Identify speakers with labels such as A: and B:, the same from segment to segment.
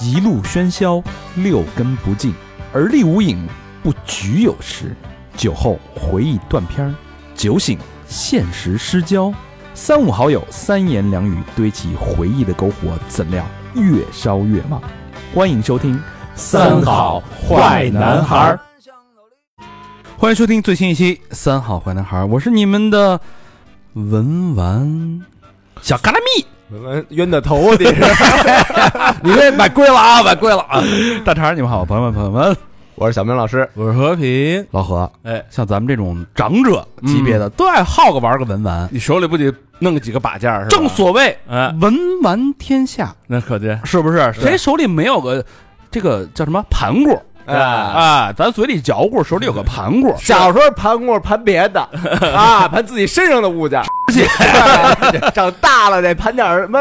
A: 一路喧嚣，六根不净，而立无影，不局有时。酒后回忆断片儿，酒醒现实失焦。三五好友，三言两语堆起回忆的篝火，怎料越烧越旺。欢迎收听《
B: 儿。
A: 欢迎收听最新一期《三好坏男孩》，我是你们的文玩小嘎啦咪
B: 冤的头，你是？
A: 你这买贵了啊，买贵了啊！大肠，你们好，朋友们，朋友们，
B: 我是小明老师，
C: 我是和平，
A: 老何，
C: 哎，嗯
A: 像咱们这种长者级别的，都爱好个玩个文玩。
C: 你手里不得弄个几个把件儿是吧？
A: 正所谓
C: 哎，
A: 文玩天下，
C: 那可这
A: 是不是？谁手里没有个这个叫什么盘果
B: 哎，
A: 啊？咱嘴里嚼过，手里有个盘果，
B: 小时候盘过盘别的啊，盘自己身上的物件，对长大了得盘点儿什么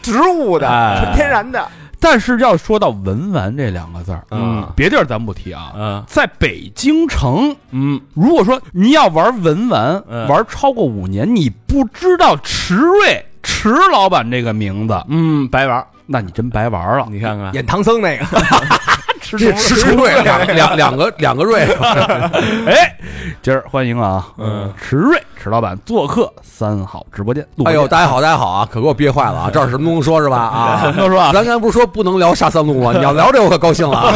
B: 植物的、
A: 哎
B: 纯天然的，
A: 但是要说到文玩这两个字儿，
B: 嗯
A: 别地儿咱不提啊，
C: 啊，
A: 在北京城，
C: 嗯，
A: 如果说你要玩文玩，
C: 嗯
A: 玩超过五年，你不知道迟瑞迟老板这个名字，
C: 嗯，白玩儿，
A: 那你真白玩了。
C: 你看看，
B: 演唐僧那个，
A: 吃
D: 这吃出瑞 两两两个两 个瑞，
A: 哎，今儿欢迎啊，
C: 嗯，
A: 迟瑞迟老板做客三好直播间。录播
D: 哎呦，
A: 间
D: 大家好，大家好啊，可给我憋坏了啊！这儿什么都能说是吧？
A: 什
D: 啊
A: 么，都 说啊，
D: 咱刚不是说不能聊杀三路吗？你要聊这我可高兴了 啊。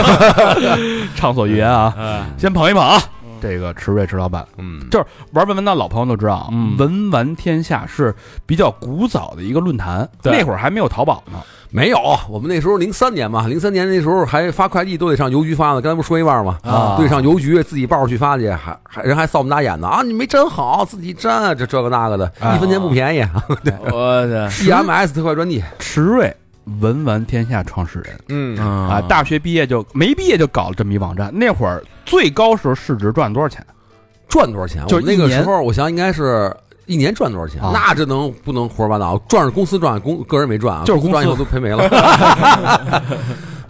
A: 畅所欲言啊，
C: 嗯，
A: 先捧一捧啊。这个迟瑞迟老板
D: 嗯，
A: 就是玩文玩的老朋友都知道啊，
C: 嗯
A: 文玩天下是比较古早的一个论坛，
C: 对
A: 那会儿还没有淘宝呢。
D: 没有，我们那时候零三年嘛，零三年那时候还发快递都得上邮局发呢，刚才不说一半吗？
A: 啊
D: 对上邮局自己抱着去发去，还还人还扫我们大眼呢啊！你没粘好，自己粘啊，这这个那个的，
A: 啊
D: 一分钱不便宜。
C: 我的，
D: EMS 特快专递，
A: 迟瑞文玩天下创始人。
B: 嗯，
A: 啊，
C: 啊
A: 大学毕业就没毕业就搞了这么一网站。那会儿最高时候市值赚多少钱？
D: 赚多少钱？
A: 就
D: 我
A: 是
D: 那
A: 一
D: 个
A: 年
D: 时候，我想应该是一年赚多少钱？
A: 啊
D: 那这能不能胡说八道？赚是公司赚，公个人没赚啊，
A: 就是
D: 公
A: 公司
D: 赚以后都赔没了。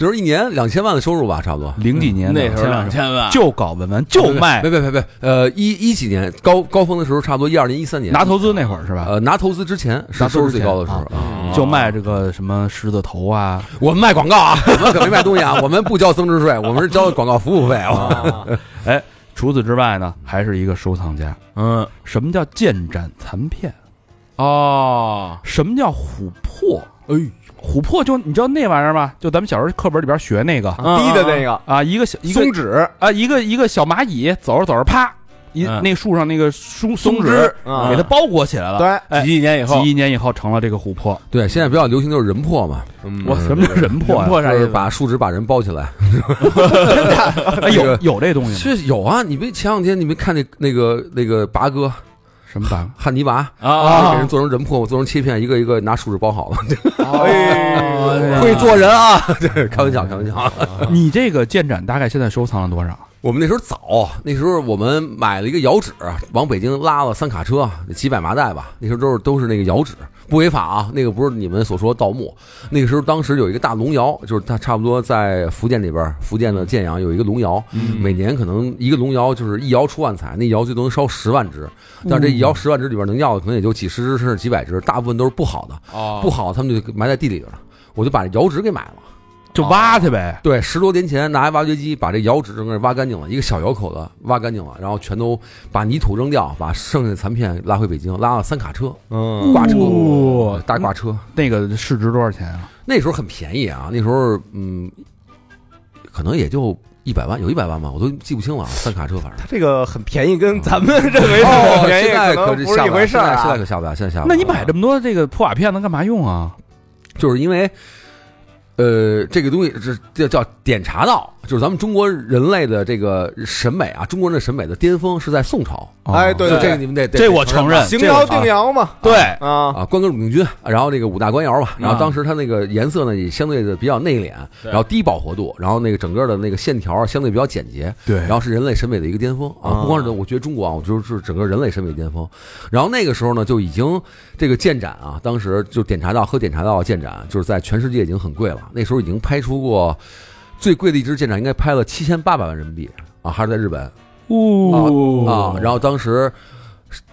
D: 就是一年两千万的收入吧，差不多。
A: 零几年
C: 嗯那时候
A: 两
C: 两
A: 千
C: 千万，
A: 就搞文玩，就卖
D: 别别别别，呃，一一几年高高峰的时候，差不多一二年、一三年
A: 拿投资那会儿是吧？
D: 呃拿投资之前
A: 拿投
D: 是收
A: 资
D: 入
A: 之
D: 最
A: 前
D: 高的时候
A: 啊
D: 啊。
B: 嗯
A: 就卖这个什么狮子头啊，
D: 我们卖广告啊，我们可没卖东西啊，我们不交增值税，我们是交广告服务费啊。
A: 除此之外呢，还是一个收藏家。
C: 嗯，
A: 什么叫剑斩残片？啊
C: 哦，
A: 什么叫琥珀？
C: 哎，
A: 琥珀就你知道那玩意儿吗？就咱们小时候课本里边学那个
B: 低的那个
A: 啊，一个小一个
B: 松脂
A: 啊，一个一个小蚂蚁走着走着，啪，一
C: 嗯
A: 那树上那个松松
B: 脂
A: 脂，
B: 啊
A: 给它包裹起来了。
B: 对，
A: 哎
C: 几亿年以后
A: 几，亿年以后成了这个琥珀。
D: 对，现在比较流行就是人魄嘛，
B: 嗯
A: 我什么叫人
C: 琥
A: 破呀？
C: 珀啥
D: 就
C: 意
D: 是
C: 思？
D: 把树脂把人包起来。
A: 哎，有有这东西吗？
D: 确实有啊，你没前两天你没看那那个那个拔哥
A: 什么版？
D: 汉尼拔
C: 啊
D: 给人做成人魄，做成切片，一个一个拿树脂包好了，
C: 哦
B: 哎
D: 会做人啊！这开玩笑，开玩笑。
A: 你这个剑斩大概现在收藏了多少？
D: 我们那时候早，那时候我们买了一个摇纸，往北京拉了三卡车，几百麻袋吧。那时候都是都是那个摇纸，不违法啊。那个不是你们所说的盗墓。那个时候当时有一个大龙窑，就是它差不多在福建那边，福建的建阳有一个龙窑，每年可能一个龙窑就是一窑出万彩，那窑最多能烧十万只，但是这一窑十万只里边能要的可能也就几十只甚至几百只，大部分都是不好的，
C: 哦，
D: 不好他们就埋在地里边了。我就把这窑纸给买了。
A: 就挖去呗。
D: 对，十多年前拿挖掘机把这窑址整个挖干净了，一个小窑口子挖干净了，然后全都把泥土扔掉，把剩下的残片拉回北京，拉了三卡车，
B: 嗯。
D: 挂车
A: 哦
D: 大挂车。
A: 那个市值多少钱啊？
D: 那时候很便宜啊，那时候嗯，可能也就一百万，有一百万吧，我都记不清了。三卡车反正
B: 这个很便宜，跟咱们认为的哎很 便
D: 哦现在
B: 宜可
D: 可
B: 能
D: 是
B: 不是
D: 下
B: 一
D: 不
B: 回
D: 来，
B: 事
D: 现
B: 儿
D: 在现在
B: 啊。
D: 可下不来，现在下不
A: 那
D: 来。
A: 你买这么多这个破瓦片能干嘛用啊？
D: 就是因为，呃，这个东西是叫叫点茶道，就是咱们中国人类的这个审美啊，中国人的审美的巅峰是在宋朝。
A: 哦
B: 哎对
D: 就这个你们得得
A: 这
D: 得
A: 我承认，
B: 行
A: 这
B: 窑
A: 我
B: 定窑嘛，
A: 对，
B: 啊，
D: 啊，关歌鲁定军，然后那个五大官窑吧，然后当时它那个颜色呢也相对的比较内敛，
C: 对
D: 然后低饱和度，然后那个整个的那个线条啊相对比较简洁，
A: 对
D: 然后是人类审美的一个巅峰
B: 啊
D: 啊，不光是我觉得中国啊，我觉得是整个人类审美巅峰。然后那个时候呢，就已经这个建盏啊，当时就点茶道喝点茶道的建盏，就是在全世界已经很贵了，那时候已经拍出过最贵的一支建盏，应该拍了七千八百万人民币啊，还是在日本。
A: 哦
D: 啊，然后当时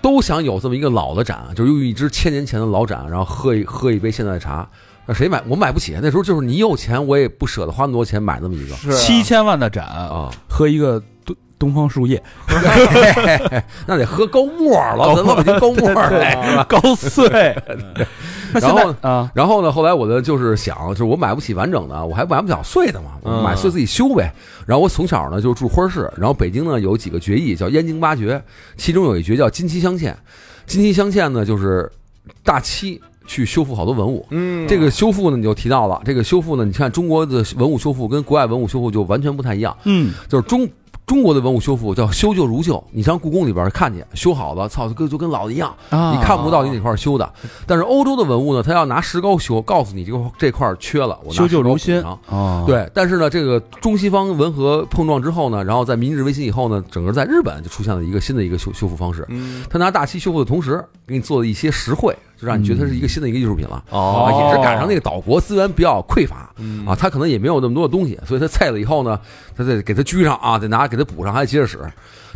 D: 都想有这么一个老的展，就用一只千年前的老展，然后喝一喝一杯现在的茶。那谁买？我买不起。那时候就是你有钱，我也不舍得花那么多钱买那么一个
B: 啊
C: 是
A: 七千万的展
D: 啊。
A: 和一个东东方树叶
D: 那得喝高沫 儿了，咱老北京高沫儿来。
A: 高 碎，那现
D: 然后
A: 在啊，
D: 然后呢，后来我呢就是想，就是我买不起完整的，我还买不了碎的嘛，
B: 嗯
D: 我买碎自己修呗。然后我从小呢就住花市，然后北京呢有几个绝艺叫燕京八绝，其中有一绝叫金漆镶嵌。金漆镶嵌呢就是大漆去修复好多文物，
B: 嗯
D: 这个修复呢，你就提到了这个修复呢，你看中国的文物修复跟国外文物修复就完全不太一样，
A: 嗯，
D: 就是中中国的文物修复叫修旧如旧，你上故宫里边看去修好的，操，跟就跟老的一样，
A: 啊
D: 你看不到你哪块修的。但是欧洲的文物呢，它要拿石膏修，告诉你这块这块缺了，我拿
A: 修旧
D: 石膏
A: 如
D: 补
A: 新
D: 上
A: 哦，
D: 啊对，但是呢，这个中西方文和碰撞之后呢，然后在明治维新以后呢，整个在日本就出现了一个新的一个修修复方式。
B: 嗯
D: 他拿大漆修复的同时，给你做了一些实惠，就让你觉得它是一个新的一个艺术品了。啊，
B: 哦
D: 也是赶上那个岛国资源比较匮乏啊，他可能也没有那么多的东西，所以他菜了以后呢，他再给他居上啊，再拿给他补上，还得接着使。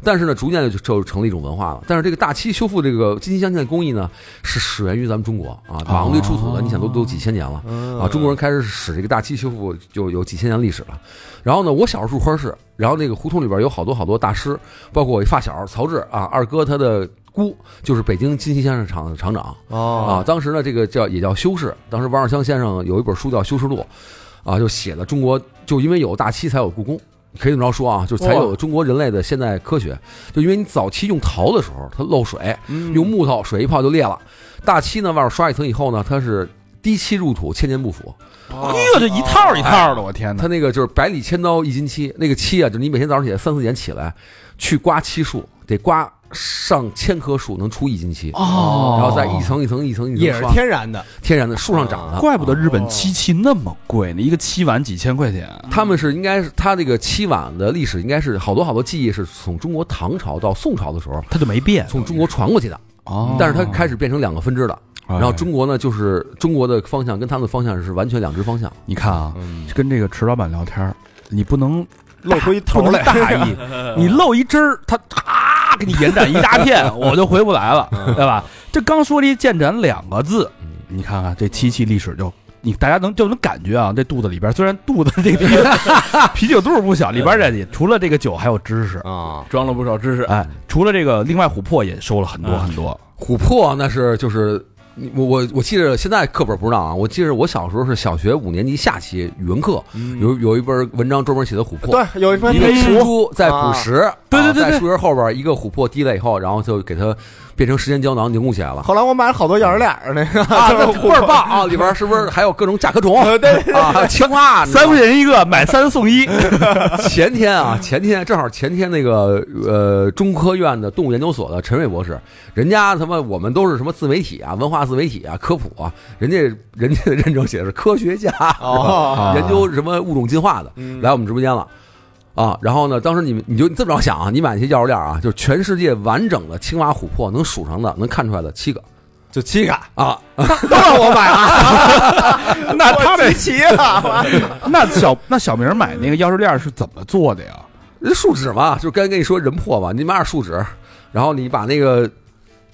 D: 但是呢，逐渐就就成了一种文化了。但是这个大漆修复这个金漆镶嵌工艺呢，是始源于咱们中国啊，马王堆出土的，你想都都几千年了啊，中国人开始使这个大漆修复就有几千年历史了。然后呢，我小时候住花市，然后那个胡同里边有好多好多大师，包括我一发小曹志啊，二哥他的姑就是北京金漆镶嵌厂的厂长，啊，
B: 哦
D: 当时呢，这个叫也叫修饰。当时王尔香先生有一本书叫《修饰录》，啊，就写了中国，就因为有大漆才有故宫，可以这么着说啊，就是才有了中国人类的现代科学。就因为你早期用陶的时候，它漏水，
B: 嗯
D: 用木头水一泡就裂了。大漆呢，外边刷一层以后呢，它是低漆入土，千年不腐。
B: 嗯
A: 哎呦，这一套一套的，我天哪
D: 它！那个就是百里千刀一斤漆，那个漆啊，就是你每天早上起来三四点起来，去刮漆树，得刮上千棵树，能出一斤漆。
A: 哦
D: 然后再一层一层一层一层
B: 也是
D: 刷
B: 天然 的，
D: 天然的树上长的，
A: 怪不得
D: 啊
A: 日本漆器那么贵呢，一个漆碗几千块钱。
D: 他们是应该是他这个漆碗的历史，应该是好多好多技艺是从中国唐朝到宋朝的时候
A: 它就没变，
D: 从中国传过去的，
A: 哦，
D: 但是它开始变成两个分支的。
A: 哎，
D: 然后中国呢，就是中国的方向跟他们的方向是完全两支方向。
A: 你看啊，
D: 嗯
A: 跟这个池老板聊天儿，你不能
B: 露出一
A: 不
B: 头
A: 能
B: 来，
A: 大 意，你漏一汁儿，他咔给你延展一大片， 我就回不来了，
B: 嗯
A: 对吧？这刚说了一“建展”两个字，你看看这漆器历史就。你大家能就能感觉啊，这肚子里边虽然肚子这个 啤酒肚不小，里边这除了这个酒还有知识，
B: 啊，
C: 装了不少知识，
A: 哎，除了这个，另外琥珀也收了很多
C: 嗯
A: 很多，
D: 琥珀那是就是你我我我记得现在课本不知道啊，我记得我小时候是小学五年级下期语文课
A: 嗯
D: 有有一本文章专门写的琥珀。
B: 对，有一番
D: 一个蜘蛛在捕食，
A: 对对对
D: 啊
A: 对
D: 在树叶后边一个琥珀滴了以后，然后就给它变成时间胶囊凝固起来了。
B: 后来我买了好多钥匙链儿，那个
D: 啊，
B: 就是
D: 那倍儿棒啊！里边是不是还有各种甲壳虫
B: 对对对
D: 啊，还有青蛙？
B: 嗯
A: 三块钱一个，买三送 一。
D: 前天啊，前天正好前天那个呃，中科院的动物研究所的陈瑞博士，人家他妈我们都是什么自媒体啊、文化自媒体啊、科普啊，人家人家的认证写的是科学家，
B: 哦，
A: 啊
D: 研究什么物种进化的，
B: 嗯
D: 来我们直播间了。啊，然后呢？当时你们你就你这么着想啊，你买那些钥匙链啊，就是全世界完整的青蛙、琥珀能数上的、能看出来的七个
B: 就七个
D: 啊，
B: 都让我买了，
A: 那他
B: 没
A: 们
B: 齐啊，
A: 那小那小明买那个钥匙链是怎么做的呀？
D: 那树脂嘛，就刚才跟你说人破嘛，你买点树脂，然后你把那个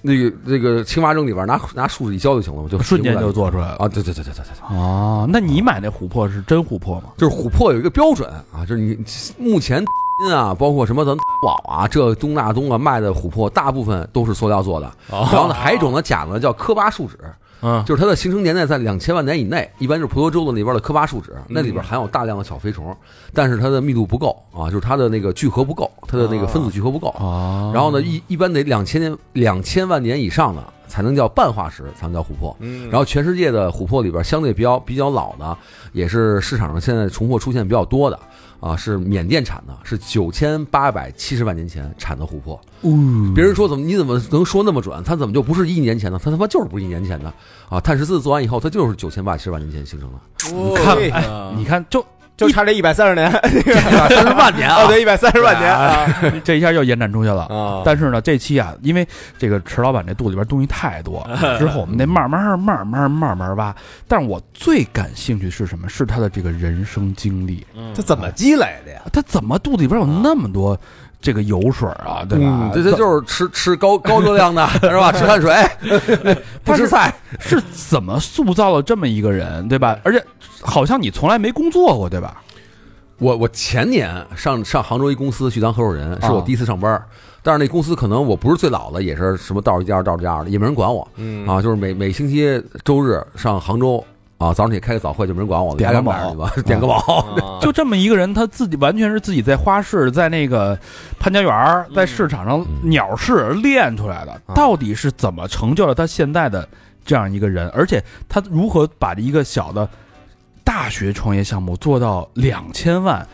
D: 那个那个青蛙扔里边，拿拿树脂一浇就行了嘛，就
A: 瞬间
D: 凝固
A: 就
D: 在
A: 做出来了
D: 啊！对对对对对对对，
A: 哦，那你买那琥珀是真琥珀吗？
D: 就是琥珀有一个标准啊，就是你目前啊，包括什么咱们宝啊，这东那东啊卖的琥珀，大部分都是塑料做的。
A: 哦
D: 然后呢，还有一种呢假的叫科巴树脂，
C: 嗯，
D: 就是它的形成年代在两千万年以内，一般就是婆罗洲的里边的科巴树脂，
A: 嗯
D: 那里边含有大量的小飞虫，但是它的密度不够啊，就是它的那个聚合不够，它的那个分子聚合不够。
A: 哦
D: 然后呢，一一般得两千年、两千万年以上的才能叫半化石，才能叫琥珀。
B: 嗯
D: 然后全世界的琥珀里边，相对比较比较老的，也是市场上现在重货出现比较多的啊，是缅甸产的，是九千八百七十万年前产的琥珀。
A: 嗯
D: 别人说怎么你怎么能说那么准？它怎么就不是一年前呢？它他妈就是不是一年前的啊！碳十四做完以后，它就是九千八十万年前形成的。
B: 你
A: 看
D: 嗯
A: 哎，你看就
B: 就差这 一百三十年，
D: 三十万年
B: 哦，对，一百三十万年啊
A: 这一下又延展出去了。
B: 啊
A: 但是呢，这期啊，因为这个池老板这肚里边东西太多，之后我们得慢慢、慢慢、慢慢挖。但是我最感兴趣是什么？是他的这个人生经历，
B: 这怎么积累的呀？
A: 他怎么肚子里边有那么多这个油水啊，对吧？
D: 这这就是吃吃高高热量的 是吧？吃碳水，哎不吃菜，
A: 是怎么塑造了这么一个人，对吧？而且好像你从来没工作过，对吧？
D: 我我前年上上杭州一公司去当合伙人，是我第一次上班儿。但是那公司可能我不是最老的，也是什么倒数第二、倒数第二的，也没人管我、
B: 嗯
D: 啊。就是每每星期周日上杭州啊，早上起来开个早会，就没人管我了，
A: 点个
D: 大家干点去吧，点个卯。
B: 啊
A: 就这么一个人，他自己完全是自己在花市、在那个潘家园儿、在市场上
D: 嗯
A: 鸟市练出来的，
B: 啊
A: 到底是怎么成就了他现在的这样一个人？而且他如何把一个小的大学创业项目做到两千万，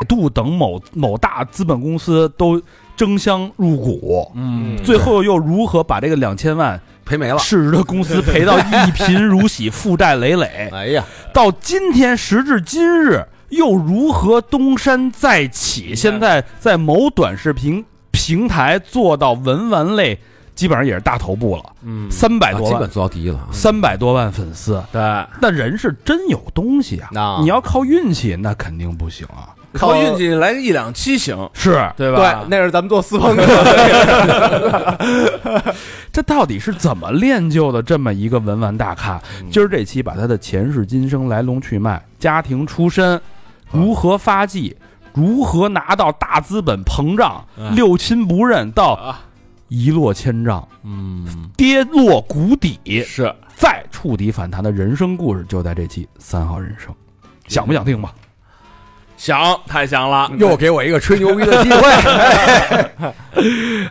A: 百度等某某大资本公司都争相入股，
C: 嗯
A: 最后又如何把这个两千万
D: 赔没了。
A: 市值的公司赔到一贫如洗、负债累累？
D: 哎呀，
A: 到今天时至今日，又如何东山再起？现在在某短视频平台做到文玩类，基本上也是大头部了，
C: 嗯
A: 三百
D: 啊
A: 多
D: 基本
A: 万，
D: 做到第一了啊。
A: 三百多万粉丝。
C: 对，
A: 那人是真有东西啊！
B: 啊
A: 你要靠运气，那肯定不行啊。
C: 靠运气来个一两期行，
A: 是
C: 对吧？
B: 对，那是咱们做私 房课，
A: 这到底是怎么练就的这么一个文玩大咖？今儿这期把他的前世今生、来龙去脉、家庭出身、如何发迹、如何拿到大资本膨胀、
C: 嗯
A: 六亲不认到
C: 啊
A: 一落千丈、
C: 嗯，
A: 跌落谷底，
C: 是
A: 再触底反弹的人生故事，就在这期《三好人生》，想不想听吧？
C: 想太想了，
D: 又给我一个吹牛逼的机会。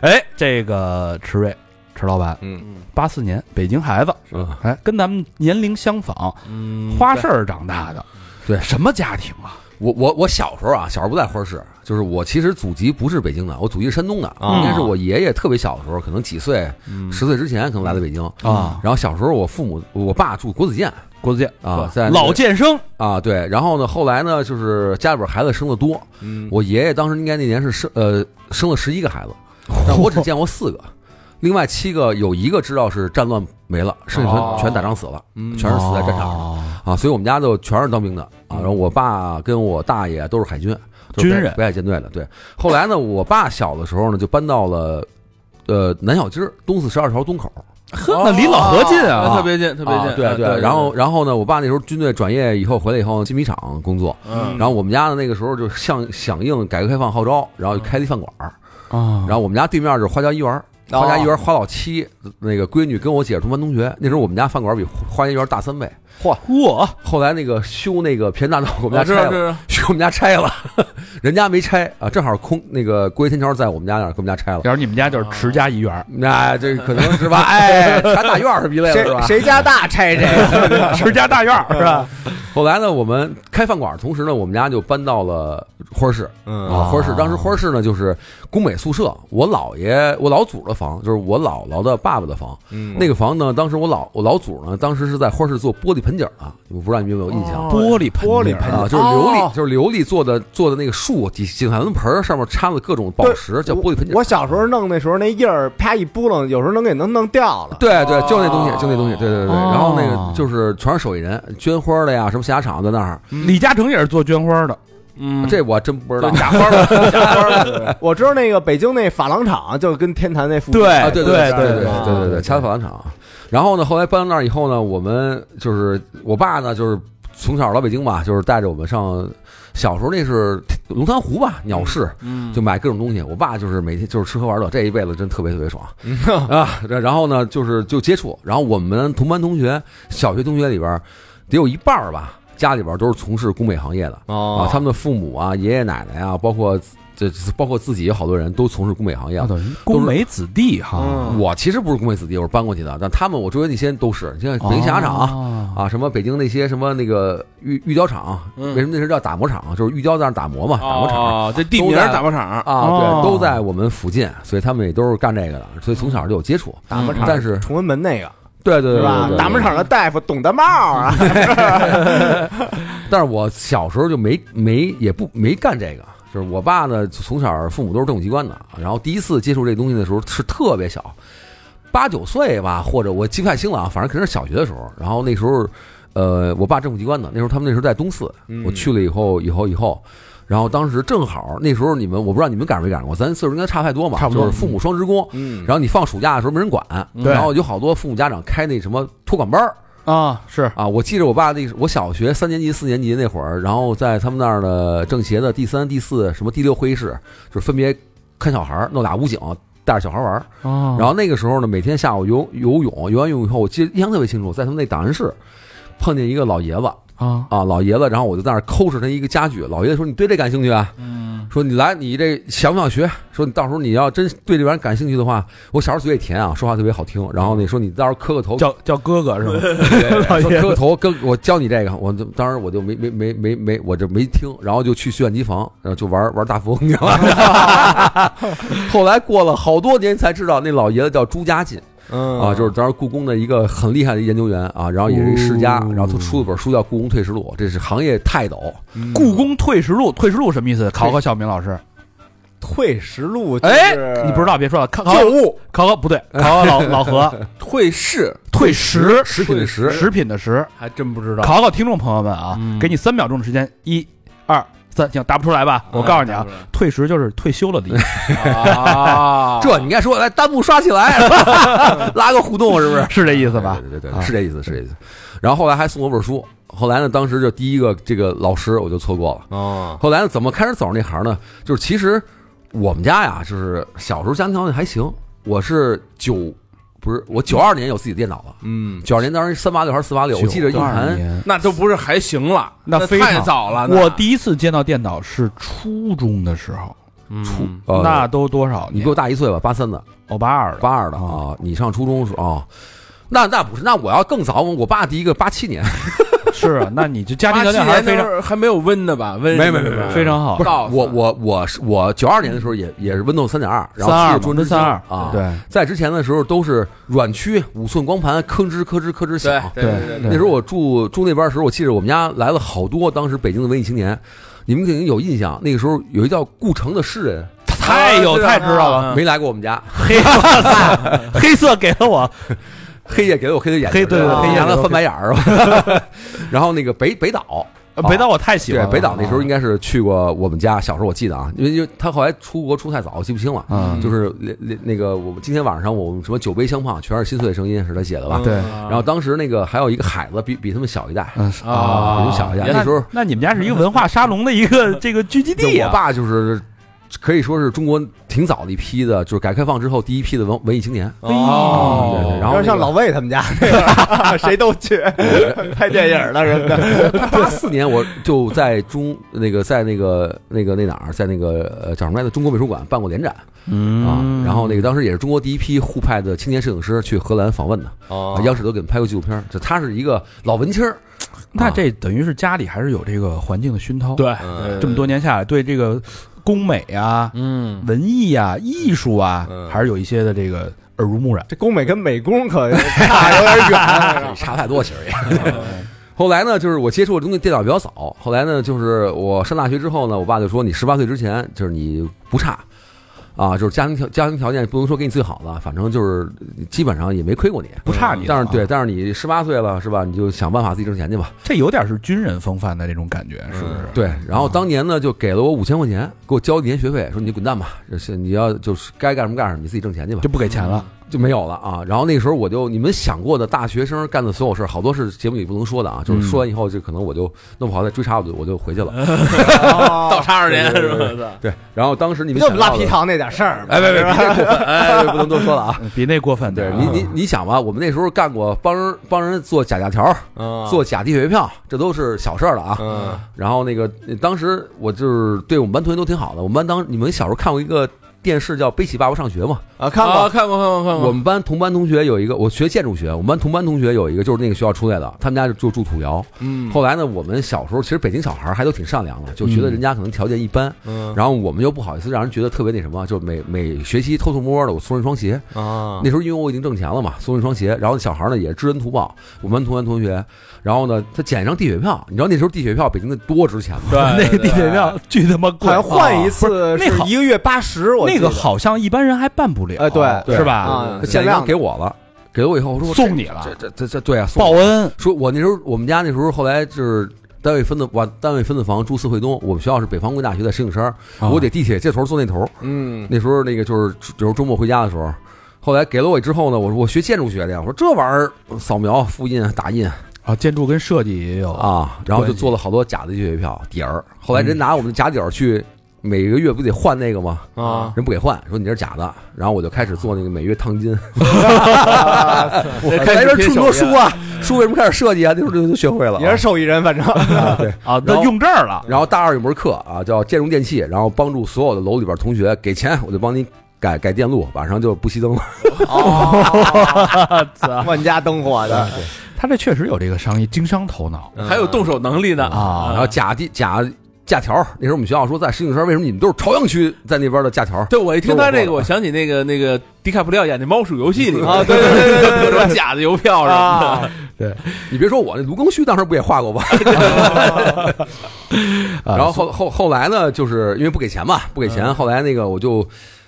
A: 哎，这个池瑞，池老板，
D: 嗯，
A: 八四年北京孩子，
D: 嗯
A: 哎，跟咱们年龄相仿，
C: 嗯
A: 花市儿长大的，
D: 对
A: 什么家庭啊？
D: 我我我小时候啊，小时候不在花市，就是我其实祖籍不是北京的，我祖籍是山东的，
B: 啊
D: 应该是我爷爷特别小的时候，可能几岁、十岁之前可能来的北京
A: 啊
D: 然后小时候我父母，我爸住国子监
A: 郭子健
D: 啊，在那个
A: 老健生，
D: 啊，对，然后呢，后来呢，就是家里边孩子生的多，
B: 嗯
D: 我爷爷当时应该那年是生呃生了十一个孩子，但我只见过四个，另外七个有一个知道是战乱没了，剩下
B: 哦
D: 全全打仗死了，嗯全是死在战场上。
A: 上。
D: 啊，所以我们家就全是当兵的啊。然后我爸跟我大爷都是海军，都是
A: 军
D: 北
A: 人
D: 北海舰队的。对，后来呢，我爸小的时候呢，就搬到了呃南小街儿东四十二条东口
A: 呵，那离老何近啊，
C: 特别近，特别哎
D: 啊，
C: 近，
D: 对然后然后呢，我爸那时候军队转业以后回来以后，进米厂工作。
C: 嗯，
D: 然后我们家的那个时候就响响应改革开放号召，然后就开了一饭馆儿。
A: 啊
D: 然后我们家对面就是花家一园儿，
B: 哦
D: 花家一园儿花老七那个闺女跟我姐是同班同学。那时候我们家饭馆比花家一园儿大三倍。
A: 我
D: 后来那个修那个平安大道，我
C: 我
D: 们家
C: 哦知
D: 拆
C: 道
D: 了，
C: 这
D: 去我们家拆了， 人家没拆啊，正好空那个郭一天桥在我们家那儿，给我们家拆了。
A: 然后你们家就是池家一 员，
D: 那这可能是吧？哎，全大院儿是逼累了是
B: 谁
D: 吧？
B: 谁家大拆谁，
A: 池家大院儿是吧？
D: 后来呢，我们开饭馆，同时呢，我们家就搬到了花市
B: 嗯
D: 啊，花市。当时花市呢就是宫美宿舍，我姥爷我老祖的房，就是我姥姥的爸爸的房。
B: 嗯
D: 那个房呢，当时我老我老祖呢，当时是在花市做玻璃盆景儿啊，我不知道你们有没有印象。
C: 哦
A: 玻璃
B: 玻璃
A: 盆
B: 盆
A: 景儿
D: 啊，
A: 啊
D: 就是琉璃，
B: 哦
D: 就是琉璃做的做的那个树底景坛盆儿，上面插了各种宝石，叫玻璃盆景
B: 我。我小时候弄那时候那印儿，啪一拨楞，有时候能给能弄掉了。
D: 对对，就那东
C: 哦
D: 西，就那东西，对对对。对
A: 哦
D: 然后那个就是全是手艺人，绢花的呀，什么洗牙厂在那儿，
A: 李嘉诚也是做绢花的，
C: 嗯
D: 这我还真不知道。
C: 假花吧，
B: 我知道那个北京那珐琅厂就跟天坛那附近
A: 对
D: 啊，对对
A: 对
B: 哎
D: 对
B: 对
D: 对对对，掐子珐琅厂。啊然后呢，后来搬到那儿以后呢，我们就是我爸呢，就是从小来北京吧，就是带着我们上小时候那是龙潭湖吧，鸟市，
C: 嗯
D: 就买各种东西。我爸就是每天就是吃喝玩乐，这一辈子真特别特别爽啊。然然后呢，就是就接触，然后我们同班同学、小学同学里边儿，得有一半儿吧，家里边儿都是从事工美行业的啊
B: 哦，
D: 他们的父母啊、爷爷奶奶啊，包括这包括自己有好多人都从事工美行业
A: 啊
D: 的。
A: 等于宫美子弟哈，
B: 嗯
D: 我其实不是工美子弟，我是搬过去的，但他们我周围那些都是，你像北京洗牙厂啊。
A: 啊，
D: 啊，什么北京那些什么那个玉玉雕厂，
C: 嗯
D: 为什么那时候叫打磨厂？就是玉雕在那儿打磨嘛，打磨厂。
C: 哦，这地名
D: 都在
C: 打磨厂，
A: 哦
D: 啊，对，都在我们附近，所以他们也都是干这个的，所以从小就有接触。
B: 打磨厂，
D: 但是，
B: 崇文门那个
D: 对对
B: 是
D: 对
B: 吧？
D: 对
B: 打磨
D: 对
B: 厂的大夫董大茂啊，
D: 但是我小时候就没没也不没干这个，就是我爸呢，从小父母都是政府机关的，然后第一次接触这东西的时候是特别小，八九岁吧，或者我记不太清了啊，反正肯定是小学的时候。然后
A: 嗯
D: 那时候，呃，我爸政府机关的，那时候他们那时候在东四，我去了以后，以后以后，然后当时正好那时候你们，我不知道你们赶上没赶上过，咱岁数应该差太多嘛，
A: 差不多
D: 就是父母双职工。
B: 嗯，
D: 然后你放暑假的时候没人管，
A: 对
D: 然后有好多父母家长开那什么托管班儿
A: 啊，是
D: 啊。我记着我爸那我小学三年级、四年级那会儿，然后在他们那儿的政协的第三、第四什么第六会议室，就是分别看小孩儿，弄俩武警带着小孩儿玩儿。
A: 啊，
D: 然后那个时候呢，每天下午游游泳，游完泳以后，我记得印象特别清楚，在他们那档案室碰见一个老爷子
A: 啊，
D: 啊，老爷子，然后我就在那儿抠着他一个家具。老爷子说：“你对这感兴趣啊？”
A: 嗯，
D: 说你来，你这想不想学？说你到时候你要真对这玩意儿感兴趣的话，我小时候嘴也甜啊，说话特别好听。然后你说你到时候磕个头，
A: 叫叫哥哥是 吗？老
D: 说
A: 爷
D: 磕个
A: 子
D: 头，跟我教你这个。我就当时我就没没没没没，我就没听，然后就去计算机房，然后就玩玩大富翁去了。 后来过了好多年才知道，那老爷子叫朱家进
A: 嗯
D: 啊，就是当时故宫的一个很厉害的研究员啊，然后也是一世家
A: 哦，
D: 然后他出了本书叫《故宫退士录》，这是行业泰斗。
A: 故宫退食录，退食录什么意思？考考小明老师。
B: 退食录，
A: 哎，你不知道别说了，考考
B: 旧物，
A: 考考不对，考考 老老何，
C: 退市
A: 退食
D: 食品的食，
A: 食品的食，
C: 还真不知道，
A: 考考听众朋友们啊，
C: 嗯
A: 给你三秒钟的时间，一、二、三，行，答不出来吧？
D: 嗯
A: 我告诉你啊，退食就是退休了的意思。
C: 啊，
D: 这你应该说来弹幕刷起来， 拉个互动是不是？
A: 是这 意思吧？
D: 对对对
A: 啊
D: 对，是这意思，是这意思。然后后来还送我本书，后来呢，当时就第一个这个老师我就错过了。
B: 哦，
D: 后来呢，怎么开始走上这行呢？就是其实我们家呀，就是小时候家庭条件还行，我是九不是我九二年有自己的电脑了，
B: 嗯，
D: 九二年当时三八六还是四八六，我记着一
A: 92
D: 盘啊
A: 年，
C: 那都不是还行了，
A: 那非常
C: 太早了。那
A: 我第一次见到电脑是初中的时候，
C: 出
D: 呃
A: 嗯那都多少年？
D: 你比我大一岁吧，八三的，
A: 我八二了，
D: 八二的啊，你上初中的时候啊。那那不是，那我要更早，我爸第一个八七年，
A: 是啊，那你这家庭条
C: 八七
A: 件还是
C: 年
A: 非常
C: 那会儿还没有 Win 的吧？Win
D: 没没没没
A: 非常好
D: 不。是
C: 告诉
D: 我我我是我九二年的时候也也是 Windows 三点二，然
A: 三二
D: 后
A: 嘛
D: 装，
A: 跟三二
D: 啊，
A: 对，
D: 在之前的时候都是软驱五寸光盘，吭哧吭哧吭哧响。
C: 对对
A: 对
D: 那时候我住住那边的时候，我记得我们家来了好多当时北京的文艺青年，你们肯定有印象。那个时候有一叫顾城的诗人
A: 太有太知道了，
C: 嗯
D: 没来过我们家，
A: 黑色黑色给了我，
D: 黑夜给了我黑的眼睛，
A: 黑对
B: 对对
D: 黑
A: 对
D: 眼
A: 对
D: 了翻白眼儿。 然后那个北北岛，
A: 呃北岛我太喜欢
D: 哦
A: 啊了。
D: 对北岛那时候应该是去过我们家，小时候我记得啊，因为因为他后来出国出太早，我记不清了。
A: 嗯
D: 就是连连那个我们今天晚上我们什么酒杯相碰，全是心碎的声音，是他写的吧？
A: 对
D: 然后当时那个还有一个海子比比他们小一代，
A: 嗯
D: 啊，比他们小一代。
A: 哎那
D: 那时候
A: 那你们家是一个文化沙龙的一个这个聚集地
D: 我
A: 啊。
D: 爸就是可以说是中国挺早的一批的，就是改革开放之后第一批的文文艺青年。
A: 哦
D: 对对对
B: 有
D: 然后
B: 点像
D: 那
B: 老魏他们家那个，谁都去拍电影了什么的，
D: 个八四年我就在中那个在那个那个那哪儿，在那个呃叫什么来着？中国美术馆办过联展
A: 嗯
D: 啊。然后那个当时也是中国第一批沪派的青年摄影师去荷兰访问的，啊央视都给我们拍过纪录片儿。就他是一个老文青儿，
A: 那这等于是家里还是有这个环境的熏陶。，
C: 对
D: 嗯
A: 这么多年下来，对这个工美啊、
C: 嗯，
A: 文艺啊、艺术啊，
D: 嗯。
A: 还是有一些的这个耳濡目染。
B: 这工美跟美工可哎差有点远
D: 差太多，其实也。 后来呢，就是我接触的东西电脑比较早。后来呢，就是我上大学之后呢，我爸就说你十八岁之前就是你不差，啊，就是家庭条家庭条件不能说给你最好的，反正就是基本上也没亏过你，
A: 不差你的啊
D: 但是对，但是你十八岁了是吧？你就想办法自己挣钱去吧。
A: 这有点是军人风范的那种感觉，是不是？
D: 对，然后当年呢就给了我五千块钱，给我交一年学费，说你滚蛋吧，就是你要就是该干什么干什么，你自己挣钱去吧
A: 就。不给钱了。
D: 就没有了啊。然后那个时候我就你们想过的大学生干的所有事儿，好多是节目里不能说的啊，就是说完以后就可能我就弄不好再追查我就我就回去了。
C: 倒
B: 哦
C: 插二年是吧？
D: 对，然后当时你
B: 不
D: 们
B: 就我们
D: 想到
B: 拉
D: 的
B: 皮，糖那点事儿吗？
D: 哎，别别别太过分，哎，不能多说了啊。
A: 嗯比那过分点儿
D: 对
A: 啊。
D: 你你你想吧，我们那时候干过帮人帮人做假假条，
C: 嗯
D: 做假地铁票，这都是小事儿了啊。
B: 嗯，
D: 然后那个当时我就是对我们班同学都挺好的，我们班当你们小时候看过一个电视叫《背起爸爸上学》吗？
B: 啊，看
C: 啊
B: 过，
C: 看过看过看过，
D: 我们班同班同学有一个，我学建筑学，我们班同班同学有一个就是那个学校出来的，他们家就就住土窑。
B: 嗯
D: 后来呢，我们小时候其实北京小孩还都挺善良的，就觉得人家可能条件一般，
B: 嗯
D: 然后我们又不好意思让人觉得特别那什么，就每每学期偷偷摸摸的我送人双鞋。
B: 啊
D: 那时候因为我已经挣钱了嘛，送人双鞋，然后小孩呢也知恩图报，我们班同班同学，然后呢他捡一张地铁票，你知道那时候地铁票北京的多值钱吗？
C: 对
A: 那个地铁票巨他妈贵啊
B: 好，像换一
A: 不是
B: 次
A: 那
B: 是
A: 好
B: 一个月八十，我
A: 那个
B: 记得
A: 好像一般人还办不了，
B: 哎对
A: 是吧？
B: 啊
D: 他，捡一张给我了，给了我以后我说我这
A: 送你了
D: 这这这这对啊，送我
A: 报恩
D: 说我那时候我们家那时候后来就是。单位分的往单位分的房住四惠东，我们学校是北方工业大学在石景山，
B: 啊
D: 我得地铁这头坐那头。
B: 嗯，
D: 那时候那个就是就是周末回家的时候，后来给了我之后呢，我说我学建筑学的呀，我说这玩意儿扫描、复印、打印
A: 啊，建筑跟设计也有，
D: 啊，然后就
A: 关系
D: 做了好多假的月票底儿。后来人拿我们的假底儿去，每个月不得换那个吗？
B: 啊，
D: 人不给换，说你这是假的。然后我就开始做那个每月烫金，
B: 我
D: 来这出多书啊，书为什么开始设计啊？那时候就就学会了啊、
B: 也是受益人，反正
D: 啊对。
A: 啊，
D: 然
A: 那
D: 后
A: 用这儿了，
D: 然后大二有门课啊，叫建筑电器，然后帮助所有的楼里边同学给钱，我就帮你改改电路，晚上就不熄灯了。
B: 万家灯火的，
A: 他这确实有这个商业经商头脑
C: 还有动手能力呢嗯
A: 啊
D: 然后假地假假条，那时候我们学校说在石景山，为什么你们都是朝阳区在那边的假条？
C: 对，我一听他这
D: 都是我的
C: 个，我想起那个那个迪卡普里奥演那《猫鼠游戏》里面
B: 啊对对对对对 对对
C: 各种假的邮票什么的。
B: 啊，
D: 你别说我那卢庚戌当时不也画过吗？
A: 啊
D: 然后后后后来呢，就是因为不给钱嘛，不给钱，后来那个我就。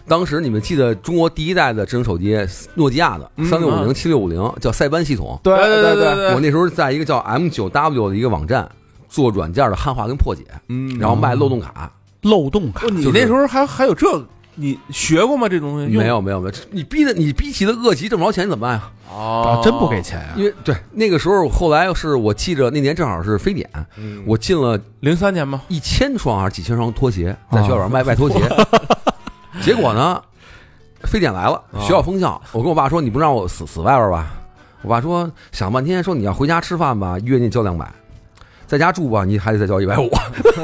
D: 当时你们记得中国第一代的智能手机，诺基亚的三六五零、七六五零，叫塞班系统。
B: 对
C: 对
B: 对
C: 对对
D: 我那时候在一个叫 M 九 W 的一个网站做软件的汉化跟破解，
B: 嗯，
D: 然后卖漏洞卡。
A: 漏洞卡
C: 不，你
D: 就是
C: 那时候还还有这个，你学过吗？这种东西用
D: 没有没有没有，你逼的你逼急了饿急挣不着钱你怎么办呀？
C: 哦
A: 啊，真不给钱啊
D: 因为对那个时候，后来是我记着那年正好是非典，我进了
C: 零三年吗？
D: 一千双还是几千双拖鞋，在学校里边卖卖拖鞋，结果呢，非典来了，学校封校，我跟我爸说你不让我死死外边吧，我爸说想半天说你要回家吃饭吧，月你交两百，在家住吧你还得再交一百五，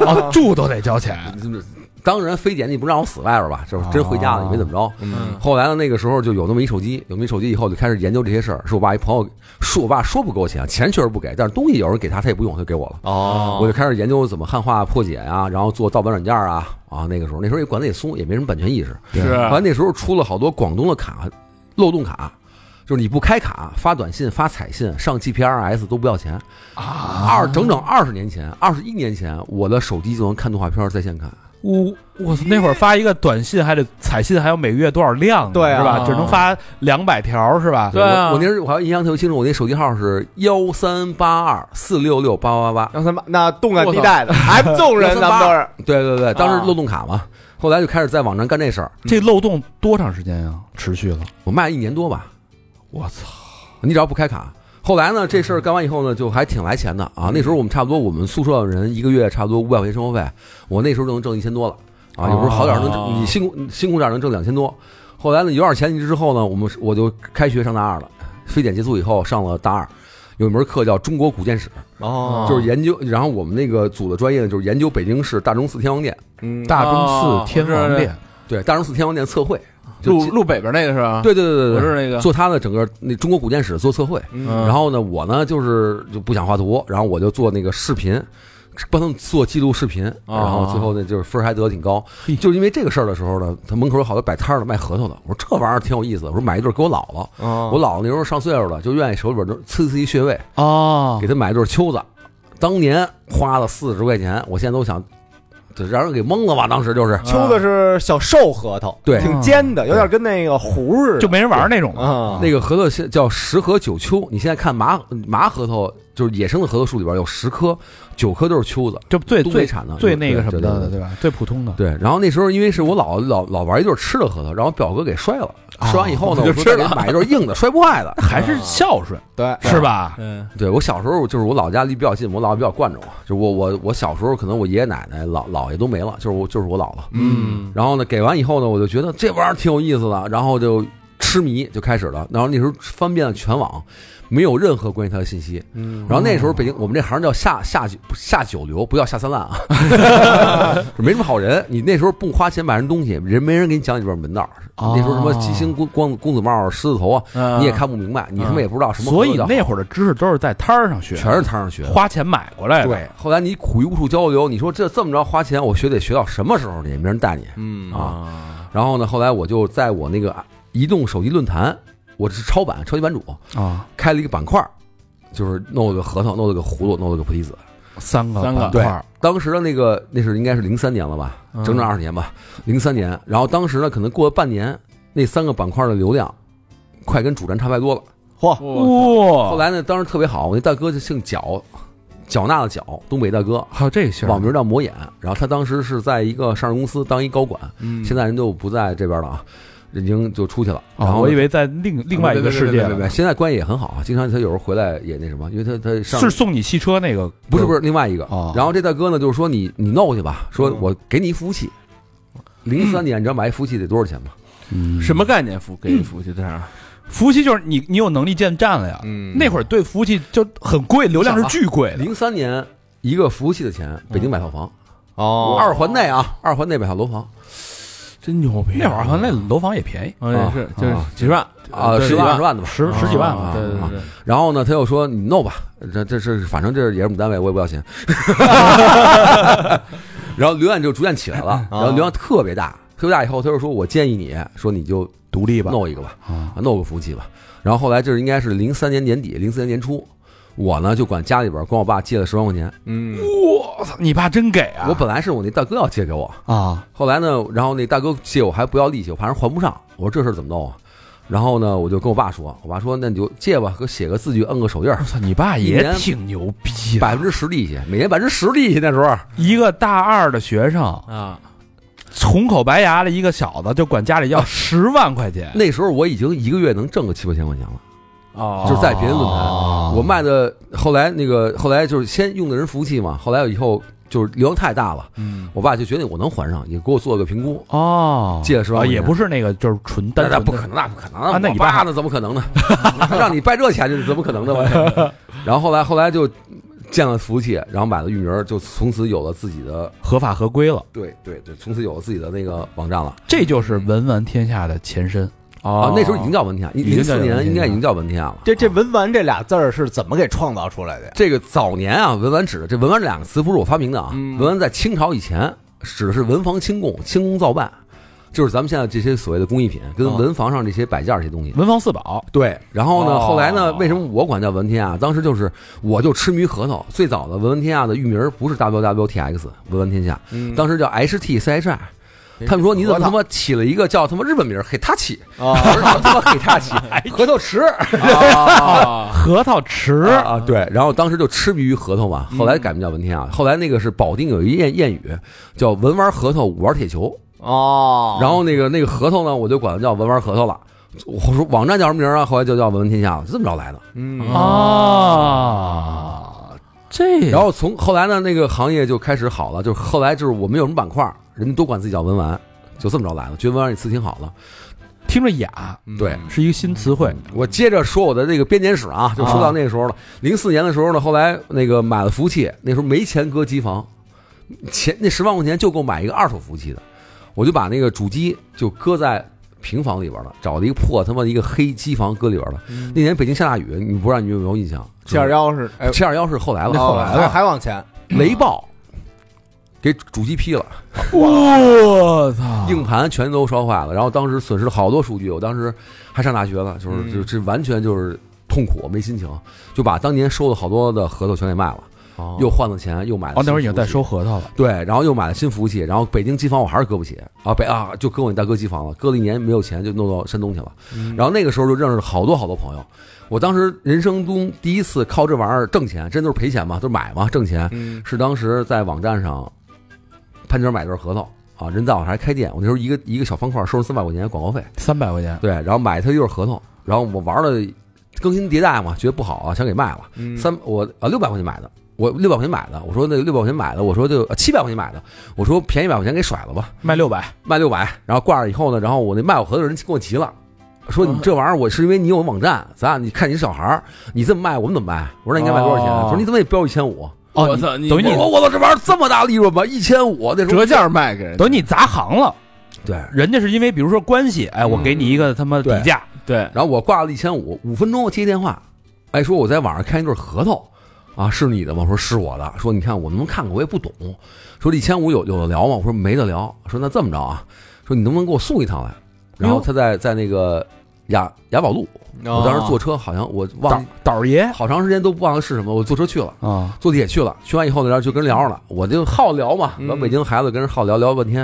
A: 啊，住都得交钱，
D: 当然非典你不让我死外边吧，这不真回家了也没怎么着。
C: 嗯，
D: 后来呢，那个时候就有那么一手机，有那么一手机以后就开始研究这些事儿。是我爸一朋友说，我爸说不给我钱，钱确实不给，但是东西有人给他，他也不用，他就给我了。
B: 哦
D: 我就开始研究怎么汉化破解啊，然后做盗版软件啊啊。那个时候，那时候也管得也松，也没什么版权意识。
C: 是啊
D: 后来那时候出了好多广东的卡，漏洞卡，就是你不开卡发短信、发彩信、上 GPRS 都不要钱。
A: 啊，
D: 二整整二十年前，二十一年前，我的手机就能看动画片在线看。
A: 我我操那会儿发一个短信还得彩信，还有每月多少量呢，
B: 对啊
A: 是吧？只能发两百条，是吧？
C: 对啊
D: 我我那时候我还印象特别清楚，我那手机号是幺三八二四六六八八八。
B: 幺三八，那动感地带的 M 纵人，咱们都是
D: 对对对，当
C: 啊
D: 时漏洞卡嘛，后来就开始在网站干这事儿。
A: 这漏洞多长时间啊？持续了，
D: 我卖了一年多吧，
A: 我操！
D: 你只要不开卡。后来呢，这事儿干完以后呢，就还挺来钱的啊。那时候我们差不多，我们宿舍人一个月差不多五百块钱生活费，我那时候就能挣一千多了啊。有时候好点儿能
C: 哦
D: 挣，你辛苦你辛苦点儿能挣两千多。后来呢，有点钱之后呢，我们我就开学上大二了，非典结束以后上了大二，有一门课叫中国古建史，
C: 啊
B: 哦
D: 就是研究。然后我们那个组的专业呢，就是研究北京市大钟寺天王殿，
B: 嗯
A: 大
C: 哦
A: 钟寺天王殿，
D: 对大钟寺天王殿测绘，就
C: 路路北边那个是吧？
D: 对对对
C: 啊
D: 对
C: 我
D: 对，
C: 是那个
D: 做他的整个那中国古建史做测绘。
C: 嗯
D: 然后呢，我呢就是就不想画图，然后我就做那个视频，帮他们做记录视
C: 啊
D: 频，然后最后呢就是分儿还得挺高。就是因为这个事儿的时候呢，他门口有好多摆摊儿的卖核桃的，我说这玩意儿挺有意思的，我说买一对儿给我姥
C: 啊
D: 姥，我
B: 我
D: 姥姥那时候上岁数了，就愿意手里边儿就呲呲一穴位，
A: 哦
D: 给，她买一对儿秋子，当年花了四十块钱，我现在都想，就让人给蒙了吧，当时就是。
A: 哦
B: 秋的是小瘦核桃，
D: 对
B: 挺尖的，有点跟那个核似的，
A: 就没人玩那种的
B: 啊，
D: 那个核桃现叫十核九秋，你现在看麻麻核桃，就是野生的核桃树里边有十颗，九颗都是秋子，
A: 就最
D: 东
A: 最
D: 北产的
A: 最那个什么
D: 对对
A: 的，
D: 对
A: 对吧？最普通的，
D: 对，然后那时候因为是我老老老玩一对吃的核桃，然后表哥给摔了，
A: 哦
D: 摔完 以后呢，
C: 就
D: 我
C: 吃
D: 说大
C: 了
D: 家买一对硬的，摔不坏的。
A: 还是孝顺，
B: 对，
A: 是吧？
C: 嗯，
D: 对我小时候就是我老家离比较近，我姥姥比较惯着我，就是我我我小时候可能我爷爷奶奶老姥爷都没了，就是我就是我姥姥。
C: 嗯，
D: 然后呢，给完以后呢，我就觉得这玩意儿挺有意思的，然后就痴迷就开始了。然后那时候翻遍了全网，没有任何关于他的信息。
B: 嗯
D: 然后那时候北京我们这行叫下下九下九流，不叫下三滥啊， 没什么好人。你那时候不花钱买人东西，人没人给你讲里边门道儿。
A: 哦
D: 那时候什么鸡星公公公子帽儿、狮子头啊，
C: 嗯
D: 你也看不明白，你他妈也不知道什么
A: 所
D: 喝的
A: 以
D: 叫好。
A: 那会儿的知识都是在摊儿上学的，
D: 全是摊上学的。
A: 花钱买过来的。
D: 对，后来你苦于无处交流，你说这这么着花钱，我学得学到什么时候呢？也没人带你。
C: 嗯啊，
D: 然后呢，后来我就在我那个移动手机论坛，我是超版超级版主，
A: 啊，
D: 开了一个板块儿，就是弄了个核桃，弄了个葫芦，弄了个菩提子。
A: 三个
C: 三个
A: 板块儿，
D: 当时的那个那是应该是零三年了吧，
A: 嗯
D: 整整二十年吧，零三年。然后当时呢，可能过了半年，那三个板块的流量快跟主站差不太多了。
B: 嚯，
C: 哇
A: 哇！
D: 后来呢，当时特别好，我那大哥就姓角，缴纳的缴，东北大哥，
A: 还有这姓儿
D: 网名叫魔眼。然后他当时是在一个上市公司当一高管，
C: 嗯
D: 现在人就不在这边了啊，已经就出去了。然
A: 啊，
D: 后
A: 我以
D: 为
A: 为在另另外一个世界
D: 对对
A: 呢，
D: 对，现在关系也很好啊，经常他有时候回来也那什么，因为他他上
A: 是送你汽车那个，
D: 不是不是另外一个
A: 哦。
D: 然后这大哥呢，就是说你你弄去吧，说
B: 嗯
D: 我给你一服务器。零三年，你知道买一服务器得多少钱吗？
A: 嗯
C: 什么概念？服给服务器这样，
A: 服务器就是你你有能力建站了呀，
C: 嗯
A: 那会儿对服务器就很贵，流量是巨贵的，
D: 零三年一个服务器的钱，北京买套房，
C: 哦
D: 二环内啊，二环内买套楼房
C: 真牛逼啊！
A: 那会儿好像那楼房也便宜，
C: 好像也是就是
D: 啊
C: 几十万
D: 啊，
C: 对
D: 十万二
C: 万
D: 十万的吧。
A: 十十几万
C: 啊
A: 吧，
C: 对对对，
D: 然后呢，他又说你弄吧，这这是反正这也是我们单位，我也不要钱。 然后流量就逐渐起来
A: 啊
D: 了，然后流量特别大，特别大以后，他就说我建议你说你就
A: 独立吧，
D: 弄一个吧，
A: 啊
D: 啊弄个服务器吧。然后后来这应该是零三年年底，零四年年初，我呢就管家里边管我爸借了十万块钱。
C: 嗯，
A: 我操，你爸真给啊！
D: 我本来是我那大哥要借给我，
A: 啊，
D: 后来呢，然后那大哥借我还不要利息，我怕人还不上，我说这事儿怎么弄啊？然后呢，我就跟我爸说，我爸说那你就借吧，给我写个字据，摁个手印儿
A: 我，操，你爸
D: 一
A: 也哎
D: 年
A: 挺牛逼的，
D: 百分之十利息，每年百分之十利息。那时候
A: 一个大二的学生，
C: 啊，
A: 红口白牙的一个小子，就管家里要十万块钱，
D: 那时候我已经一个月能挣个七八千块钱了，
C: 哦，
D: 啊就是在别人论坛，
A: 哦
D: 我卖的后来那个后来就是先用的人服务器嘛，后来以后就是流量太大了，
C: 嗯，
D: 我爸就决定我能还上，也给我做了个评估。
A: 哦，
D: 借10
A: 啊
D: 万块钱
A: 也不是那个，就是纯单
D: 那那
A: 纯
D: 不
A: 的
D: 可能，那不可能！
A: 啊那
D: 我
A: 你爸
D: 爸呢？怎么可能呢？让你败这钱，这是怎么可能的？我也然后后来后来就建了服务器，然后买了域名，就从此有了自己的
A: 合法合规了，
D: 对对对，从此有了自己的那个网站了。
A: 这就是文玩天下的前身。
D: 啊
C: 哦，，
D: 那时候已经叫文天下，
A: 已经
D: 零
A: 叫
D: 四
A: 文天下
D: 年应该已经叫文天下了。
B: 这这“文玩”这俩字儿是怎么给创造出来的呀？
D: 这个早年啊，文玩指的这“文玩”这两个词不是我发明的啊，
C: 嗯
D: 文玩在清朝以前指的是文房清供、清宫造办，就是咱们现在这些所谓的工艺品跟
C: 哦
D: 文房上这些摆件儿这些东西。
A: 文房四宝，
D: 对，然后呢，
C: 哦
D: 后来呢，为什么我管叫文天啊下？当时就是我就痴迷核桃，最早的文玩天下的域名儿不是 WWTX 文玩天下，
C: 嗯
D: 当时叫 HTCHI。他们说你怎么他妈起了一个叫他妈日本名儿黑他起，我说什么 他妈黑他起，核桃池
C: 啊，
A: 核桃池，
D: 啊，对，然后当时就痴迷于核桃嘛，后来改名叫文天啊下，后来那个是保定有一谚谚语叫文玩核桃，武玩铁球，
B: 哦
D: 然后那个那个核桃呢，我就管它叫文玩核桃了。我说网站叫什么名儿啊？后来就叫文玩天下了，这么着来的。
C: 嗯，
A: 啊，这
D: 然后从后来呢，那个行业就开始好了，就是后来就是我们有什么板块儿，人家都管自己叫文玩，就这么着来了。觉得文玩这词挺好了。
A: 听着雅，
D: 对，
A: 是一个新词汇。
D: 我接着说我的这个编年史啊，就说到那个时候了。零四年的时候呢，后来那个买了服务器，那时候没钱搁机房，钱那十万块钱就够买一个二手服务器的，我就把那个主机就搁在。平房里边了，找了一个破他妈的一个黑机房搁里边了。那年北京下大雨，你不知道你有没有印象？
B: 七二幺是哎，
D: 嗯七二幺是后来了，
B: 哦还还往前，
D: 雷暴给主机劈了，
A: 我操，
D: 硬盘全都烧坏了，然后当时损失了好多数据，我当时还上大学了，就是
C: 嗯
D: 就这完全就是痛苦，没心情，就把当年收了好多的核桃全给卖了，
C: 哦
D: 又换了钱，又买了。
A: 哦哦，那会儿已经在。收核桃了。
D: 对，然后又买了新服务器，然后北京机房我还是搁不起
A: 嗯
D: 啊，北啊就搁我那大哥机房了，搁了一年没有钱就弄到山东去了，
A: 嗯
D: 然后那个时候就认识了好多好多朋友，我当时人生中第一次靠这玩意儿挣钱，真都是赔钱嘛，都是买嘛挣钱，
C: 嗯
D: 是当时在网站上潘娟买对核桃啊，人在网上还开店，我那时候一个一个小方块收了三百块钱广告费，
A: 三百块钱，
D: 对，然后买它一对核桃，然后我玩了更新迭代嘛，觉得不好啊，想给卖了，
C: 嗯
D: 三我啊六百块钱买的，我六百块钱买的，我说那六百块钱买的，我说就啊七百块钱买的，我说便宜一百块钱给甩了吧，
A: 卖六百，
D: 卖六百，然后挂上以后呢，然后我那卖我盒子的人跟我急了。说你这玩意儿，我是因为你有网站，咱俩你看你小孩儿，你这么卖，我们怎么卖？我说那应该卖多少钱？
A: 哦
D: 我说你怎么也标一千五？
A: 哦
C: 我
A: 你
C: 操，你
A: 等于
D: 哎我
A: 你
D: 我操，这玩意儿这么大利润吗？一千五那时
C: 嗯
D: 候
C: 折价卖给
D: 嗯
C: 人，
A: 等你砸行了，
D: 对。
A: 人家是因为比如说关系，哎，
D: 嗯
A: 我给你一个他妈底价，
C: 对，
D: 然后我挂了一千五，五分钟我接一电话，哎，说我在网上看一对核桃，啊，是你的吗？我说是我的。说你看我能不能看看？我也不懂。说这一千五有有的聊吗？我说没得聊。说那这么着啊，说你能不能给我送一趟来？然后他在在那个雅雅宝路，我当
C: 哦
D: 时坐车好像我忘
A: 倒
D: 了
A: 倒爷
D: 好长时间都不忘了是什么，我坐车去了。
A: 啊，
D: 坐地铁去了，去完以后呢，然后就跟人聊上了，我就好聊嘛，
C: 嗯
D: 然后北京孩子跟人好聊聊半天，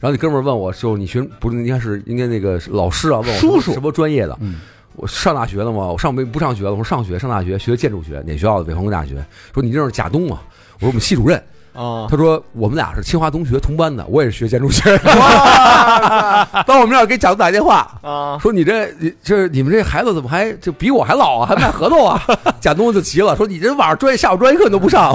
D: 然后那哥们儿问我，就是你学不是应该是应该那个老师啊，问我
A: 叔叔
D: 什么专业的，
A: 嗯
D: 我上大学了吗？我上没不上学了？我说上学上大学学建筑学，哪学校的？北皇工大学。说你认识贾东吗？啊我说我们系主任。
A: 哦
B: 啊，
D: 他说我们俩是清华中学同班的，我也是学建筑学的。 到我们这儿给贾东打电话，
B: 啊，
D: 说你这你这你们这孩子怎么还就比我还老啊，还卖合同啊？贾东就急了，说你这晚上专业下午专业课你都不上，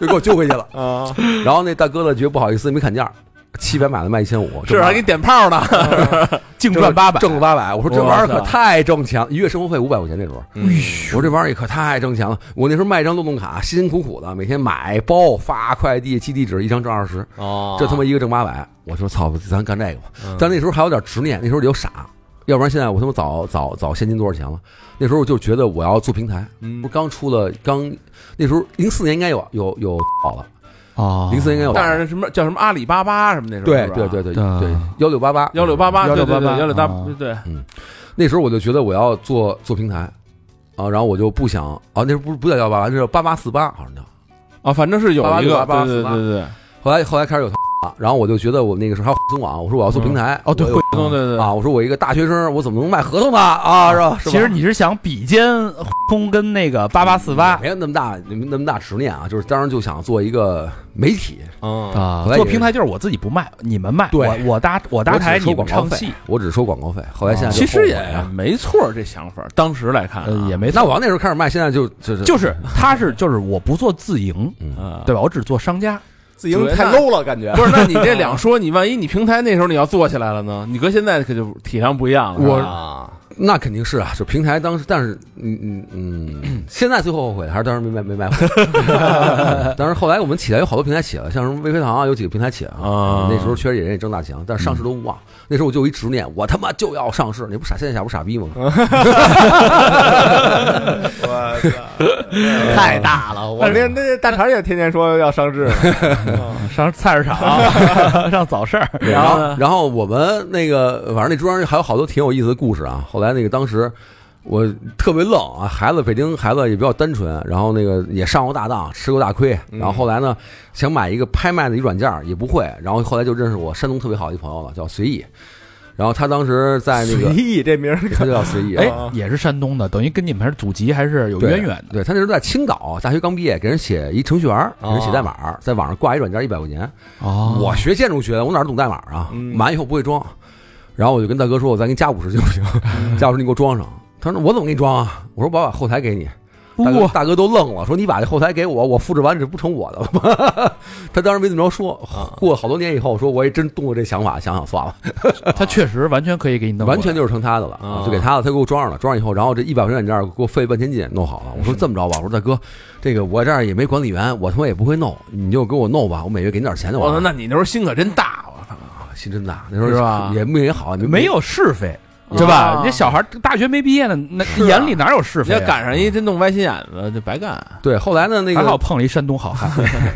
D: 就给我揪回去了。
B: 啊，
D: 然后那大哥呢，觉得不好意思，没砍价，七百买的卖一千五，
C: 是还给你点炮呢，
A: 净赚八百，
D: 挣了八百。我说这
C: 我
D: 玩意儿可
C: 操
D: 太挣钱了，一月生活费五百块钱那时候，我说这玩意儿可太挣钱了。我那时候卖一张漏洞卡，辛辛苦苦的，每天买包发快递寄地址，一张挣二十，
A: 啊
B: 哦
D: 这他妈一个挣八百。我说操，咱干这个吧。
A: 嗯
D: 但那时候还有点执念，那时候就傻，要不然现在我他妈早早早现金多少钱了？那时候就觉得我要做平台，
B: 嗯
D: 不是刚出了刚那时候零四年应该有有有好了，
A: 啊
D: 零四年应该有，
C: 但是什么叫什么阿里巴巴什么那时候，
D: 对对对对
A: 对
D: 对幺六八八
C: 幺六八八对对对
A: 1688
C: 幺六八
A: 啊
C: 对，
D: 那时候我就觉得我要做做平台，啊，然后我就不想啊，那时候不是不叫幺八八，那叫八八四八，好像叫。
C: 啊，反正是有一个，
D: 88
C: 对对
D: 88
C: 对对，
D: 后来后来开始有了，然后我就觉得我那个时候还有互通网，我说我要做平台，
A: 哦，对，
D: 我
A: 会
C: 对对对，
D: 啊，我说我一个大学生，我怎么能卖合同呢？啊，是吧？是吧
A: 其实你是想比肩通跟那个八八四八
D: 没有那么大那么那么大执念啊，就是当时就想做一个媒体，
B: 嗯
A: 啊
D: 后来也
A: 做平台就是我自己不卖，你们卖，
D: 对
A: 我我搭我搭
D: 我只
A: 台，
D: 收
A: 你们
D: 广告
A: 唱
D: 费
A: 戏，哦
D: 我只收广告费。后来现在就
C: 其
D: 后
C: 实
D: 悔
C: 也
D: 了
C: 没错，这想法当时来看啊
A: 呃，也没
D: 那
A: 错
D: 我 要那时候开始卖，现在就就
A: 就是他是就是我不做自营，
C: 啊
A: 对吧？我只做商家，
B: 自营太 low 了，感觉
C: 不是，那你这两说，你万一你平台那时候你要做起来了呢？你搁现在可就体量不一样了。是吧
B: 啊，
D: 那肯定是啊，就平台当时，但是嗯嗯嗯，现在最后悔的还是当时没卖没卖火。 当时后来我们起来有好多平台起来，像什么微飞堂啊，有几个平台起来
C: 啊
D: 那时候确实也认挣大钱，但是上市都无望。那时候我就有一执念，我他妈就要上市，你不傻现在傻不傻逼吗？
B: 太大了，我连那大肠也天天说要上 市，
A: 上啊菜市场 上早市儿
D: 对然后然后我们那个反正那中间还有好多挺有意思的故事啊。后来那个当时我特别愣啊，孩子北京孩子也比较单纯，然后那个也上过大当，吃过大亏。然后后来呢，想买一个拍卖的一软件儿也不会，然后后来就认识我山东特别好的一朋友了，叫随意。然后他当时在那
B: 随
D: 个，
B: 意这名儿，
D: 他就叫随意。
A: 哎
B: 啊，
A: 也是山东的，等于跟你们还是祖籍还是有
D: 对
A: 渊源的。
D: 对他那时候在青岛大学刚毕业，给人写一程序员儿，给人写
B: 哦
D: 代码儿，在网上挂一软件一百块钱，
A: 哦
D: 我学建筑学，我哪儿懂代码啊？
B: 嗯
D: 买完以后不会装，然后我就跟大哥说，我再给你加五十行不 行？加五十你给我装上。他说我怎么给你装啊？我说我把后台给你。大哥
A: 哇
D: 大哥都愣了，说你把这后台给我，我复制完这不成我的了吗？ 他当时没怎么着说。
A: 啊
D: 过了好多年以后，说我也真动了这想法，想想算了，
A: 他确实完全可以给你弄过来，
D: 完全就是成他的了，
B: 啊
D: 就给他了。他给我装上了，装上以后，然后这一百块钱软件给我费半天劲弄好了。
A: 嗯
D: 我说这么着吧，我说大哥，这个我这儿也没管理员，我他妈也不会弄，你就给我弄吧，我每月给你点钱就
C: 我
D: 完
A: 哦
C: 操，
D: 了。
C: 那你那时候心可真大，我操！
D: 心真大，那时候
C: 是吧
D: 也没人好，也
A: 没有是非，对吧？
C: 啊
A: 人家小孩儿大学没毕业呢，那
C: 是啊
A: 眼里哪有是
C: 你
A: 非啊？
C: 要赶上一真弄歪心眼子，就白干。
D: 对，后来呢，那
A: 还好
D: 个
A: 碰了一山东好汉，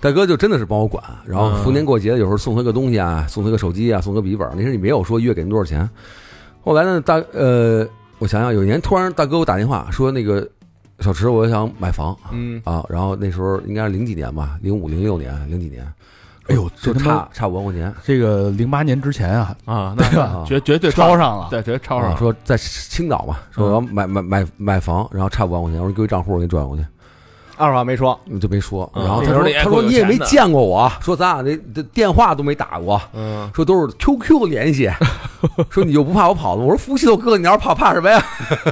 D: 大哥就真的是帮我管，然后
C: 嗯
D: 逢年过节有时候送他个东西啊，
A: 嗯
D: 送他个手机啊，送他个笔记本。那时候你没有说一月给人多少钱。后来呢，大呃，我想想，有一年突然大哥给我打电话说，那个小池，我想买房
B: 嗯
D: 啊。然后那时候应该是零几年吧，零五零六年，零几年。
A: 哎呦
D: 就
A: 这他妈
D: 差差五万块钱。
A: 这个零八年之前啊，
C: 啊，那
A: 对
D: 啊
C: 绝绝对
A: 超，上了。
C: 对，绝对超
D: 啊
C: 上。
D: 说在青岛嘛，说我
A: 嗯
D: 要买买买买房，然后差五万块钱，我说你给我一账户，我给你转过去。
B: 二话没说，
D: 你就没说。
C: 嗯
D: 然后
C: 那
D: 他
C: 时候
D: 说
C: 那：“
D: 他
C: 还
D: 说
C: 会有
D: 你也
C: 钱
D: 没
C: 呢
D: 见过我，啊说咱俩那这电话都没打过，
B: 嗯，
D: 说都是 QQ 联系，说你就不怕我跑了？我说服务器都割了，你要是怕怕什么呀？”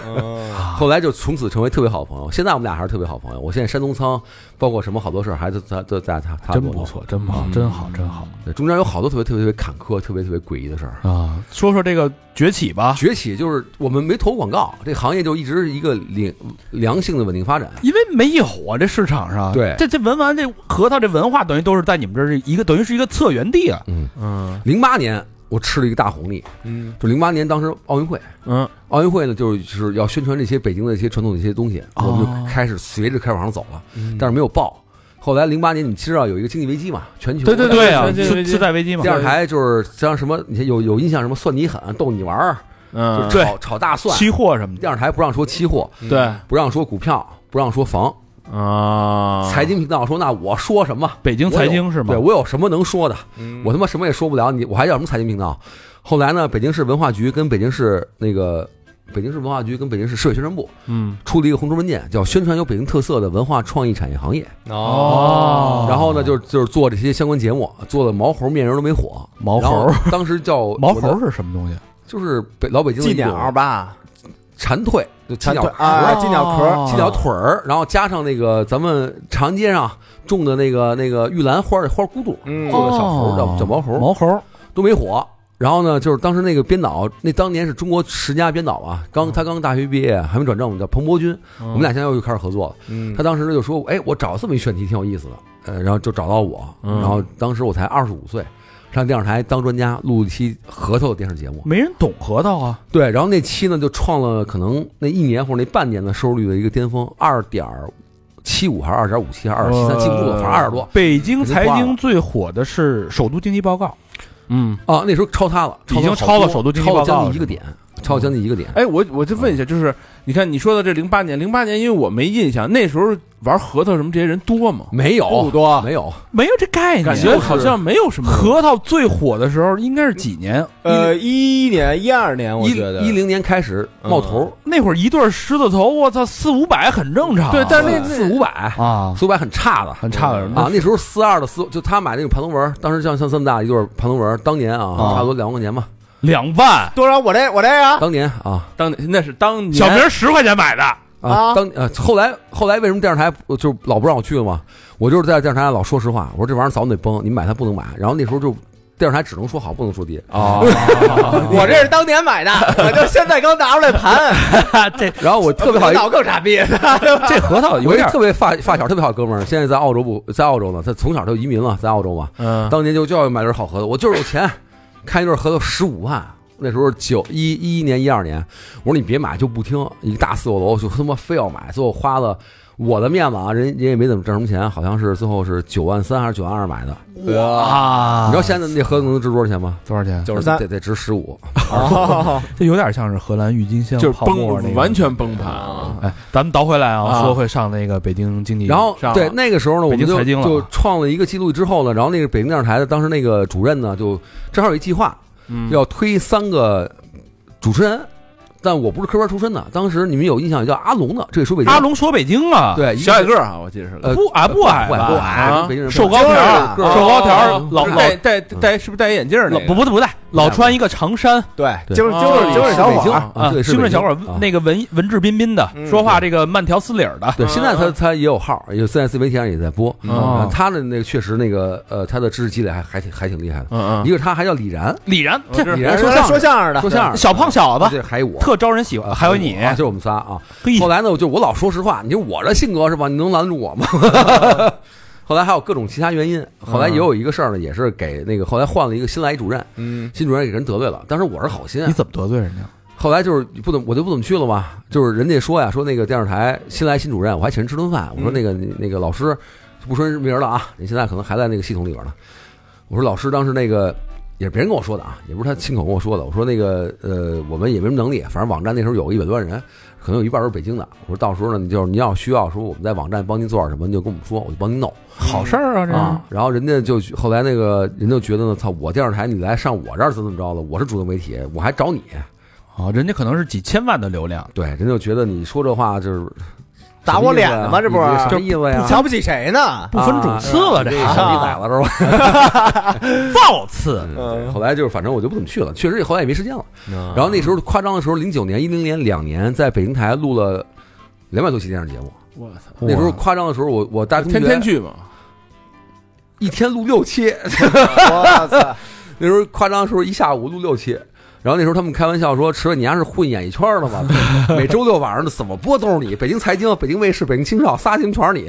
C: 嗯啊
D: 后来就从此成为特别好的朋友。现在我们俩还是特别好朋友。我现在山东仓，包括什么好多事儿，还是他都在他他
A: 真
D: 做
A: 不
D: 的。
A: 错，真不好，
C: 嗯
A: 真好，真好
D: 对，中间有好多特别特别特别坎坷、特别特别诡异的事儿。
A: 啊！说说这个崛起吧，
D: 崛起就是我们没投广告，这行业就一直是一个良良性的稳定发展。
A: 因为没有啊，这市场上，
D: 对
A: 这这文玩这核桃这文化，等于都是在你们这儿是一个，等于是一个策源地啊。
D: 嗯，
C: 嗯
D: 零八年我吃了一个大红利，
B: 嗯
D: 就零八年当时奥运会。
C: 嗯，
D: 奥运会呢，就是就是要宣传这些北京的这些传统的一些东西，
A: 哦嗯
D: 我们就开始随着开始往上走了，
C: 嗯
D: 但是没有报。后来零八年，你知道有一个经济危机嘛？全球
C: 对对
A: 对啊，
C: 对
A: 次次贷危机嘛
D: 电，视台就是像什么，你看有有印象什么算你狠，逗你玩儿，就
C: 嗯，
D: 是炒炒大蒜。
A: 期货什么的，
D: 电视台不让说期货，
C: 对
D: 不让说股票，不让说房。
C: 啊，
D: 财经频道说那我说什么？
A: 北京财经是吗
D: 对？我有什么能说的？
B: 嗯
D: 我他妈什么也说不了，你我还要什么财经频道？后来呢，北京市文化局跟北京市那个北京市文化局跟北京市社会宣传部
C: 嗯，
D: 出了一个红头文件，叫《宣传有北京特色的文化创意产业行业》。
C: 哦
D: 然后呢，就是就是做这些相关节目，做的毛猴面人都没火。
A: 毛猴
D: 然后当时叫
A: 毛
D: 我的
A: 猴是什么东西？
D: 就是北老北京的
B: 寄
D: 一种
B: 鸟吧，
D: 蝉蜕，就鸡鸟
B: 对
D: 壳
B: 啊，寄鸟壳，
A: 哦
D: 鸡鸟腿儿，然后加上那个咱们长安街上种的那个那个玉兰花的花骨朵，
B: 嗯
D: 做
A: 哦
D: 的小猴儿叫叫毛猴，
A: 毛猴，
D: 都没火。然后呢，就是当时那个编导，那当年是中国十佳编导啊，
A: 嗯
D: 刚他刚大学毕业，还没转正，我们叫彭博军，
C: 嗯
D: 我们俩现在又开始合作了。
B: 嗯
D: 他当时就说：“哎，我找这么一选题挺有意思的。”呃，然后就找到我，
C: 嗯
D: 然后当时我才二十五岁，上电视台当专家，录一期核桃的电视节目。
A: 没人懂核桃啊！
D: 对，然后那期呢就创了可能那一年或者那半年的收视率的一个巅峰，二点七五还是二点五七还是二七
A: 呃
D: 三，记不住了，反正二十多
A: 哦北京财经最火的是《首都经济报告
C: 嗯，
D: 啊。那时候超他了，
A: 已经
D: 超
A: 超
D: 了
A: 了
D: 好
A: 首
D: 多
A: 都经济
D: 超
A: 报告
D: 了
A: 了
D: 将近一个点，超了将近一个点。
C: 哎，我我就问一下，就是你看你说的这零八年，零八年因为我没印象，那时候玩核桃什么这些人多吗？
D: 没
B: 不
A: 哦
D: 有，
B: 多，
D: 没有，》，
A: 没有这概念。
C: 感觉好像没有什么
A: 核桃最火的时候应该是几年？
B: 呃，一一年、一二年，我
D: 一
B: 觉得
D: 一零年开始冒头，
A: 那会儿一对狮子头，我操，四五百很正常啊。
C: 对，但是那
D: 四
C: 那
D: 五百，
A: 啊，
D: 四五百很差的，
A: 很差的人
D: 啊，那时候四二的四，就他买那个盘龙纹，当时像像这么大一对盘龙纹，当年啊，
A: 啊
D: 差不多两万块钱吧，
A: 两万，
B: 多少？我这我这啊，
D: 当年啊
C: 当年那是当年
A: 小明十块钱买的，
B: 啊
D: 当呃后来后来为什么电视台呃就老不让我去了嘛？我就是在电视台老说实话，我说这玩意儿早晚得崩，你买它不能买。然后那时候就电视台只能说好，不能说低。
C: 啊，
B: 我这是当年买的，我就现在刚拿出来盘，
A: 这
D: 然后我特别好一
B: 脑更傻逼，
A: 这核桃
D: 有
A: 啊有
D: 一
A: 点
D: 特别发发小特别好的哥们儿，现在在澳洲不在澳洲呢，他从小就移民了，在澳洲嘛。
C: 嗯，
D: 当年就就要买对好核桃，我就是有钱，看一对核桃十五万。那时候九一一一年一二年，我说你别买就不听，一个大四楼楼就他妈非要买，最后花了我的面子啊，人人也没怎么挣什么钱，好像是最后是九万三还是九万二买的。
B: 哇，
A: 啊
D: 你知道现在那核桃能值多少钱吗？
A: 多少钱？
B: 九十三
D: 得得值十五。
A: 这有点像是荷兰郁金香，
C: 就是
A: 泡沫那
C: 崩，
A: 个
C: 完。全崩盘
B: 啊
C: 啊！
A: 哎，咱们倒回来
C: 啊
A: 啊，说回上那个北京经济，
D: 然后
C: 上了
D: 对那个时候呢，我
A: 嗯北京
D: 们就
A: 财经了
D: 就创了一个记录之后呢，然后那个北京电视台的当时那个主任呢，就正好有一计划，
C: 嗯
D: 要推三个主持人，但我不是科班出身的，当时你们有印象叫阿龙的，这也说北京
A: 阿龙说北京啊，
D: 对一
C: 小矮个儿啊，我记得是
D: 呃
A: 不矮不矮
D: 不矮
A: 吧
D: 不
C: 啊
D: 矮，北京人
A: 哎瘦高条儿，啊
B: 个
D: 儿
A: 呃瘦高条儿
C: 哦，
A: 老
C: 不是
A: 老
C: 戴戴戴是不是戴眼镜儿那
A: 老
C: 个？
A: 不不不戴，老穿一个长衫
B: 对，
D: 对
B: 就是就是
C: 啊
B: 就是小
D: 北
B: 伙
D: 京
B: 儿，
D: 啊，对，是
A: 胸
D: 北
A: 着
D: 京
A: 小伙儿
D: 啊
A: 那个文文质彬彬的，
B: 嗯
A: 说话这个慢条斯理儿的，
D: 对，现在
A: 啊
D: 他他也有号，也有在自媒体上也在播。
C: 嗯
D: 啊他的那个确实那个呃，他的知识积累还还挺还挺厉害的。
C: 嗯
D: 一个是他还叫李然，
A: 李然
C: 我
A: 这
C: 知道
D: 李
B: 原来
D: 然说
B: 嗯
D: 相
A: 哎
B: 说
D: 声，
B: 相声的，
D: 说相声
A: 小胖小子
D: 这还有我，
A: 特招人喜欢，还有你，
D: 啊就是我们仨啊。
A: 嘿
D: 后来呢，我就我老说实话，你就我这性格是吧？你能拦住 我吗？后来还有各种其他原因，后
A: 嗯
D: 来也有一个事儿呢，也是给那个后来换了一个新来一主任，
B: 嗯，
D: 新主任给人得罪了。当时我是好心啊
A: 你，怎么得罪人家？
D: 后来就是不怎么，我就不怎么去了嘛。就是人家说呀，说那个电视台新来新主任，我还请人吃顿饭。我说那个、你那个老师，不说人名了啊，你现在可能还在那个系统里边呢。我说老师当时那个也是别人跟我说的啊，也不是他亲口跟我说的。我说那个呃，我们也没什么能力，反正网站那时候有一百多万人，可能有一半都是北京的。我说到时候呢，你就是您要需要说我们在网站帮您做点什么，你就跟我们说，我就帮您弄。
A: 好事儿啊，这
D: 啊
A: 是，
D: 然后人家就后来那个人就觉得呢，操，我电视台你来上我这儿怎么怎么着了？我是主流媒体，我还找你，
A: 啊，人家可能是几千万的流量，
D: 对，人就觉得你说这话就是
B: 打我脸了吗？这不是
D: 啊什么意思啊呀？
B: 瞧不起谁呢？
A: 不分主次了，这
D: 这
B: 啊
D: 傻逼崽子是吧？
A: 造次，
B: 嗯
D: 对后来就是，反正我就不怎么去了，确实后来也没时间了。然后那时候夸张的时候，零九年、一零年两年，在北京台录了两百多期电视节目。
C: 我操，
D: 那时候夸张的时候，我我大中学
C: 天天去嘛，
D: 一天录六期，
B: 我操！
D: 那时候夸张的时候一下午录六期。然后那时候他们开玩笑说：“池伟，你丫是混演艺圈的吧？ 每周六晚上怎么播都是你，北京财经、北京卫视、北京青少仨节目全是你。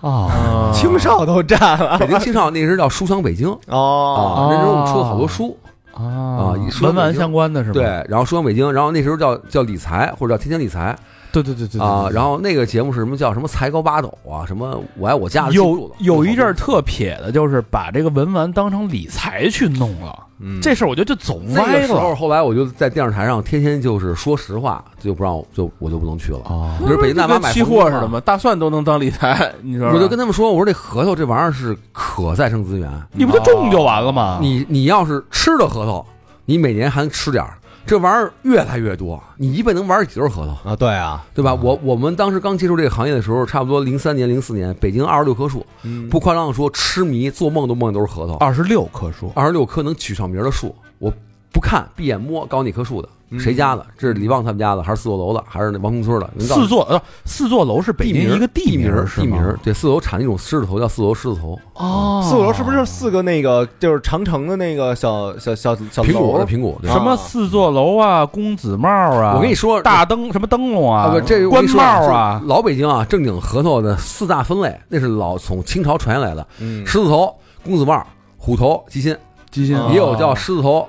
A: 啊，
C: 啊
B: 青少都占了
D: 北京青少那时候叫书香北京
B: 哦，
D: 啊，那时候我们出了好多书，
A: 啊
D: 一说
A: 文玩
D: 北京
A: 相关的是吗？
D: 对，然后说向北京，然后那时候叫叫理财或者叫天天理财
A: 对对对对对
D: 啊，
A: 对
D: 然后那个节目是什么叫什么才高八斗啊，什么我爱我家的记不住
A: 有
D: 了
A: 有一阵儿特撇的，就是把这个文玩当成理财去弄了，这事儿我觉得就走
D: 嗯那
A: 歪
D: 个时候
A: 了
D: 后来我就在电视台上天天就是说实话，就不让我就我就不能去了，
A: 啊
D: 就是北京大妈买
C: 期货
D: 房
C: 似
D: 子
C: 的
D: 嘛。
C: 嘛，大蒜都能当理财，你说
D: 我就跟他们说，我说这核桃这玩意儿是可再生资源，
A: 你不就种就完了吗？
D: 你你要是吃了核桃，你每年还吃点儿，这玩意儿越来越多，你一辈能玩几轮核桃？
B: 啊，对啊，
D: 对吧？我我们当时刚接触这个行业的时候，差不多零三年、零四年，北京二十六棵树，
A: 嗯
D: 不夸张的说，痴迷做梦都梦见都是核桃。
A: 二十六棵树，
D: 二十六棵能取上名儿的树，我不看，闭眼摸，告诉你棵树的，
A: 嗯
D: 谁家的？这是李旺他们家的，还是四座楼的，还是那王平村的？能告
A: 四
D: 诉你
A: 座呃四座楼是北
D: 地名
A: 京
D: 儿
A: 一个
D: 地
A: 名
D: 儿
A: 儿是
D: 地
A: 吗
D: 名儿，对，四楼产那种狮子头叫四楼狮子头，
A: 哦，
B: 四五楼是不是就是四个那个就是长城的那个小小小小
D: 苹果
B: 楼
D: 的？苹果。对
A: 什么四座楼啊、公子帽啊？
D: 我跟你说，
A: 大灯什么灯笼啊？
D: 啊，不，这
A: 官帽啊
D: 是，老北京啊，正经核桃的四大分类，那是老从清朝传下来的。
B: 嗯
D: 狮子头、公子帽、虎头、鸡心，
A: 鸡心
B: 啊
D: 也有叫狮子头、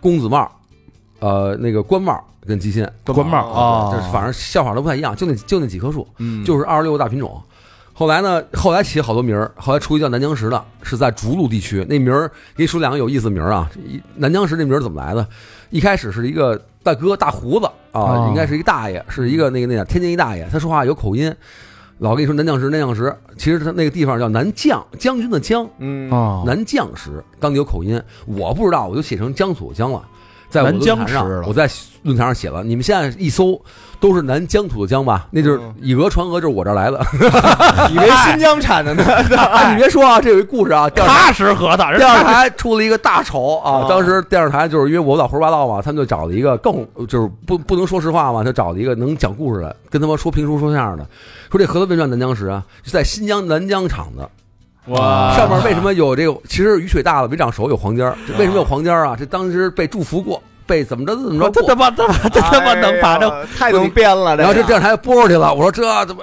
D: 公子帽，呃，那个官帽跟鸡心，
A: 官帽
B: 啊
A: 啊，
D: 就是反正叫法都不太一样，就那就那几棵树，
B: 嗯
D: 就是二十六个大品种。后来呢，后来起好多名儿，后来出一叫南江石的，是在竹鹿地区。那名儿给你说两个有意思的名儿啊，一南江石这名儿怎么来的？一开始是一个大哥大胡子啊
A: 哦，
D: 应该是一大爷，是一个那个那个天津一大爷，他说话有口音，老跟你说南将石南将石，其实他那个地方叫南将将军的将。
B: 嗯
A: 啊，
D: 南将石，当地有口音，我不知道，我就写成江左江了。在我的
A: 南疆
D: 论坛
A: 石
D: 上，
A: 了
D: 我在论坛上写了，你们现在一搜都是南疆土的疆吧？那就是
B: 嗯
D: 以讹传讹，就是我这儿 来的。
B: 以为新疆产的呢，
D: 哎，你别说啊，这有一故事 啊，电视台
A: 踏实核桃，人
D: 电视台出了一个大仇啊
A: 嗯
B: 啊！
D: 当时电视台就是因为我老胡说八道嘛，他们就找了一个更就是不不能说实话嘛，就找了一个能讲故事的，跟他们说评书说相声的，说这核桃为什么叫南疆石啊？是在新疆南疆产的，
A: 啊
C: 哇
D: 上面为什么有这个？其实雨水大了没长熟，有黄尖儿。这为什么有黄尖儿啊？这当时被祝福过，被怎么着怎么着
A: 哦这他
D: 过。
A: 妈这他妈这他妈能把这
B: 哎呀太能编了，
D: 然后这
B: 这
D: 电视台播出去了，我说这怎么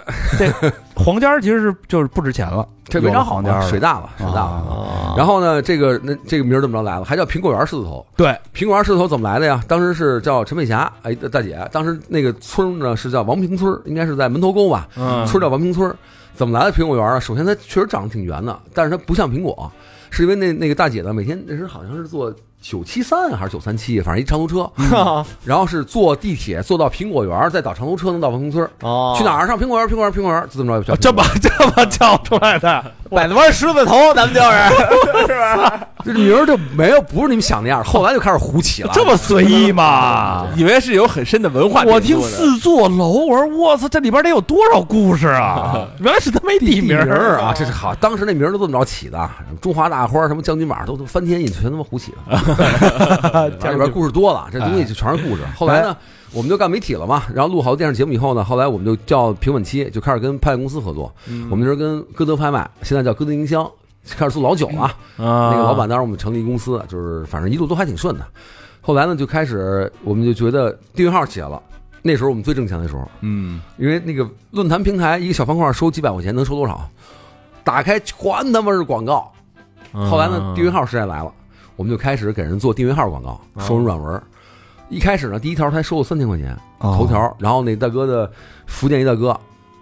A: 黄尖儿其实是就是不值钱了，
D: 这
A: 有
D: 没
A: 了
D: 长好
A: 黄尖儿
D: 呢？水大了，水大了。
A: 啊，
D: 然后呢，这个那这个名儿怎么着来了？还叫苹果园狮子头。
A: 对，
D: 苹果园狮子头怎么来的呀？当时是叫陈佩霞，哎，大姐，当时那个村儿呢是叫王平村儿，应该是在门头沟吧，
C: 嗯
D: 村儿叫王平村儿。怎么来的苹果园啊？首先它确实长得挺圆的，但是它不像苹果，是因为那那个大姐呢，每天那时候好像是坐九七三还是九三七，反正一长途车，
A: 嗯
D: 然后是坐地铁坐到苹果园，再倒长途车能到王平村儿。
B: 哦，
D: 去哪儿？上苹果园，苹果园，苹果园，就这么着叫苹果园。
A: 啊这么这么叫出来的，
B: 拐子弯狮子头，咱们就是，是吧？
D: 这名儿就没有不是你们想那样，后来就开始胡起 了。
A: 这么随意吗？
D: 嗯
C: 以为是有很深的文化底蕴
A: 我
C: 的。
A: 听四座楼，我说我操，这里边得有多少故事啊！原来是他没
D: 地
A: 名
D: 名
A: 儿
D: 儿啊，这是好，当时那名儿都这么着起的，什么中华大花儿，什么将军马，都都翻天印，全他妈胡起 的。啊这里边故事多了，这东西就全是故事。后哎来呢，我们就干媒体了嘛，然后录好电视节目以后呢，后来我们就叫平稳期，就开始跟拍卖公司合作。我们那时候跟歌德拍卖，现在叫歌德营销，开始做老酒 了。
C: 啊
D: 那个老板当时我们成立公司，就是反正一路都还挺顺的。后来呢，就开始我们就觉得订阅号起来了，那时候我们最挣钱的时候。
B: 嗯，
D: 因为那个论坛平台一个小方块收几百块钱能收多少？打开全他妈是广告。后来呢，订阅号时代来了，我们就开始给人做订阅号广告，收人软文儿。一开始呢，第一条才收了三千块钱，
B: 哦
D: 头条。然后那大哥的福建一大哥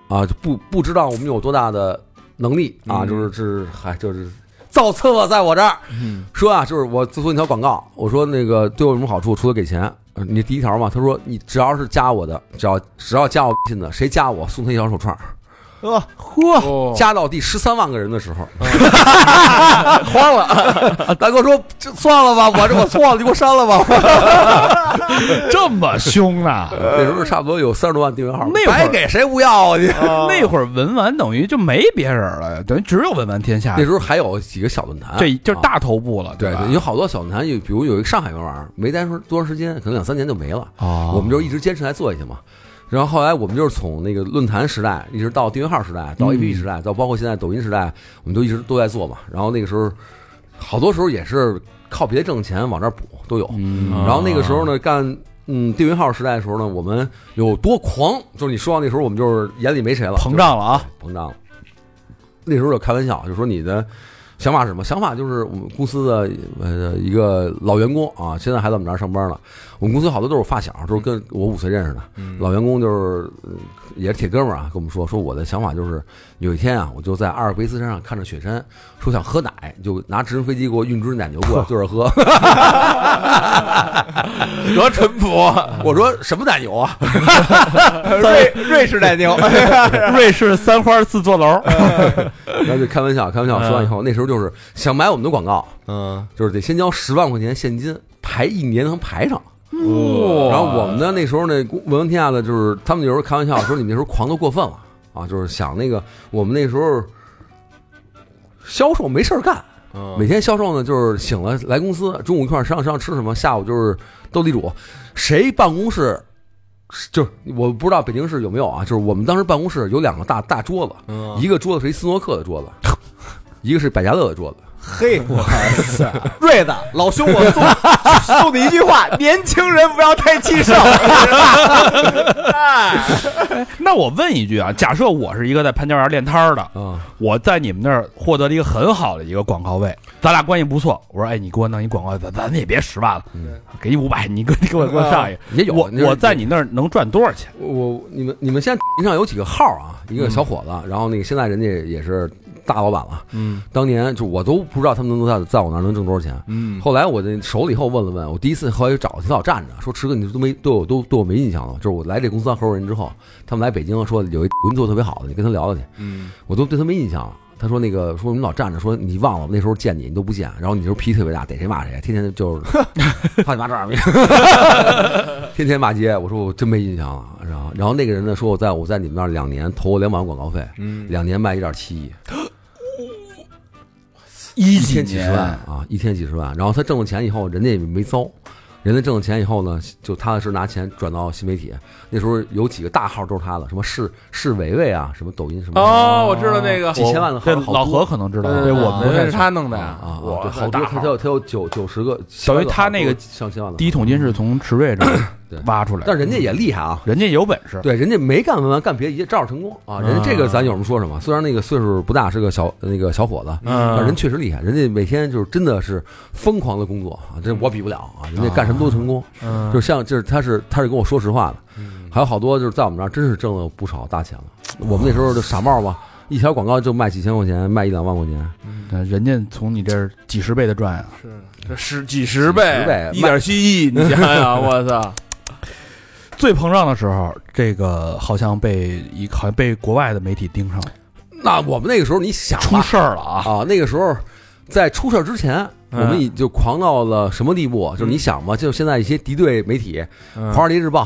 D: 啊，就不不知道我们有多大的能力啊，
B: 嗯
D: 就是这还就是造次了，在我这儿
B: 嗯
D: 说啊，就是我做一条广告，我说那个对我有什么好处？除了给钱，呃你第一条嘛，他说你只要是加我的，只要只要加我微信的，谁加我送他一条手串儿。
B: 呃，
A: 嚯，
C: 哦
D: 加到第十三万个人的时候， 慌了。 大哥说：“这算了吧，我这我错了，你给我删了吧。
A: 这么凶啊”！
D: 那时候差不多有三十多万订阅号，
A: 那会儿
D: 白给谁不要啊你？
A: 那会儿文玩等于就没别人了，等于只有文玩天下
D: 那，时候还有几个小论坛，
A: 这啊就是
D: 啊。
A: 大头部了，
D: 对
A: 吧？
D: 对，有好多小论坛，有比如有一个上海玩玩儿，没待多多长时间，可能两三年就没了。
A: 哦
D: 我们就一直坚持来做下去嘛。然后后来我们就是从那个论坛时代，一直到订阅号时代，到
A: 嗯
D: APP 时代，到包括现在抖音时代，我们都一直都在做嘛。然后那个时候，好多时候也是靠别的挣钱往这儿补都有。
A: 嗯
D: 然后那个时候呢，干嗯订阅号时代的时候呢，我们有多狂，就是你说到那时候我们就是眼里没谁了，
A: 膨胀了啊！
D: 膨胀了。那时候就开玩笑，就说你的想法是什么？想法就是我们公司的呃一个老员工啊，现在还在我们这儿上班呢。我们公司好多都是我发小，都是跟我五岁认识的。老员工就是呃也是铁哥们儿啊，跟我们说说我的想法就是有一天啊，我就在阿尔卑斯山上看着雪山，说想喝奶，就拿直升飞机给我运只奶牛过来对着喝。
C: 多淳 朴，
D: 我说什么奶牛啊？
B: 瑞瑞士奶牛，
A: 瑞士三花四座楼，
D: 嗯然后就开玩笑，开玩笑说完以后，那时候就是想买我们的广告，
B: 嗯，
D: 就是得先交十万块钱现金，排一年能排上。
A: 嗯
D: 然后我们呢，那时候呢，文文天下的就是他们有时候开玩笑说你们那时候狂的过分了啊，就是想那个我们那时候销售没事儿干，
A: 嗯
D: 每天销售呢就是醒了来公司，中午一块儿商量商量吃什么，下午就是斗地主，谁办公室。就是我不知道北京市有没有啊，就是我们当时办公室有两个大大桌子，
A: 嗯
D: 一个桌子是一斯诺克的桌 子，一个是百家乐的桌子。
B: 嘿，哇塞，瑞子老兄，我送送你一句话：年轻人不要太气盛。哎，
A: 那我问一句啊，假设我是一个在潘家园练摊儿的，
D: 啊，
A: 我在你们那儿获得了一个很好的一个广告位，咱俩关系不错。我说，哎，你给我弄一广告位，咱咱也别十万了，
D: 嗯
A: 给你五百，你给我给我给我上一个。
D: 也有
A: 我
D: 就是
A: 我在你那儿能赚多少钱？
D: 我你们你们现在抖音上有几个号啊？一个小伙子，然后那个现在人家也是大老板了。
C: 嗯
D: 当年就我都不知道他们能在在我那儿能挣多少钱。
C: 嗯，
D: 后来我这手里以后问了问，我第一次后来就找挺老站着，说池哥你都没对我都对我没印象了。就是我来这公司当合伙人之后，他们来北京说有一工作特别好的，你跟他聊聊去。
C: 嗯
D: 我都对他没印象了。他说那个说你老站着，说你忘了那时候见你你都不见，然后你就脾气特别大，逮谁骂谁，啊天天就是 操你妈这样， 天天骂街。我说我真没印象了。然后然后那个人呢说我在我在你们那儿两年投了两万广告费，
C: 嗯，
D: 两年卖一点七亿，
A: 一
D: 一天几十万啊，一天几十万。然后他挣了钱以后，人家也没糟。人家挣了钱以后呢，就踏踏实实拿钱转到新媒体。那时候有几个大号都是他的，什么世世维维啊，什么抖音什么
C: 哦，我知道那个
D: 几千万的
A: 这
D: 号，好
A: 老
D: 多嗯
A: 何可能知道，
C: 对
A: 对我们
C: 那是他弄的呀
D: 啊，
C: 我
D: 对，
C: 操
D: 好多
C: 大
D: 他
C: 号
D: 他有他有九九十个，
A: 等于他那个
D: 上千万的
A: 第一桶金是从池瑞 这儿
D: 对
A: 挖出来的，嗯
D: 但人家也厉害啊。
A: 人家有本事，
D: 对，人家没干文玩，干别的也照样成功啊！人家这个咱有什么说什么，虽然那个岁数不大，是个小那个小伙子，但人确实厉害。人家每天就是真的是疯狂的工作啊，这我比不了啊！人家干什么都成功，
A: 嗯
D: 就像就是他是他是跟我说实话的，还有好多就是在我们这儿真是挣了不少大钱了。我们那时候就傻帽嘛，一条广告就卖几千块钱，卖一两万块钱，
A: 对呃人家从你这儿几十倍的赚啊。
C: 是这十几十倍，
D: 几十倍
C: 一点七亿，你想 想，我操，
A: 最膨胀的时候，这个好像被一好像被国外的媒体盯上了，
D: 那我们那个时候你想
A: 出
D: 吧
A: 事儿了啊！
D: 啊，那个时候在出事儿之前，我
C: 嗯
D: 们已就狂到了什么地步？啊就是你想吧，就现在一些敌对媒体，《华
C: 嗯
D: 尔街日报》、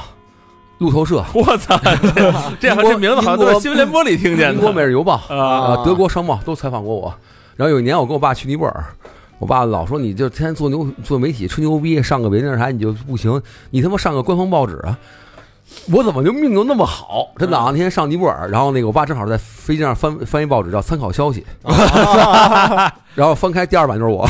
D: 路透社、
C: 我操，这这
D: 英国
C: 这名字好像都在新闻联播里听见
D: 英国《每
C: 的
D: 日邮报》
C: 啊，
D: 啊，德国《商报》都采访过我。然后有一年，我跟我爸去尼泊尔。我爸老说你就天天做牛做媒体吹牛逼，上个北京电视台你就不行，你他妈上个官方报纸啊！我怎么就命就那么好？
C: 嗯
D: 真的啊！那天上尼泊尔，然后那个我爸正好在飞机上翻翻一报纸叫《参考消息》，
B: 啊
D: 然后翻开第二版就 是我，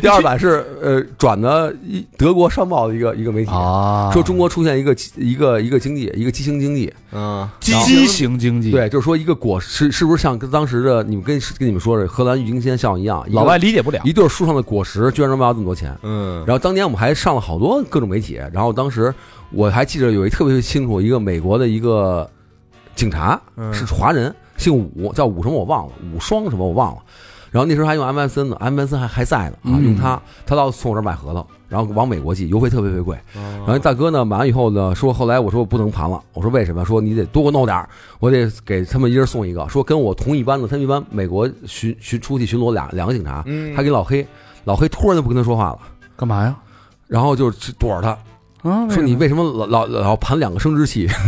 D: 第二版是呃转的一德国商报的一个一个媒体，
A: 啊
D: 说中国出现一个一个一个经济，一个畸形经济。
B: 嗯，
A: 畸形经济，，
D: 对，就是说一个果实是不是像跟当时的你们跟跟你们说的荷兰郁金香效应一样，一个
A: 老外理解不了。
D: 一对树上的果实居然能卖到这么多钱。
B: 嗯，
D: 然后当年我们还上了好多各种媒体，然后当时我还记得有一特别清楚，一个美国的一个警察
C: 嗯
D: 是华人，姓武，叫武什么我忘了，武双什么我忘了。然后那时候还用 MSN 呢，MSN 还还在呢啊，
A: 嗯
D: 用它，他到从我这儿买核桃，然后往美国寄，邮费特别特别贵。然后大哥呢买完以后呢，说后来我说我不能盘了，我说为什么？说你得多给我弄点儿，我得给他们一人送一个。说跟我同一班的，他们一班美国巡巡出去巡逻俩两个警察，
B: 嗯
D: 他跟老黑，老黑突然就不跟他说话了。
A: 干嘛呀？
D: 然后就去躲着他，
A: 啊，
D: 说你
A: 为
D: 为什么老老老盘两个生殖器？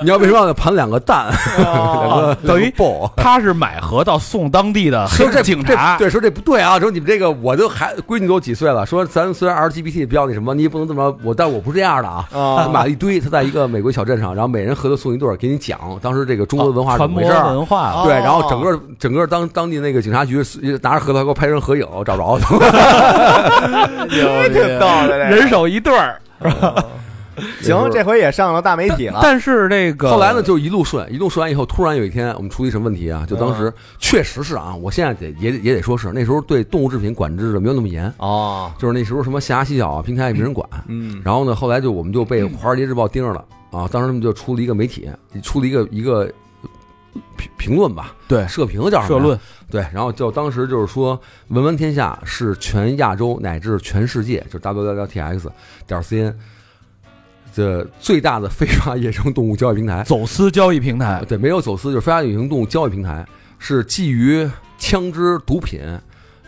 D: 你要为什么要盘两个蛋？两
B: 哦
D: 个
A: 等于
D: 两个 bull
A: 他是买核桃送当地的黑
D: 说 这
A: 警
D: 这
A: 察，
D: 对，说这不对啊！说你们这个，我都还闺女都几岁了，说咱虽然 LGBT 比较那什么，你也不能这么我，但我不是这样的啊。他买
B: 啊，
D: 了一堆，他在一个美国小镇上，然后每人合作送一对儿，给你讲当时这个中国文化是怎
A: 啊传
D: 么
A: 播
D: 回事儿。啊
A: 文化
B: 哦
D: 对，然后整个整个当当地那个警察局拿着核桃给我拍张合影，找不着。
B: 这挺逗的，这个
A: 人手一对儿。
B: 行，这回也上了大媒体了。
A: 但是这个
D: 啊后来呢，，就一路顺，一路顺完以后，突然有一天，我们出了一什么问题啊？就当
A: 嗯
D: 时确实是啊，我现在得也得也得说是那时候对动物制品管制的没有那么严，
B: 哦，
D: 就是那时候什么下虾洗脚啊，平台也没人管。
B: 嗯，
D: 然后呢，后来就我们就被
A: 嗯
D: 《华尔街日报》盯上了啊，当时他们就出了一个媒体，出了一个一个评评论吧，
A: 对
D: 社评叫什么
A: 社
D: 呀
A: 论
D: 对，然后就当时就是说，文玩天下是全亚洲乃至全世界，就是 www.tx 点 cn 的最大的非法野生动物交易平台。
A: 走私交易平台
D: 对，没有走私，就是非法野生动物交易平台，是基于枪支、毒品、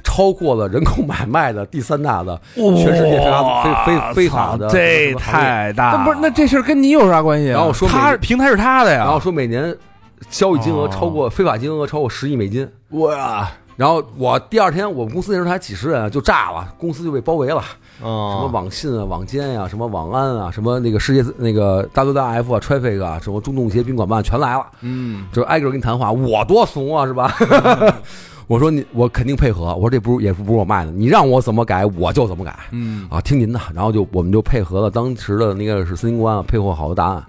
D: 超过了人口买卖的第三大的全世界非法非非非法的
A: 这
D: 什么行业。
A: 太大了。
C: 那不是，那这事儿跟你有啥关系啊？
D: 然后说每
A: 他平台是他的呀。
D: 然后说每年交易金额超过非法金额超过十亿美金。
C: 我
D: 然后我第二天，我们公司那时候才几十人啊，就炸了，公司就被包围了。什么
B: 嗯，
D: 网信啊、网监呀、什么网安啊、什么那个世界那个 WWF 啊、Traffic 啊、什么中东协宾馆办全来了，
C: 嗯，
D: 就挨个跟你谈话，我多怂啊，是吧？ 我说你，我肯定配合。我说这不是也不是我卖的，你让我怎么改我就怎么改，
C: 嗯
D: 啊，听您的。然后就我们就配合了当时的那个是森林公安啊，配合好多答案。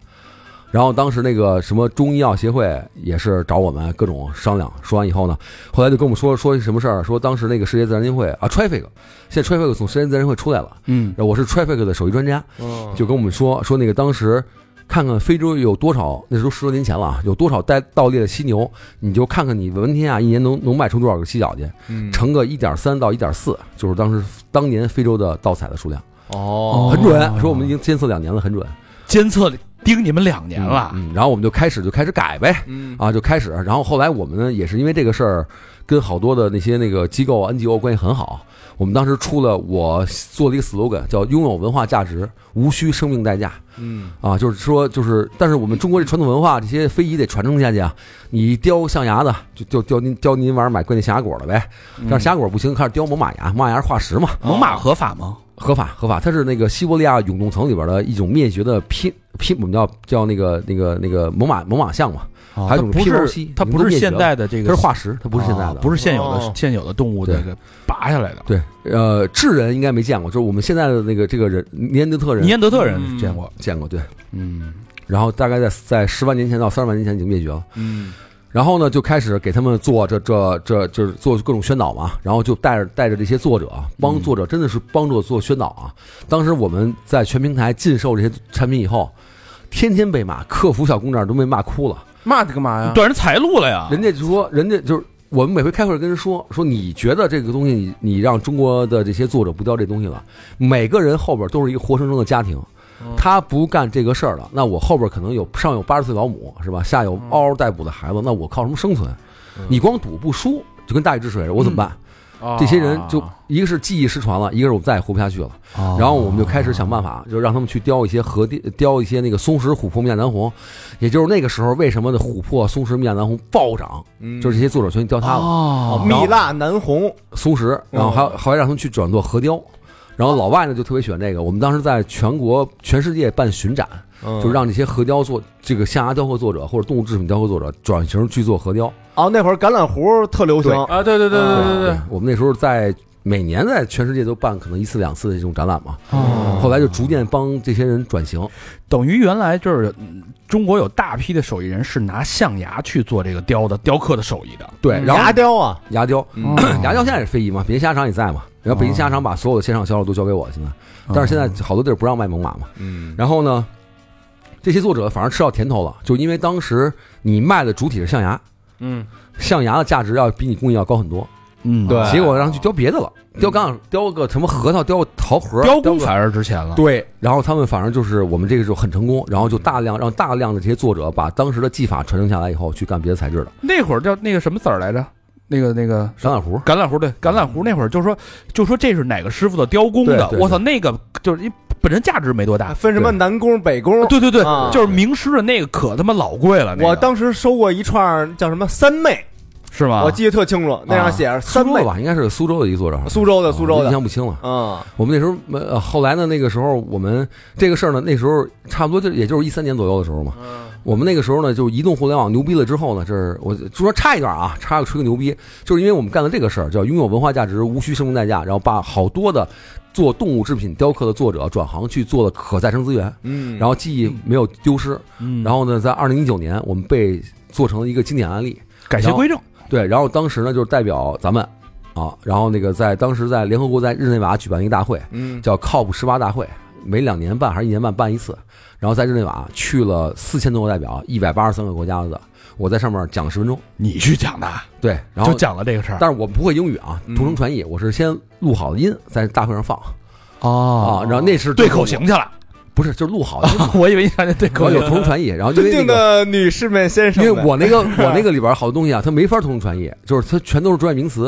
D: 然后当时那个什么中医药协会也是找我们各种商量，说完以后呢，后来就跟我们说说什么事儿，啊说当时那个世界自然基金会啊，Traffic，现在 Traffic 从世界自然基金会出来了，
C: 嗯，
D: 然后我是 Traffic 的首席专家，
B: 嗯
D: 就跟我们说说那个当时看看非洲有多少，那时候十多年前了啊，有多少带盗猎的犀牛，你就看看你文天亚啊一年能能卖出多少个犀角去，
B: 嗯
D: 乘个一点三到一点四，就是当时当年非洲的盗采的数量，
B: 哦，
D: 很准。说我们已经监测两年了，很准。
A: 监测盯你们两年了，
D: 嗯，然后我们就开始就开始改呗，
C: 嗯
D: 啊，就开始。然后后来我们呢，也是因为这个事儿，跟好多的那些那个机构啊 NGO 关系很好。我们当时出了我做了一个 slogan，叫“拥有文化价值，无需生命代价”。
C: 嗯
D: 啊，就是说，就是，但是我们中国这传统文化，这些非遗得传承下去啊。你雕象牙的，就就雕您雕您玩意儿买观念象牙果了呗。但是象牙果不行，开始雕猛犸牙，猛犸牙是化石嘛，
A: 猛犸合法吗？
D: 合法合法。它是那个西伯利亚永冻层里边的一种灭绝的拼拼，我们叫叫那个那个那个猛犸猛犸象嘛，还有一种
A: 它啊不
D: 披毛
A: 是
D: 犀
A: 它
D: 已经
A: 不
D: 都
A: 是
D: 灭绝
A: 现代的这
D: 它
A: 个
D: 是，化石，它不是现在的，
A: 啊不是现有
B: 哦
A: 的现有的动物这
D: 对
A: 个拔下来的。
D: 对。呃，智人应该没见过，就是我们现在的那个这个人尼安德特人
A: 尼安德特人见过，
D: 见过，对。
A: 嗯，
D: 然后大概在在十万年前到三十万年前已经灭绝了。
C: 嗯
D: 然后呢，就开始给他们做这这这就是做各种宣导嘛，然后就带着带着这些作者帮作者真的是帮助做宣导啊。当时我们在全平台禁售这些产品以后，天天被骂，客服小姑娘都被骂哭了。
C: 骂你干嘛呀？
A: 嗯断人财路了呀！
D: 人家就说，人家就是我们每回开会跟人说说，你觉得这个东西你你让中国的这些作者不雕这东西了，每个人后边都是一个活生生的家庭。他不干这个事儿了，那我后边可能有上有八十岁老母是吧，下有嗷嗷待哺的孩子，那我靠什么生存？你光赌不输，就跟大禹治水似的，我怎么办？
C: 哦
D: 这些人就
C: 啊
D: 一个是技艺失传了，一个是我们再也活不下去了。然后我们就开始想办法，就让他们去雕一些河地，雕一些那个松石、琥珀、蜜靭、南红，也就是那个时候为什么的琥珀、松石、蜜靭、南红暴涨，
B: 嗯
D: 就是这些作者全去雕它了。
A: 哦，
B: 蜜蜡南红，
D: 松石，然后
C: 哦
D: 还有还有让他们去转做核雕。然后老外呢就特别喜欢这个，我们当时在全国、全世界办巡展，
C: 嗯
B: 就
D: 就是让这些核雕作这个象牙雕刻作者或者动物制品雕刻作者转型去做核雕。
B: 哦，那会儿橄榄核特流行
D: 对
C: 啊，对对对对对对，
D: 我们那时候在每年在全世界都办可能一次两次的这种展览嘛，
A: 哦
D: 后来就逐渐帮这些人转型。
A: 等于原来就是嗯中国有大批的手艺人是拿象牙去做这个雕的雕刻的手艺的。
D: 对，然后
B: 牙雕啊，
D: 牙雕，
C: 嗯
D: 牙雕现在也是非遗嘛，北京虾场也在嘛。然后北京虾场把所有的线上销售都交给我了现在，
C: 嗯
A: 嗯
D: 但是现在好多地儿不让卖猛犸嘛。
B: 嗯，
D: 然后呢，这些作者反而吃到甜头了，就因为当时你卖的主体是象牙，
C: 嗯
D: 象牙的价值要比你工艺要高很多，
A: 嗯，
B: 对
D: 结果让他去雕别的了，雕钢，雕个什么核桃，雕个桃核，
A: 雕工
D: 个
A: 反而值钱了。
D: 对，然后他们反正就是我们这个就很成功，然后就大量让大量的这些作者把当时的技法传承下来以后，去干别的材质的
A: 那会儿叫那个什么籽儿来着？那个那个
D: 橄榄核。
A: 橄榄核对，橄榄核那会儿就说就说这是哪个师傅的雕工的
D: 对，对
A: 我操，那个就是一本身价值没多大，
B: 啊分什么南宫北宫，
A: 哦对对对，
B: 啊
A: 就是名师的那个可他妈老贵了，那个、
B: 我当时收过一串儿叫什么三妹，
A: 是吗？
B: 我记得特清楚，那上写着
D: 啊苏
B: 三
D: 州
B: 妹
D: 的，吧，应该是苏州的一个作者，
B: 苏州的，苏州
D: 我印
B: 的，
D: 象不清了。
B: 嗯，
D: 我们那时候，呃，后来呢，那个时候我们这个事儿呢，那时候差不多就也就是一三年左右的时候嘛。
B: 嗯
D: 我们那个时候呢，就移动互联网牛逼了之后呢，这是我就说差一段啊，插个吹个牛逼，就是因为我们干了这个事儿，叫拥有文化价值，无需生命代价，然后把好多的做动物制品雕刻的作者转行去做了可再生资源，
B: 嗯
D: 然后记忆没有丢失。
A: 嗯，
D: 然后呢，在二零一九年，我们被做成了一个经典案例。
A: 改邪
D: 然后
A: 归正，
D: 对，然后当时呢，就是代表咱们啊，然后那个在当时在联合国在日内瓦举办一个大会，
B: 嗯，
D: 叫 COP 十八大会，每两年半还是一年半办一次。然后在日内瓦去了四千多个代表，一百八十三个国家的，我在上面讲十分钟。
A: 你去讲的，
D: 对，然
A: 就
D: 后
A: 讲了嗯这个事儿
D: 但是我们不会英语啊，图声传译，我是先录好的音在大会上放啊
A: 哦，
D: 然后那是
A: 对口，型哦去了，
D: 不是就是录好的音嘛，
A: 我以为你讲的对
D: 然后
A: 口
D: 啊有
A: 型，
D: 图声传译，然后因
B: 尊
D: 为那
B: 敬
D: 个。
B: 的女士们先
D: 因
B: 生
D: 为
B: 们，
D: 我那个我那个里边好多东西啊，它没法通声传译，就是它全都是专业名词。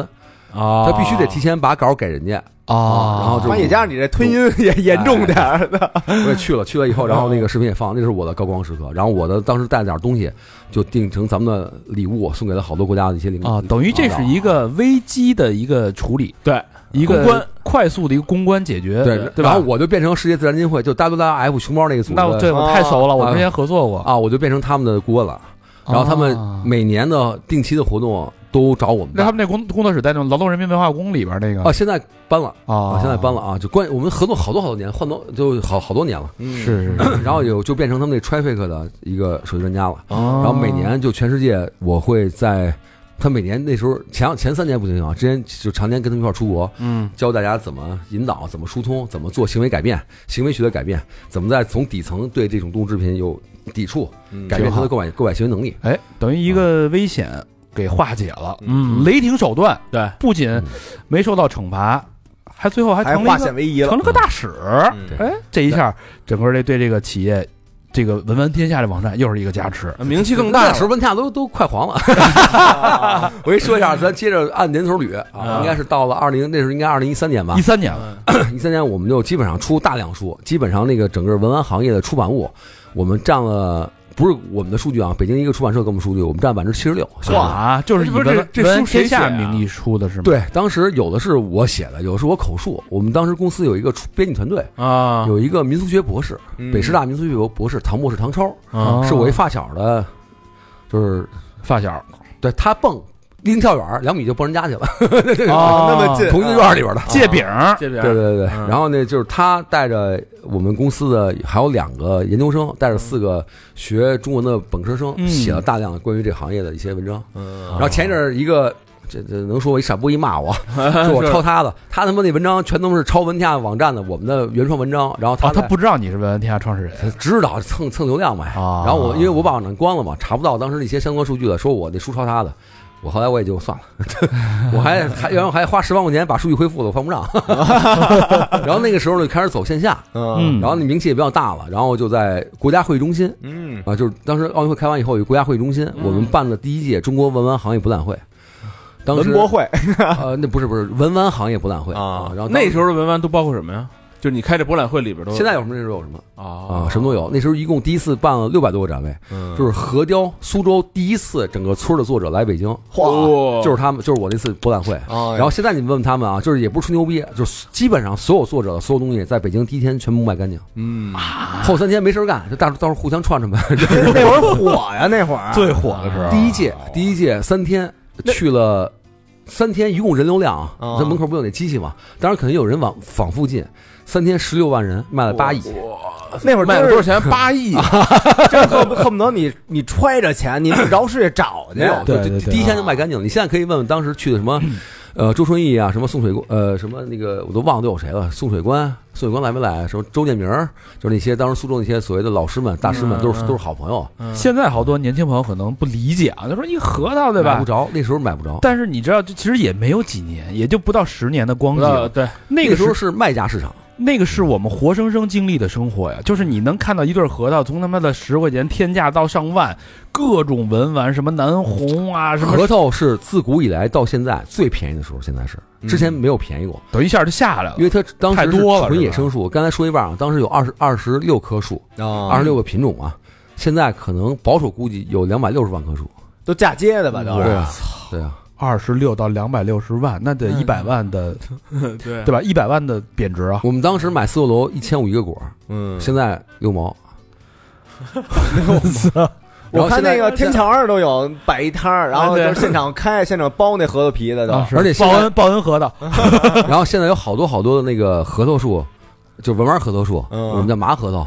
A: 啊
D: 他必须得提前把稿给人家。
A: 啊，
D: 然后就
B: 妈也加上你这吞音也严重点
D: 哎
B: 儿的，
D: 我也去了，去了以后，然后那个视频也放，那是我的高光时刻。然后我的当时带了点东西，就定成咱们的礼物，送给了好多国家的一些领
A: 啊，等于这是一个危机的一个处理，
C: 对，
A: 一
C: 公关
A: 个快速的一个公关解决，
D: 啊对
A: 呃对
D: 然
A: 吧
D: 后？我就变成世界自然基金会，就 WWF 熊猫那个组织，
A: 那我对我太熟了，
D: 啊
A: 我之前合作过。
D: 啊，我就变成他们的顾问了。然后他们
A: 啊
D: 每年的定期的活动都找我们
A: 那他
D: 办
A: 们那工工作室在那种劳动人民文化宫里边那个
D: 啊，现在搬了
A: 啊
D: 啊，现在搬了啊，就关我们合作好多好多年，换多就好好多年了。
C: 嗯
A: 是是，是
D: 然后有就变成他们那 Traffic 的一个手机专家了。
A: 然
D: 然后每年就全世界，我会在他每年那时候前前三年不行啊，之前就常年跟他们一块儿出国，
C: 嗯，
D: 教大家怎么引导、怎么疏通、怎么做行为改变、 行为学的改变，怎么在从底层对这种动物制品有抵触，
B: 嗯
D: 改变他的购买购买行为能力。
A: 哎，等于一个危险给化解了，
C: 嗯
A: 雷霆手段
C: 对，
A: 不仅
D: 嗯
A: 没受到惩罚，还最后还
B: 还
A: 成了
B: 化
A: 一个
B: 险为夷了
A: 成了。个大使。
B: 嗯
A: 哎，这一下整个这对这个企业，这个文玩天下的网站又是一个加持。
C: 名气更
D: 嗯那
C: 大
D: 时候文夏都都快黄了，我跟你说一下，咱接着按年头捋啊，
C: 啊
D: 应该是到了二零，那时候应该二零一三年吧
A: 一，三年了，
D: 一三年我们就基本上出大量书，基本上那个整个文玩行业的出版物，我们占了不是我们的数据啊，北京一个出版社给我们数据，我们占百分之七十六。啊
A: 哇，啊就是以
C: 不是
A: 文
C: 这这
A: 文玩
C: 书谁
A: 天下
C: 写啊
A: 名义出的是吗？，
D: 对，当时有的是我写的，有的是我口述。我们当时公司有一个出编辑团队，
C: 啊，嗯
D: 有一个民俗学博士，北师大民俗学博博士唐博士唐超，
C: 啊
D: 是我一发小的，就是
A: 发小，
D: 对他蹦拎跳远儿两米就蹦人家去了，
A: 哦
B: 那么近，
D: 同一个院儿里边儿的。
A: 借饼儿，
C: 这边
D: 对对对，
C: 嗯
D: 然后呢，就是他带着我们公司的还有两个研究生，带着四个学中文的本科生，
A: 嗯
D: 写了大量关于这行业的一些文章。
B: 嗯
D: 然后前一阵儿一个。这这能说我一傻波一 骂我，说我抄他的，他他妈那文章全都是抄文夏网站的我们的原创文章，然后
A: 哦，
D: 他
A: 他
D: 在
A: 不知道你是文玩天下创始人
D: 他呃知道蹭蹭流量嘛，
A: 啊。
D: 然后我因为我把网站关了嘛，查不到当时的一些相关数据了，说我那书抄他的，我后来我也就算了， 我还还然后还花十万块钱把数据恢复了，我还不上。然后那个时候呢，就开始走线下，
A: 嗯
D: 然后那名气也比较大了，然后就在国家会议中心
B: 嗯
D: 啊，就是当时奥运会开完以后有国家会议中心，我们办的第一届中国文玩行业博览会。当时
B: 文博会
D: 呃，那不是不是文玩行业博览会
B: 啊
D: 然后当
C: 那时候的文玩都包括什么呀？就是你开这博览会里边都
D: 现在有什么那时候有什么
C: 啊
D: 啊，什么都有。那时候一共第一次办了六百多个展位，就是河雕苏州第一次整个村儿的作者来北京，
B: 嚯，
D: 就是他们，就是我那次博览会。
B: 然
D: 然 后现在你们问问他们啊，就是也不是吹牛逼，就是基本上所有作者的所有东西在北京第一天全部卖干净，
B: 嗯，
D: 后三天没事儿干，就到到时候互相串串呗。
B: 那会儿火呀，那会儿
A: 最火的时候，
D: 第一届第一届三天去了三天，一共人流量啊
B: 哦，
D: 他门口不有那机器嘛，当然肯定有人往仿附近，三天十六万人卖了八亿，
B: 那会儿
C: 卖了
B: 都
C: 多少
B: 是
C: 钱？八亿，
B: 真恨不恨不得你你揣着钱，你得饶世界找去
D: 没。有，
A: 对
D: 就
A: 对对
D: 第一天就卖干净了。你现在可以问问当时去的什么，呃，周春毅啊，什么宋水公，呃，什么那个我都忘了都有谁了，宋水官，宋水官来没来？什么周建明儿，就是那些当时苏州那些所谓的老师们、大师们，都是
C: 嗯
D: 都是好朋友，
A: 现在好多年轻朋友可能不理解啊，他说一核桃对
D: 买
A: 吧
D: 不？着，那时候买不着。
A: 但是你知道，这其实也没有几年，也就不到十年的光
C: 不
A: 景
C: 知。道对，
A: 那
D: 个
A: 个
D: 时
A: 时
D: 候
A: 候，
D: 是卖家市场，
A: 那个是我们活生生经历的生活呀，就是你能看到一对核桃从他妈的十块钱天价到上万，各种文玩，什么南红啊，什么
D: 核，桃是自古以来到现在最便宜的时候，现在是之前没有便宜过，
A: 等一下就下来了
D: 因。为它当
A: 嗯
D: 时
A: 呃太
D: 是
A: 多了
D: 纯
A: 是吧
D: 野生树。刚才说一半啊，当时有二十二十六棵树，二
B: 二
D: 十六个品种啊，现在可能保守估计有两百六十万棵树。
B: 都嫁接的吧，都
D: 对
B: 是
D: 啊，对啊。
A: 二十六到两百六十万，那得一百万的，
C: 对
A: 对吧？一百万的贬值啊！
D: 我们当时买四楼楼一千五一个果儿，
B: 嗯
D: 现在六毛。
B: 我
D: 然后
B: 看
D: 现在啊
B: 那个天桥上都有摆一摊儿，然后就是现场开，现场包那核桃皮的都。
A: 啊是
D: 而且现
A: 报
D: 在
A: 恩报恩核桃，
D: 然后现在有好多好多的那个核桃树，就文玩核桃树，
B: 嗯
D: 我们叫麻核桃，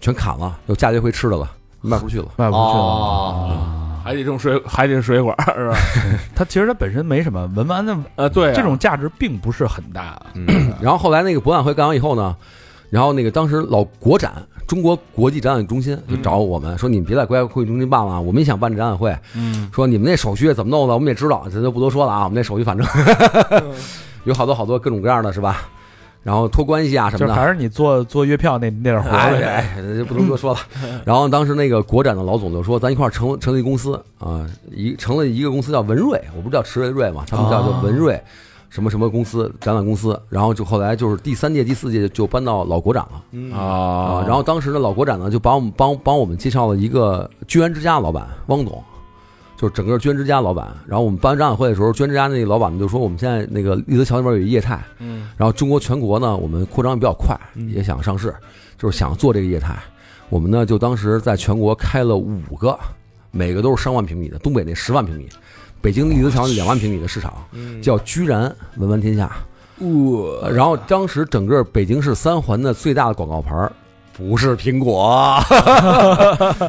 D: 全砍了，有嫁接回吃的了，卖不出去了。
A: 卖不出去了。
B: 哦，
C: 还得种水，还得水管儿是吧？
A: 它其实它本身没什么文玩的
C: 啊，对啊，嗯
A: 这种价值并不是很大。啊
B: 嗯
D: 然后后来那个博览会干完以后呢，然后那个当时老国展中国国际展览中心就
B: 嗯
D: 找我们说，你们别在国家会议中心办了，我们也想办展览会。
C: 嗯，
D: 说你们那手续怎么弄的，我们也知道，这就不多说了啊。我们那手续反正
B: 嗯
D: 有好多好多各种各样的，是吧？然后托关系啊什么
A: 就
D: 的，
A: 还是你做做月票那那点活
D: 哎
A: 儿，
D: 哎，这不能多说了。然后当时那个国展的老总就说：“咱一块儿成成立
A: 哦
D: 公司啊，一成了一个公司叫文瑞，我不是叫迟瑞瑞嘛，他们叫做文瑞，什么什么公司展览公司，然后就后来就是第三届、第四届就搬到老国展了啊、
C: 啊
D: 然后当时的老国展呢，就把我们帮帮我们介绍了一个居然之家老板汪总，就是整个居然之家老板。然后我们办展览会的时候，居然之家那个老板就说我们现在那个立德桥那边有一业态，
C: 嗯，
D: 然后中国全国呢，我们扩张比较快，
B: 嗯
D: 也想上市，就是想做这个业态。我们呢就当时在全国开了五个，每个都是上万平米的，东北那十万平米，北京立德桥两万平米的市场，
A: 嗯
D: 叫居然文玩天下。呃然后当时整个北京市三环的最大的广告牌儿不是苹 果，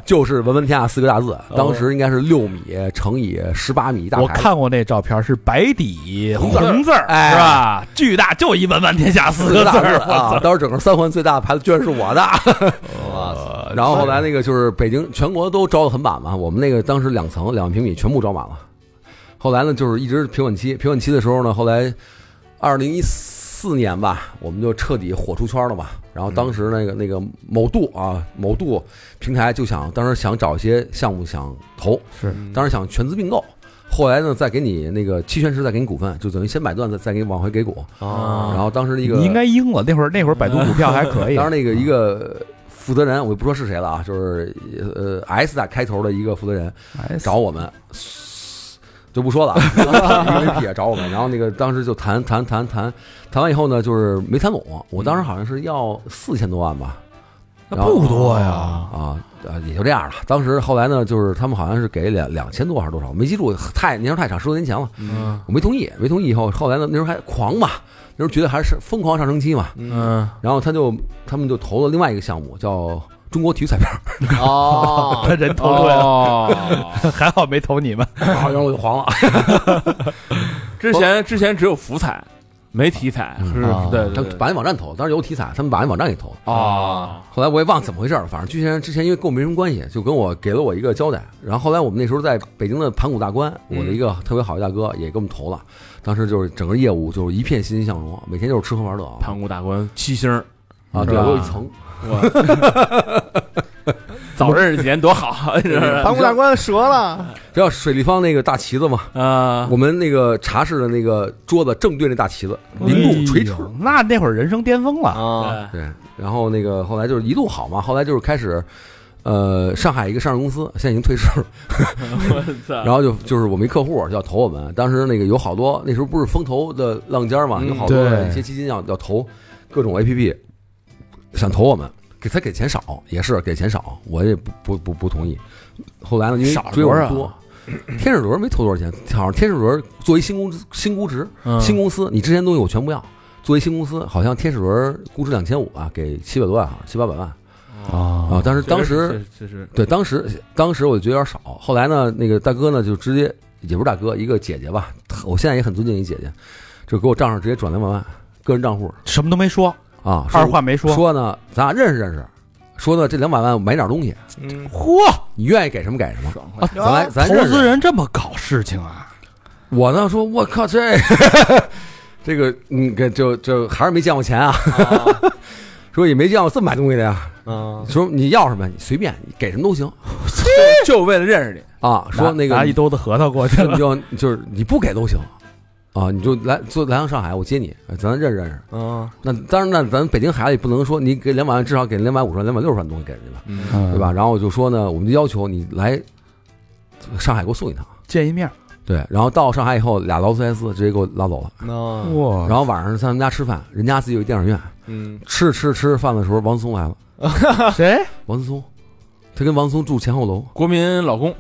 D: 就是“文玩天下”四个大字。当时应该是六米乘以十八米一大
A: 哦我
D: 牌子。
A: 看过那照片，是白底
D: 红字儿
A: 红字儿，
D: 哎
A: 是吧？巨大，就一“文玩天下”四个字
D: 大字
A: 儿。
D: 啊！当时整个三环最大的牌子居然是我的，
A: 呃
D: 然后后来那个就是北京全国都招的很满嘛，我们那个当时两层两万平米全部招满了。后来呢，就是一直平稳期，平稳期的时候呢，后来二零一四年吧，我们就彻底火出圈了嘛。然后当时那个那个某度啊，某度平台就想当时想找一些项目想投，
A: 是
D: 当时想全资并购。后来呢，再给你那个期权时再给你股份，就等于先买断，再再给你往回给股。
B: 啊，
D: 然后当时那个
A: 你应该应了，那会儿那会儿百度股票还可以。
D: 当时那个一个负责人，我也不说是谁了啊，就是呃 S 打开头的一个负责人
A: 哎
D: 找我们，就不说了，啊一个 VP 也找我们，然后那个当时就谈谈谈谈，谈完以后呢，就是没谈拢，我当时好像是要四千多万吧，
A: 那不多呀，
D: 啊，呃，也就这样了。当时后来呢，就是他们好像是给两两千多还是多少，没记住，太年头太长，十多年前了，
C: 嗯
D: 我没同意，没同意以后，后来呢，那时候还狂嘛，那时候觉得还是疯狂上升期嘛，
C: 嗯，
D: 然后他就他们就投了另外一个项目，叫中国体育 彩票，
B: 哦，
A: 人投出来了，
C: 哦，
A: 还好没投你们。
D: 然后我就黄了。
C: 之前之前只有福彩，没体彩，
D: 嗯
C: 是
B: 啊
C: 对
D: 他
C: 对对
D: 把那网站投，当时有体彩，他们把那网站给投了。
C: 啊，
D: 后来我也忘怎么回事了，反正之前之前因为跟我没什么关系，就跟我给了我一个交代。然后后来我们那时候在北京的盘古大观，我的一个特别好的大哥也给我们投了，当时就是整个业务就是一片欣欣向荣，每天就是吃喝玩乐啊
C: 盘古大观七星儿，
D: 啊，对，
C: 是吧
D: 我有一层，
C: 我早认识几年多好， 是不是
B: 盘古大官折了，
D: 知道水立方那个大旗子吗？
C: 啊
D: 我，们那个茶室的那个桌子正对那大旗子，零度垂直
A: 哎。呦那那会儿人生巅峰了。
B: 啊，
C: 对
D: 对，然后那个后来就是一路好嘛，后来就是开始，呃，上海一个上市公司现在已经退市了，
C: 我操，
D: 然后就就是我们一客户要投我们，当时那个有好多那时候不是风投的浪尖儿嘛，
C: 嗯
D: 有好多
A: 对
D: 一些基金要要投各种 A P P，想投我们，给他给钱少也是给钱少，我也不不不不同意。后来呢，因为
C: 少啊了
D: 追我们
C: 多
D: 多
C: 少，
D: 天使轮没投多少钱，好像天使轮作为新估值新估值
C: 嗯
D: 新公司，你之前东西我全不要。作为新公司，好像天使轮估值两千五啊，给七百多万，好像七八百万啊
C: 嗯
A: 啊。
D: 当时当时
C: 这是
D: 对，当时当时我就觉得有点少。后来呢，那个大哥呢就直接也不是大哥，一个姐姐吧，我现在也很尊敬一姐姐，就给我账上直接转两百万，个人账户
A: 什么都没说，
D: 啊。说
A: 二话没说。
D: 说呢，咱俩认识认识，说呢这两百万买点东西，
B: 嗯，
A: 嚯，
D: 你愿意给什么给什么。
C: 爽
A: 啊
C: 快，
D: 咱来咱
A: 投
D: 认识
A: 资人这么搞事情啊？
D: 我呢说，我靠这 这个嗯，给就就还是没见过钱啊，
A: 哦
D: 说也没见过这么买东西的呀。
B: 啊，
D: 说你要什么你随便，你给什么都行
C: 就为了认识你，
D: 啊。说那个
A: 拿拿一兜子核桃过去
D: 你
A: 了，
D: 就就是你不给都行，啊，你就来坐来趟上海，我接你，咱认识认识。
B: 啊，
D: 那当然，那咱北京孩子也不能说你给两百万，至少给两百五十万、两百六十万东西给人家吧，
C: 嗯，
A: 对
D: 对？吧？然后我就说呢，我们就要求你来上海给我送一趟，
A: 嗯见一面，
D: 对。然后到上海以后，俩劳斯莱斯直接给我拉走了。
B: 那，
A: 哇
D: 然后晚上在他们家吃饭，人家自己有一电影院，
B: 嗯，啊
D: 吃着吃着吃着饭的时候，王松来了。
A: 谁
D: 王思聪，他跟王思聪住前后楼
C: 国民老公，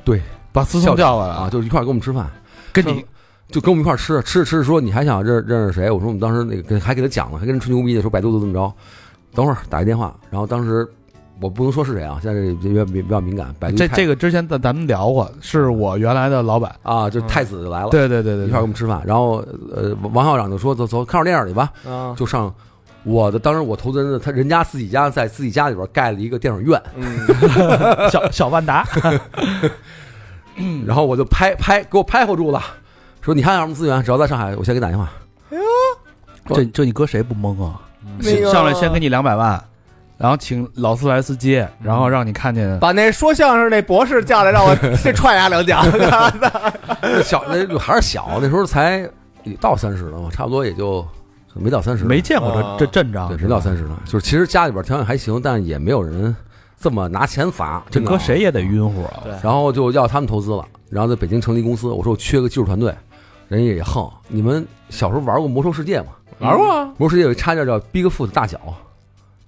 A: 把思聪叫过来
D: 啊，
A: 啊？
D: 就是一块儿跟我们吃饭。
A: 跟你
D: 就跟我们一块儿吃，吃着吃着说你还想认认识谁？我说我们当时那个跟还给他讲了，还跟人吹牛逼的说百度都这么着。等会儿打一电话，然后当时我不能说是谁啊，现在这比较比较敏感，百嗯度
A: 这
D: 太
A: 这个之前咱咱们聊过，是我原来的老板。
D: 啊，就太子就来了，
A: 嗯对对对对
D: 一块儿
A: 对
D: 跟我，们吃饭。然后呃，王王校长就说走走，看会儿电影去吧，
B: 啊，
D: 就上。我的当时我投资人的他人家自己家在自己家里边盖了一个电影院，
B: 嗯，
A: 小小万达，
D: 然后我就拍拍给我拍活住了，说你还有什么资源，只要在上海，我先给你打电话。
A: 这这你搁谁不懵啊？
B: 那个
A: 上来先给你两百万，然后请劳斯莱斯接，然后让你看
D: 嗯
A: 见
B: 把那说相声那博士 叫来，让我这踹他两脚。
D: 小那还是小，那时候才到三十了嘛，差不多也就没到三十，
A: 没见过
B: 啊
A: 这这阵仗
D: 对，
A: 是
D: 没
A: 吧，
D: 到三十了。就是其实家里边条件还行，但也没有人这么拿钱砸，
A: 这
D: 真的啊
A: 搁谁也得晕乎啊！
B: 对
D: 然后就要他们投资了，然后在北京成立公司。我说我缺个技术团队，人家也横。你们小时候玩过《魔兽世界》吗？
C: 玩过啊，
D: 魔兽世界有一插件叫 Bigfoot 大脚，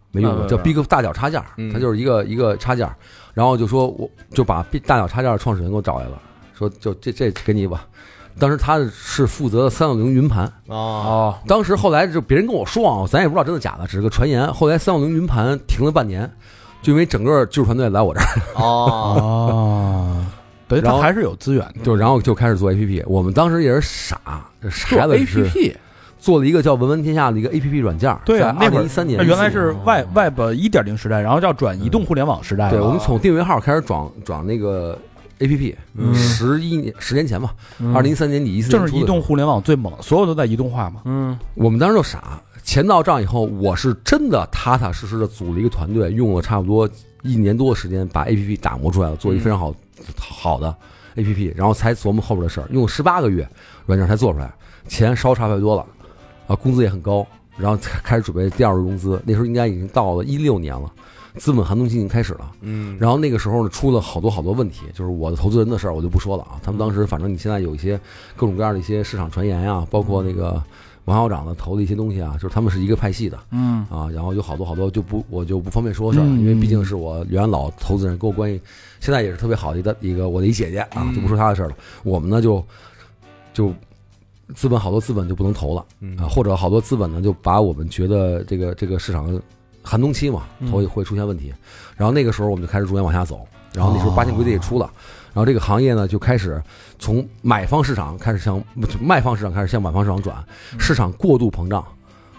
D: 没用过，
C: 嗯
D: 叫 Big 大脚插件，
B: 嗯
D: 它就是一个一个插件。然后就说我就把 Big 大脚插件的创始人给我找来了，说就这这给你吧。当时他是负责三六零云盘，
B: 啊，
C: 哦，
D: 当时后来就别人跟我说啊，咱也不知道真的假的，只是个传言。后来三六零云盘停了半年，就因为整个技术团队来我这儿，
B: 哦，
A: 哦， 对，
D: 然
A: 他
D: 后
A: 还是有资源的。
D: 就然后就开始做 APP。我们当时也是傻，
C: 做
D: 傻子
C: A P
D: 也是
C: P
D: 做了一个叫“文玩天下”的一个 APP 软件。
A: 对啊，
D: 在
A: 那会
D: 二零
A: 儿
D: 一三年，
A: 那原来
D: 14
A: 是
D: 年
A: Web Web 一点零时代，然后要转移动互联网时代了。
D: 对，我们从订阅号开始转转那个 APP，
A: 嗯
D: 十一年十年前吧，二零一三年底一四年
A: 正
D: 初
A: 是
D: 的
A: 移
D: 时候
A: 动互联网最猛，所有都在移动化嘛。
C: 嗯，
D: 我们当时就傻，钱到账以后，我是真的踏踏实实的组了一个团队，用了差不多一年多的时间把 A P P 打磨出来了，做一
A: 嗯
D: 个非常好、好的 A P P，然后才琢磨后边的事儿，用十八个月软件才做出来，钱烧差太多了，啊，工资也很高，然后才开始准备第二轮融资，那时候应该已经到了一六年了，资本寒冬期已经开始了。
B: 嗯，
D: 然后那个时候呢，出了好多好多问题，就是我的投资人的事儿，我就不说了啊。他们当时反正你现在有一些各种各样的一些市场传言呀、包括那个王校长的投的一些东西啊，就是他们是一个派系的，
C: 嗯
D: 啊，然后有好多好多就不我就不方便说事儿了，
A: 嗯
D: 因为毕竟是我原来老投资人，跟我关系现在也是特别好的一个一个我的一姐姐啊，就不说她的事儿了。我们呢就就资本好多资本就不能投了
B: 嗯
D: 啊，或者好多资本呢就把我们觉得这个这个市场寒冬期嘛，投也会出现问题。然后那个时候我们就开始逐渐往下走，然后那时候八千规定也出了。然后这个行业呢，就开始从买方市场开始向就卖方市场开始向买方市场转，市场过度膨胀，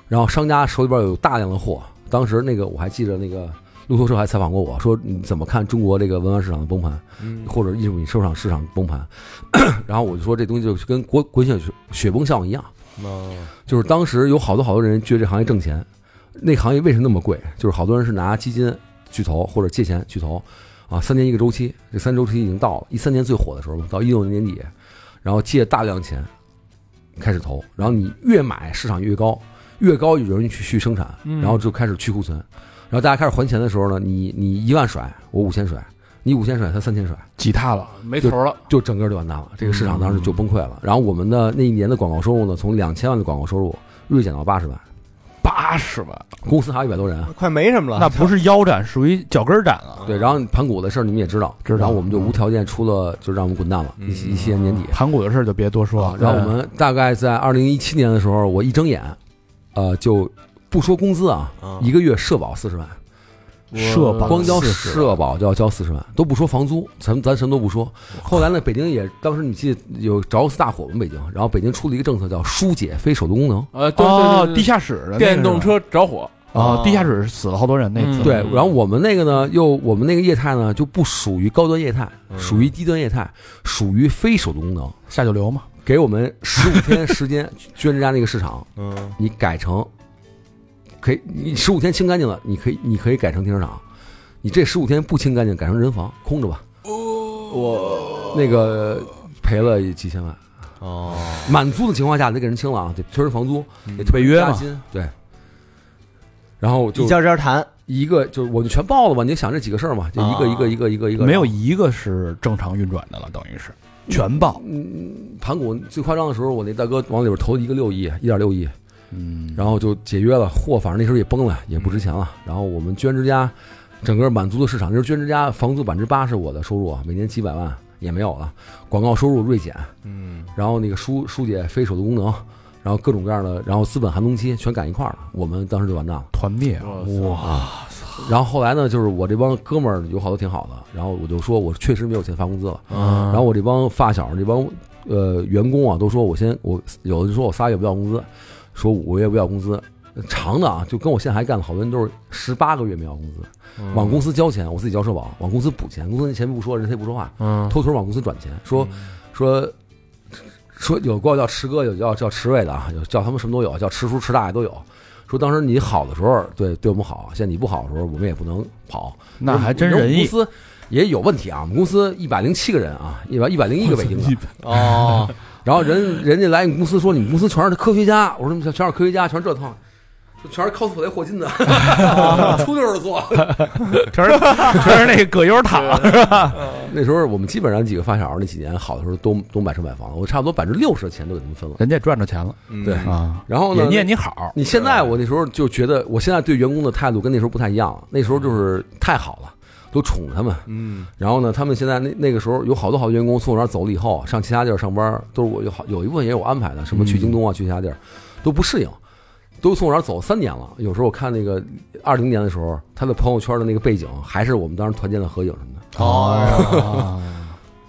D: 然后商家手里边有大量的货。当时那个我还记着，那个路透社还采访过我说，你怎么看中国这个文玩市场的崩盘，或者艺术品收场市场崩盘？然后我就说，这东西就是跟国国雪雪崩效应一样，就是当时有好多好多人觉得这行业挣钱，那行业为什么那么贵？就是好多人是拿基金去投或者借钱去投，啊，三年一个周期，这三周期已经到了，一三年最火的时候嘛，到一六年年底，然后借大量钱开始投，然后你越买市场越高，越高有人去去生产，
C: 嗯
D: 然后就开始去库存，然后大家开始还钱的时候呢，你你一万甩，我五千甩，你五千甩，他三千甩。
A: 挤塌了，
C: 没头了，
D: 就整个就完蛋了，这个市场当时就崩溃了。然后我们的那一年的广告收入呢，从两千万的广告收入锐减到八十万，
C: 啊
A: 八十万，
D: 公司还有一百多人啊。
B: 快没什么了，
A: 那不是腰斩，属于脚跟儿斩啊了。
D: 对，然后盘古的事儿你们也知道，
A: 知道
D: 然后我们就无条件出了，就让我们滚蛋了。一
C: 嗯
D: 七一七年年底，
A: 盘古的事儿就别多说
D: 啊
A: 了。
D: 然后我们大概在二零一七年的时候，我一睁眼，呃，就不说工资啊，
C: 嗯
B: 啊
D: 一个月社保四十万，
A: 社保
D: 光交
A: 40
D: 社保就要交四十万，都不说房租，咱咱什么都不说。后来呢，北京也当时你记得有着四大火嘛，北京，然后北京出了一个政策叫疏解非首都功能。
C: 呃，对
A: 哦，
C: 对对对
A: 地下室的那个
C: 电动车着火，
A: 啊
B: 哦，
A: 地下室死了好多人那次。
C: 嗯
D: 对，然后我们那个呢，又我们那个业态呢，就不属于高端业态，
C: 嗯
D: 属于低端业态，属于非手动功能。
A: 下九流嘛，
D: 给我们十五 天时间捐人家那个市场，
B: 嗯，
D: 你改成可以，你十五天清干净了，你可以你可以改成停车场。你这十五天不清干净，改成人防，空着吧。我那个赔了几千万，
B: 哦，
D: 满租的情况下得给人清了啊，得退人房租，得退
A: 违约
D: 押
A: 嘛
D: 金，对。然后就
B: 一家家谈，
D: 一个就是我就全报了嘛，你就想这几个事儿嘛，就一个
B: 啊
D: 一个一个一个一个，
A: 没有
D: 然后
A: 一个是正常运转的了，等于是全爆。
D: 盘古最夸张的时候，我那大哥往里边投一个六亿，一点六亿，
A: 嗯，
D: 然后就解约了，货反正那时候也崩了，也不值钱了。然后我们捐之家，整个满租的市场，那时候捐之家房租百分之八是我的收入啊，每年几百万也没有了，广告收入锐减，
B: 嗯，
D: 然后那个疏疏解非手的功能，然后各种各样的，然后资本寒冬期全赶一块儿了，我们当时就完蛋了。啊
A: 团灭
D: 哦
C: 哇，
D: 然后后来呢，就是我这帮哥们儿有好多挺好的，然后我就说我确实没有钱发工资了。
B: 嗯
C: 然
D: 然后我这帮发小、这帮呃员工啊，都说我先我有的就说我仨月不要工资，说五个月不要工资，长的啊，就跟我现在还干的好多人都是十八个月没要工资，
B: 嗯
D: 往公司交钱，我自己交社保，往公司补钱，公司那钱不说，人家也不说话，
C: 嗯
D: 偷偷往公司转钱，说
B: 嗯
D: 说。说有管我叫池哥，有叫叫池卫的啊，有叫他们什么都有，叫池叔、池大爷都有。说当时你好的时候，对对我们好；现在你不好的时候，我们也不能跑。
A: 那还真
D: 你们
A: 仁
D: 公
A: 义。
D: 司也有问题啊。我们公司一百零七个人啊，一百一百零一个北京的，
B: 哦，
D: 然后人人家来你们公司说你们公司全是科学家，我说全是科学家，全是这套，说全是 cosplay 霍 金的， 出溜着做。
A: 全是全是那个葛优躺，
D: 那时候我们基本上几个发小那几年好的时候都都买车买房了，我差不多百分之六十的钱都给他们分了。
A: 人家也赚着钱了
D: 对
A: 啊，
D: 然后呢
A: 也，念你好，
D: 你现在我那时候就觉得，我现在对员工的态度跟那时候不太一样了。那时候就是太好了，都宠他们。
C: 嗯，
D: 然后呢，他们现在那那个时候有好多好多员工从我这儿走了以后，上其他地儿上班，都是我有好有一部分也有安排的，
B: 嗯
D: 什么去京东啊，去其他地儿，都不适应，都从我这儿走三年了。有时候我看那个二零年的时候，他的朋友圈的那个背景还是我们当时团建的合影什么的。
A: 哦，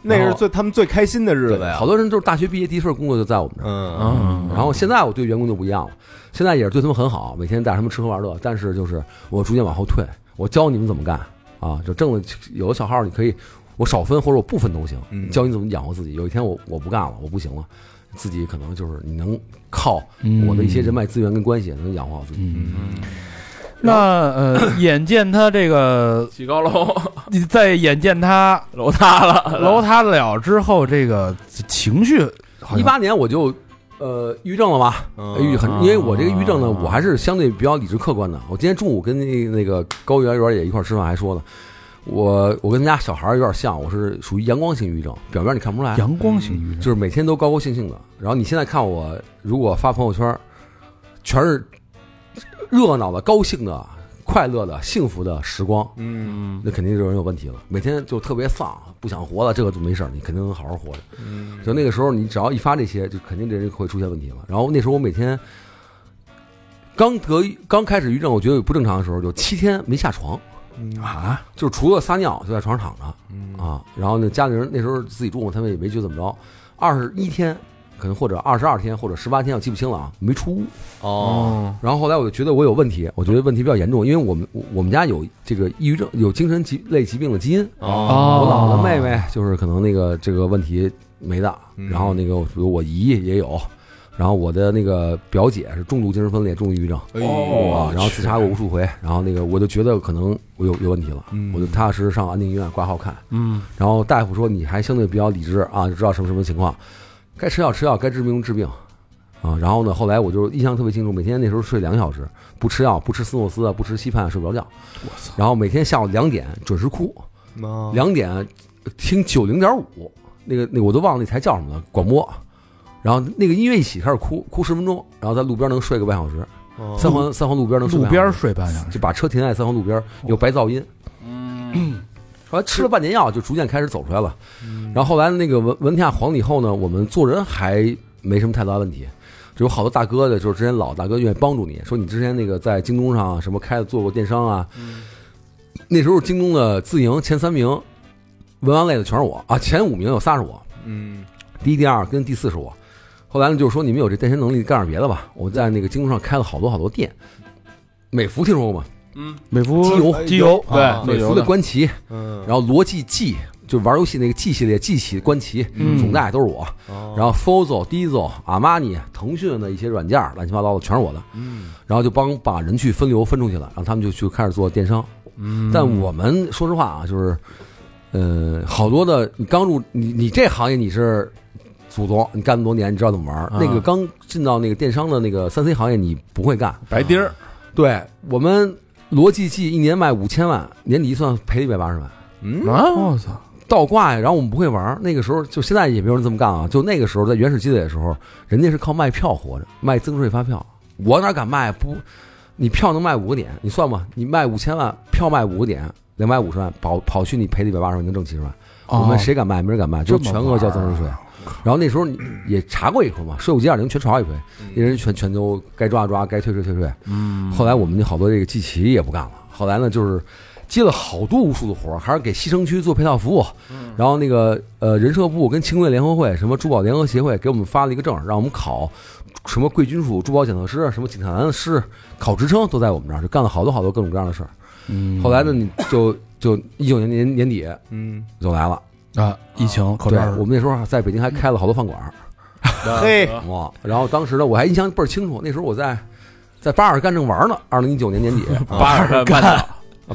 B: 那是最他们最开心的日子
D: 对
B: 呀
D: 好。多人就是大学毕业第一份工作就在我们这儿。
B: 嗯，
A: 嗯，
D: 然后现在我对员工就不一样了，现在也是对他们很好，每天带他们吃喝玩乐，但是就是我逐渐往后退，我教你们怎么干啊，就挣了有的小号你可以我少分或者我不分都行
B: 嗯，
D: 教你怎么养活自己。有一天我我不干了，我不行了，自己可能就是你能靠我的一些人脉资源跟关系能养活好自己。
A: 嗯，那呃， 眼见他这个，
C: 起高楼
A: 你再眼见他
C: 楼塌了，
A: 楼塌了之后，这个情绪好像
D: 一八年我就呃抑郁症了吧，抑哎郁很，因为我这个抑郁症呢，我还是相对比较理智客观的。我今天中午跟那那个高圆圆也一块儿吃饭，还说呢，我我跟咱家小孩儿有点像，我是属于阳光型抑郁症，表面你看不出来，
A: 阳光型郁
D: 就
A: 症，
D: 是每天都高高兴兴的。然后你现在看我，如果发朋友圈儿，全是热闹的、高兴的、快乐的、幸福的时光，
B: 嗯
D: 那肯定这人有问题了。每天就特别丧，不想活了，这个就没事儿，你肯定能好好活着。
B: 嗯，
D: 就那个时候，你只要一发这些，就肯定这人会出现问题了。然后那时候我每天刚得刚开始抑郁症，我觉得有不正常的时候，有七天没下床，
A: 啊，
D: 就是除了撒尿就在床上躺
B: 嗯
D: 着啊。然后呢，家里人那时候自己住嘛，他们也没觉得怎么着。二十一天，可能或者二十二天或者十八天，我记不清了啊，没出屋。
B: 哦，
D: 然后后来我就觉得我有问题，我觉得问题比较严重，因为我们我我们家有这个抑郁症，有精神疾类疾病的基因。
B: 哦，
D: 我姥姥妹妹就是可能那个这个问题没大，然后那个比如我姨也有，然后我的那个表姐是重度精神分裂、重度抑郁症，
B: 哎
C: 哦
D: 啊，然后自杀过无数回，然后那个我就觉得可能我有有问题了，
B: 嗯
D: 我就踏踏实实上安定医院挂号看，
A: 嗯，
D: 然后大夫说你还相对比较理智啊，就知道什么什么情况，该吃药吃药，该治病治病。啊，然后呢？后来我就印象特别清楚，每天那时候睡两个小时，不吃药，不吃斯诺司啊，不吃西泮，睡不着觉。
A: 我操，
D: 然后每天下午两点准时哭，
B: 哦
D: 两点啊听九零点五，那个那个我都忘了那台叫什么了，广播。然后那个音乐一起开始哭，哭十分钟，然后在路边能睡个半小时，
B: 哦
D: 三环三环路边能睡
A: 路
D: 半
A: 边
D: 小
A: 儿
D: 时
A: 睡半小时，
D: 就把车停在三环路边，有白噪音。 后来吃了半年药，就逐渐开始走出来了。然后后来那个文文天下黄了以后呢，我们做人还没什么太大问题。就有好多大哥的，就是之前老大哥愿意帮助你，说你之前那个在京东上啊什么开的做过电商啊，那时候京东的自营前三名，文玩类的全是我啊，前五名有仨是我，
B: 嗯
D: 第一、第二跟第四是我。后来呢，就是说你们有这电商能力，干点别的吧。我在那个京东上开了好多好多店，美孚听说过吗？
C: 嗯
A: 美孚
D: 机
B: 哎
D: 油
A: 机油，
B: 对
A: 啊
D: 美孚的观棋，
B: 嗯，
D: 然后罗技 G 就玩游戏那个 G 系列，G 系观棋
A: 嗯
D: 总代都是我。
B: 然
D: 然后 Fozo、Diesel、阿玛尼、腾讯的一些软件儿乱七八糟的全是我的，
B: 嗯
D: 然后就帮把人去分流分出去了，然后他们就去开始做电商。
B: 嗯
D: 但我们说实话啊，就是，呃，好多的你刚入你你这行业你是祖宗，你干那么多年，你知道怎么玩儿。
C: 啊
D: 那个刚进到那个电商的那个三 C 行业，你不会干。
C: 白丁儿，
D: 对我们罗技技一年卖五千万，年底一算赔一百八十万。
B: 嗯
A: 啊，我操，
D: 倒挂呀，然后我们不会玩儿。那个时候就现在也没有人这么干啊。就那个时候在原始积累的时候，人家是靠卖票活着，卖增税发票。我哪敢卖？不，你票能卖五个点，你算吧，你卖五千万，票卖五个点，两百五十万，跑跑去你赔了一百八十万，能挣七十万。我们谁敢卖？没人敢卖，就
A: 哦这么
D: 全额交增值税
A: 玩儿。
D: 然后那时候你也查过一回嘛，税务局二零全查过一回，
A: 嗯
D: 那人全全都该抓抓，该退税退税。
C: 嗯，
D: 后来我们那好多这个季旗也不干了，后来呢就是接了好多无数的活儿，还是给西城区做配套服务，
A: 嗯
D: 然后那个呃人社部跟青贵联合会、什么珠宝联合协会给我们发了一个证，让我们考什么贵金属珠宝检测师、什么检察师，考职称都在我们这儿，就干了好多好多各种各样的事儿。
A: 嗯
D: 后来呢，你就就一九年年年底
B: 嗯，
D: 就来了，
A: 啊，疫情口
D: 对
A: 罩儿，
D: 我们那时候在北京还开了好多饭馆儿，
B: 嘿，
A: 嗯
D: 哇！然后当时呢，我还印象
B: 嗯
D: 倍儿清楚，那时候我在在巴尔干正玩呢，二零一九年年底，
C: 八十万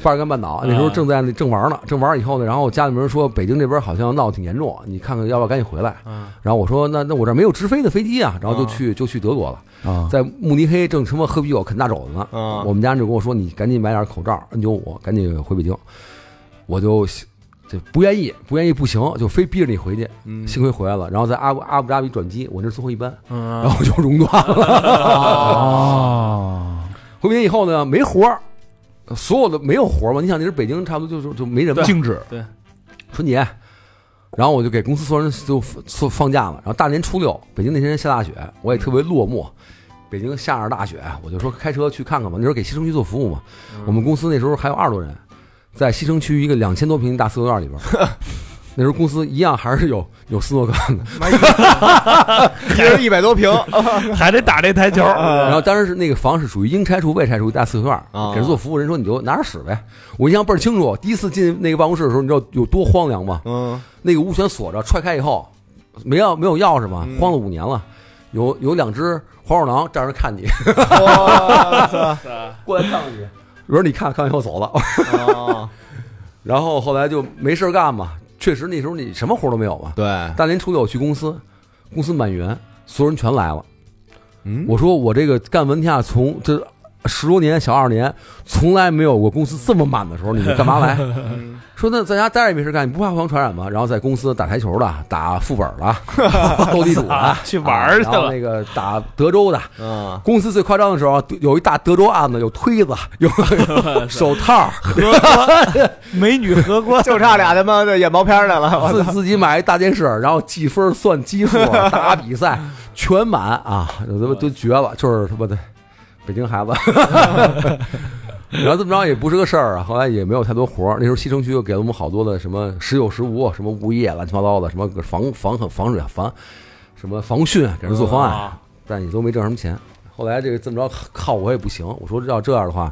D: 半干半倒。那时
A: 嗯
D: 候正在那正玩呢，正玩以后呢，然后家里面人说北京这边好像闹得挺严重，你看看要不要赶紧回来。
C: 嗯
D: 然后我说那那我这没有直飞的飞机啊，然
A: 嗯
D: 后就去就去德国了，
A: 啊，
D: 在慕尼黑正他妈喝啤酒啃大肘子呢。
B: 嗯
D: 我们家人就跟我说你赶紧买点口罩 N 9 5赶紧回北京。我就就不愿意，不愿意不行，就非逼着你回去。
C: 嗯
D: 幸亏回来了，然后在阿布阿布扎比转机，我那是最后一班，
C: 嗯
D: 然后就熔断了。
A: 哦，
D: 回民以后呢，没活儿，所有的没有活儿嘛。你想，那时候北京差不多就是就没人嘛，
A: 静止
D: 春节。然后我就给公司所有人就放放假了。然后大年初六，北京那天下大雪，我也特别落寞。北京下着大雪，我就说开车去看看吧。那时候给西城区做服务嘛，我们公司那时候还有二十多人，在西城区一个两千多平米大四合院里边儿。那时候公司一样还是有有斯诺克的，
B: 一人一百多平，
A: 还得打这台球，，
D: 然后当时是那个房是属于应拆除未拆除一大四合院
B: 啊
D: 儿，给人做服务人说你就拿点屎呗。我印象倍儿清楚，第一次进那个办公室的时候，你知道有多荒凉吗？
B: 嗯，
D: 那个屋全锁着，踹开以后没钥没有钥匙嘛，荒了五年了。有有两只黄鼠狼站着看你，
B: 我操，
D: 过来看看你。我说你看看完以后走了，
B: 哦
D: 然后后来就没事儿干嘛。确实那时候你什么活儿都没有嘛。
B: 对，
D: 大年初六去公司，公司满员，所有人全来了。
B: 嗯，
D: 我说我这个干文洽从这十多年小二十年，从来没有过公司这么满的时候，你们干嘛来？说那在家待着也没事干，你不怕互相传染吗？然后在公司打台球的，打副本的，斗地主的
A: 去玩儿去了
D: 啊然后那个打德州的。
B: 嗯，
D: 公司最夸张的时候，有一大德州案子，有推子， 有手套，
A: 美女荷官，
B: 就差俩他妈的演毛片儿来了， 我
D: 自自己买一大电视，然后计分算基数，打比赛全满啊，都都都绝了，就是他妈的北京孩子。 然后这么着也不是个事儿啊，后来也没有太多活儿。那时候西城区又给了我们好多的什么时有时无，什么物业乱七八糟的，什么个防防很防水防什么防汛，给人做方案，
C: 啊
D: 但也都没挣什么钱。后来这个这么着靠我也不行，我说要这样的话，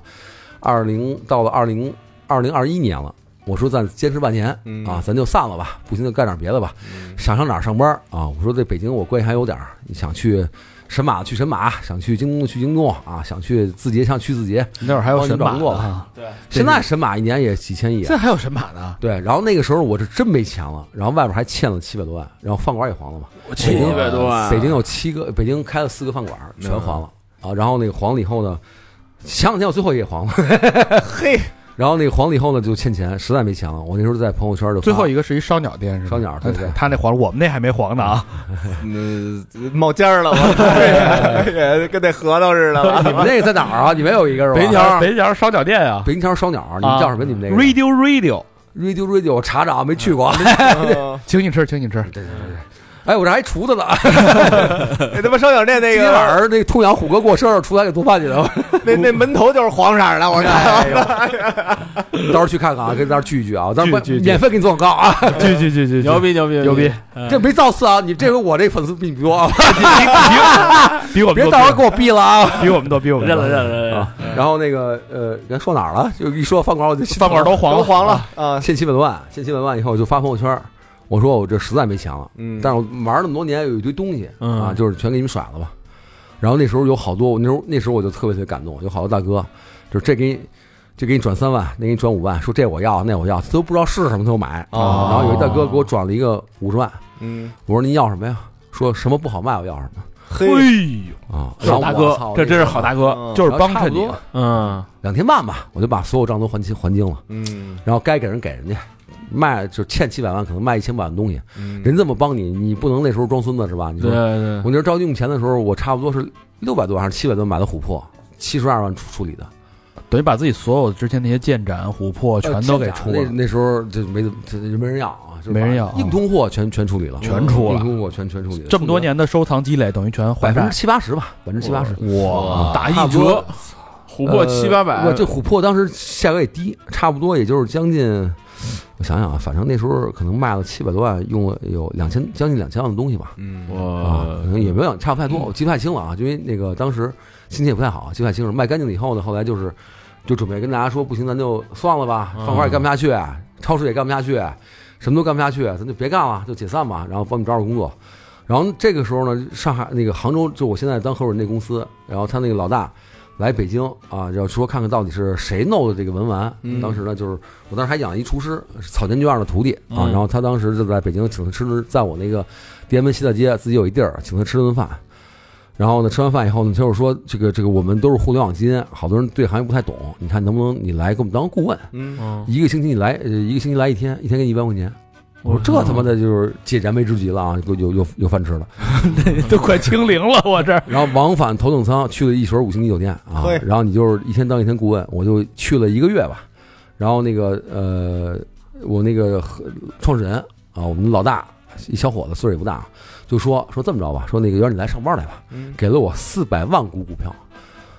D: 二零到了二零二零二一年了，我说咱坚持半年
B: 嗯
D: 啊，咱就散了吧，不行就干点别的吧。
C: 嗯
D: 想上哪儿上班啊？我说在北京我关系还有点儿，想去神马去神马，想去京东去京东啊，想去字节上去字节。
A: 那会儿还
D: 帮
A: 有
D: 哦你
A: 神
D: 找
A: 马
D: 工作
A: 呢
D: 吧
A: 啊
C: 对，
D: 现在神马一年也几千亿啊，
A: 这还有神马呢？
D: 对。然后那个时候我是真没钱了，然后外边还欠了七百多万，然后饭馆也黄了嘛。
C: 我七百多
B: 啊
C: 万，嗯
D: 北京有七个，北京开了四个饭馆全黄了啊。然后那个黄了以后呢，前两天我最后一个也黄了，
B: 嘿，
D: 然后那个黄了以后呢就欠钱，实在没钱了。我那时候在朋友圈就发
A: 最后一个是一烧鸟店是吧？
D: 烧鸟对对
A: 他他那黄了，我们那还没黄呢啊！
B: 嗯冒尖儿了， 我跟那核桃似的
D: 你
B: 了，
D: 们那个在哪儿啊？你们有一个是吧？
C: 北
D: 哎
C: 京桥
A: 北角烧鸟店啊
D: 北京桥烧鸟，你们叫什么？你们那个
A: ，Radio Radio，
D: Radio Radio 我查查啊，没去过。
B: 嗯
A: 请你吃，请你吃。
D: 哎，我这还厨子呢，
B: 那哎他妈烧鸟店那
D: 今天
B: 个
D: 晚上那通阳虎哥过生日，厨子还给做饭去了，
B: 那那门头就是黄色儿的，我
D: 哎
B: 看，
D: 到时候去看看啊，跟咱聚一聚啊，咱们
A: 聚一聚
D: 免费给你做广告啊，
A: 去去去去，
C: 牛逼牛逼
A: 牛逼！
C: 嗯
D: 这没造次啊，你这回我这粉丝比你多啊，
A: 比我们
D: 别
A: 多
D: 到时候给我毙了啊。
A: 比我们多，比我们多
C: 认了认。了认
D: 啊
C: 了，
D: 然后那个呃，刚说哪儿了？就一说饭馆，我就
A: 饭馆都黄
B: 都
A: 了，
B: 黄了啊，
D: 欠七百多万，欠七百万以后我就发朋友圈，我说我这实在没钱了，
B: 嗯
D: 但是我玩了那么多年，有一堆东西
C: 嗯
D: 啊，就是全给你们甩了吧。然后那时候有好多，我那时候那时候我就特别特别感动，有好多大哥，就是这给你这给你转三万，那给你转五万，说这我要那我要，都不知道是什么都买。
B: 哦
D: 然后有一大哥给我转了一个五十万，
B: 嗯，
D: 我说您要什么呀？说什么不好卖，我要什么
B: 嘿
A: 哎，呦，
D: 啊？然
C: 好
D: 后
C: 大
D: 我操
C: 哥，这真是好。
D: 哥
C: 大哥，
A: 就是帮
D: 差
A: 衬
D: 不
A: 你啊
D: 多，
C: 嗯，
D: 两天半吧，我就把所有账都还清还清了，
B: 嗯
D: 然后该给人给人家，卖就欠七百万，可能卖一千百万东西，
B: 嗯
D: 人这么帮你，你不能那时候装孙子是吧？你
C: 对
D: 说
C: 对
D: 我那时候着急用钱的时候，我差不多是六百多还是七百多买的琥珀，七十二万处处理的，
A: 等于把自己所有之前那些剑斩、琥
D: 呃
A: 珀全都给出
D: 那
A: 了，
D: 那时候就没这就没人要啊，就是
A: 没人要啊
D: 把硬通货全全处理了，
A: 全出
D: 硬
A: 了。
D: 通货全全处理了，
A: 这么多年的收藏积累，等于全
D: 百
A: 还
D: 分
A: 债
D: 之。七八十吧，百分之七八十。
A: 哇，
C: 打一
D: 差不多
C: 折，琥珀
D: 呃
C: 七八百
D: 我，这琥珀当时价格也低，差不多也就是将近，我想想啊，反正那时候可能卖了七百多万，用了有两千将近两千万的东西吧。
B: 嗯，
D: 啊
C: 我，
D: 可能也没有差
C: 嗯
D: 不太多，我记不太清了啊，因为那个当时心情也不太好，记不太清楚。卖干净了以后呢，后来就是就准备跟大家说，不行，咱就算了吧，
C: 嗯
D: 饭馆也干不下去，超市也干不下去，什么都干不下去，咱就别干了，就解散吧。然后帮你找找工作。然后这个时候呢，上海那个杭州，就我现在当合伙人那公司，然后他那个老大来北京啊，要说看看到底是谁弄的这个文玩。
C: 嗯
D: 当时呢，就是我当时还养了一厨师，是草间卷二的徒弟啊，
C: 嗯
D: 然后他当时就在北京请他吃，在我那个天安门西大街自己有一地儿，请他吃顿饭。然后呢，吃完饭以后呢，他就是说这个这个我们都是互联网基因，好多人对行业不太懂，你看能不能你来给我们当顾问？
C: 嗯，
A: 嗯，
D: 一个星期你来，呃一个星期来一天，一天给你一万块钱。我说这他妈的就是解燃眉之急了啊，有有有有饭吃了。
A: 都快清零了，我这
D: 然后往返头等舱去了一水五星级酒店 啊
B: 嘿，
D: 然后你就是一天当一天顾问，我就去了一个月吧。然后那个呃，我那个和创始人啊，我们老大一小伙子岁数也不大，就说说这么着吧，说那个原你来上班来吧，
B: 嗯
D: 给了我四百万股股票。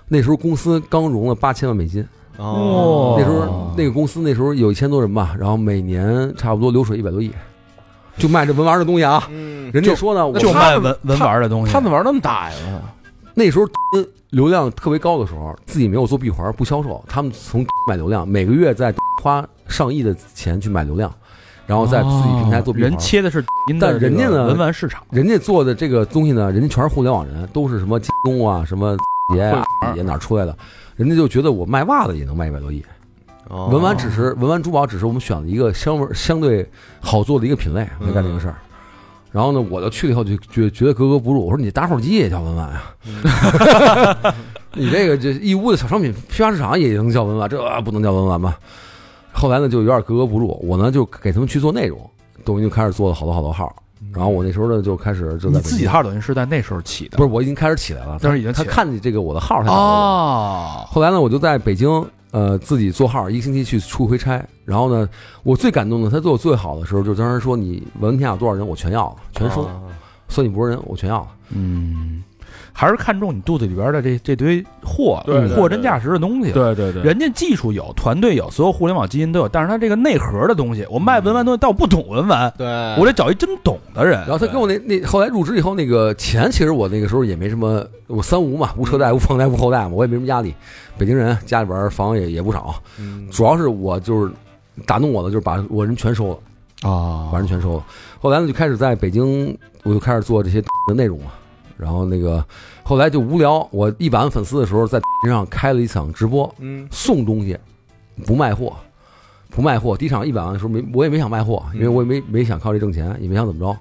D: 那时候公司刚融了八千万美金，
A: 哦
D: 那时候那个公司那时候有一千多人吧，然后每年差不多流水一百多亿，就卖这文玩的东西啊。
B: 嗯
D: 人家说呢，我
A: 就
C: 他
A: 卖
C: 们
A: 文文
C: 他
A: 玩的东西，啊
C: 他怎么玩那么大呀？
D: 那时候流量特别高的时候，自己没有做闭环不销售，他们从买流量，每个月在花上亿的钱去买流量，然后在自己平台做闭环。
A: 哦人切的是您
D: 但
A: 的
D: 人家
A: 这个
D: 呢
A: 文玩市场，
D: 人家做的这个东西呢，人家全是互联网人，都是什么京东啊、什么杰啊、
C: 会
D: 也哪儿出来的，人家就觉得我卖袜子也能卖一百多亿。
A: 哦
B: 哦
D: 文玩只是文玩珠宝，只是我们选了一个相味相对好做的一个品类
A: 嗯
D: 来干这个事儿。然后呢，我就去了以后就觉觉得格格不入，我说你打火机也叫文玩 啊？你这个这义乌的小商品批发市场也能叫文玩，这不能叫文玩吧？后来呢，就有点格格不入，我呢就给他们去做内容，抖音就开始做了好多好多号。然后我那时候呢就开始
A: 嗯
D: 就
A: 你
D: 在
A: 自己
D: 北
A: 号等于是在那时候起
D: 京
A: 的，
D: 不是我已经开始起来了，
A: 当时已经
D: 他
A: 起
D: 看见这个我的号儿，他
A: 了
D: 打了我
A: 哦，
D: 后来呢，我就在北京，呃，自己做号，一个星期去出一回差。然后呢，我最感动的，他对我最好的时候，就当时说：“你文天下有多少人，我全要了，全
B: 啊
D: 收。
B: 哦
D: 算你不是人，我全要了。
A: 嗯，还是看重你肚子里边的这这堆货嗯
C: 对对对
A: 货真价实的东西，
C: 对对对
A: 人家技术有，团队有，所有互联网基因都有，但是他这个内核的东西，我卖文玩东西，但我不懂文玩，
B: 对，
A: 我得找一真懂的人
D: 然。后他跟我那那后来入职以后，那个钱其实我那个时候也没什么，我三无嘛，无车贷、无房贷、无后贷嘛，我也没什么压力。北京人家里边房也也不少，
B: 嗯
D: 主要是我就是打动我的，就是把我人全收了。
A: 啊
B: 哦
D: 把人全收了。后来呢，就开始在北京，我就开始做这些的内容嘛。然后那个后来就无聊，我一百万粉丝的时候，在上开了一场直播，
B: 嗯
D: 送东西，不卖货，不卖货。第一场一百万的时候没，我也没想卖货，因为我也没没想靠这挣钱，也没想怎么着。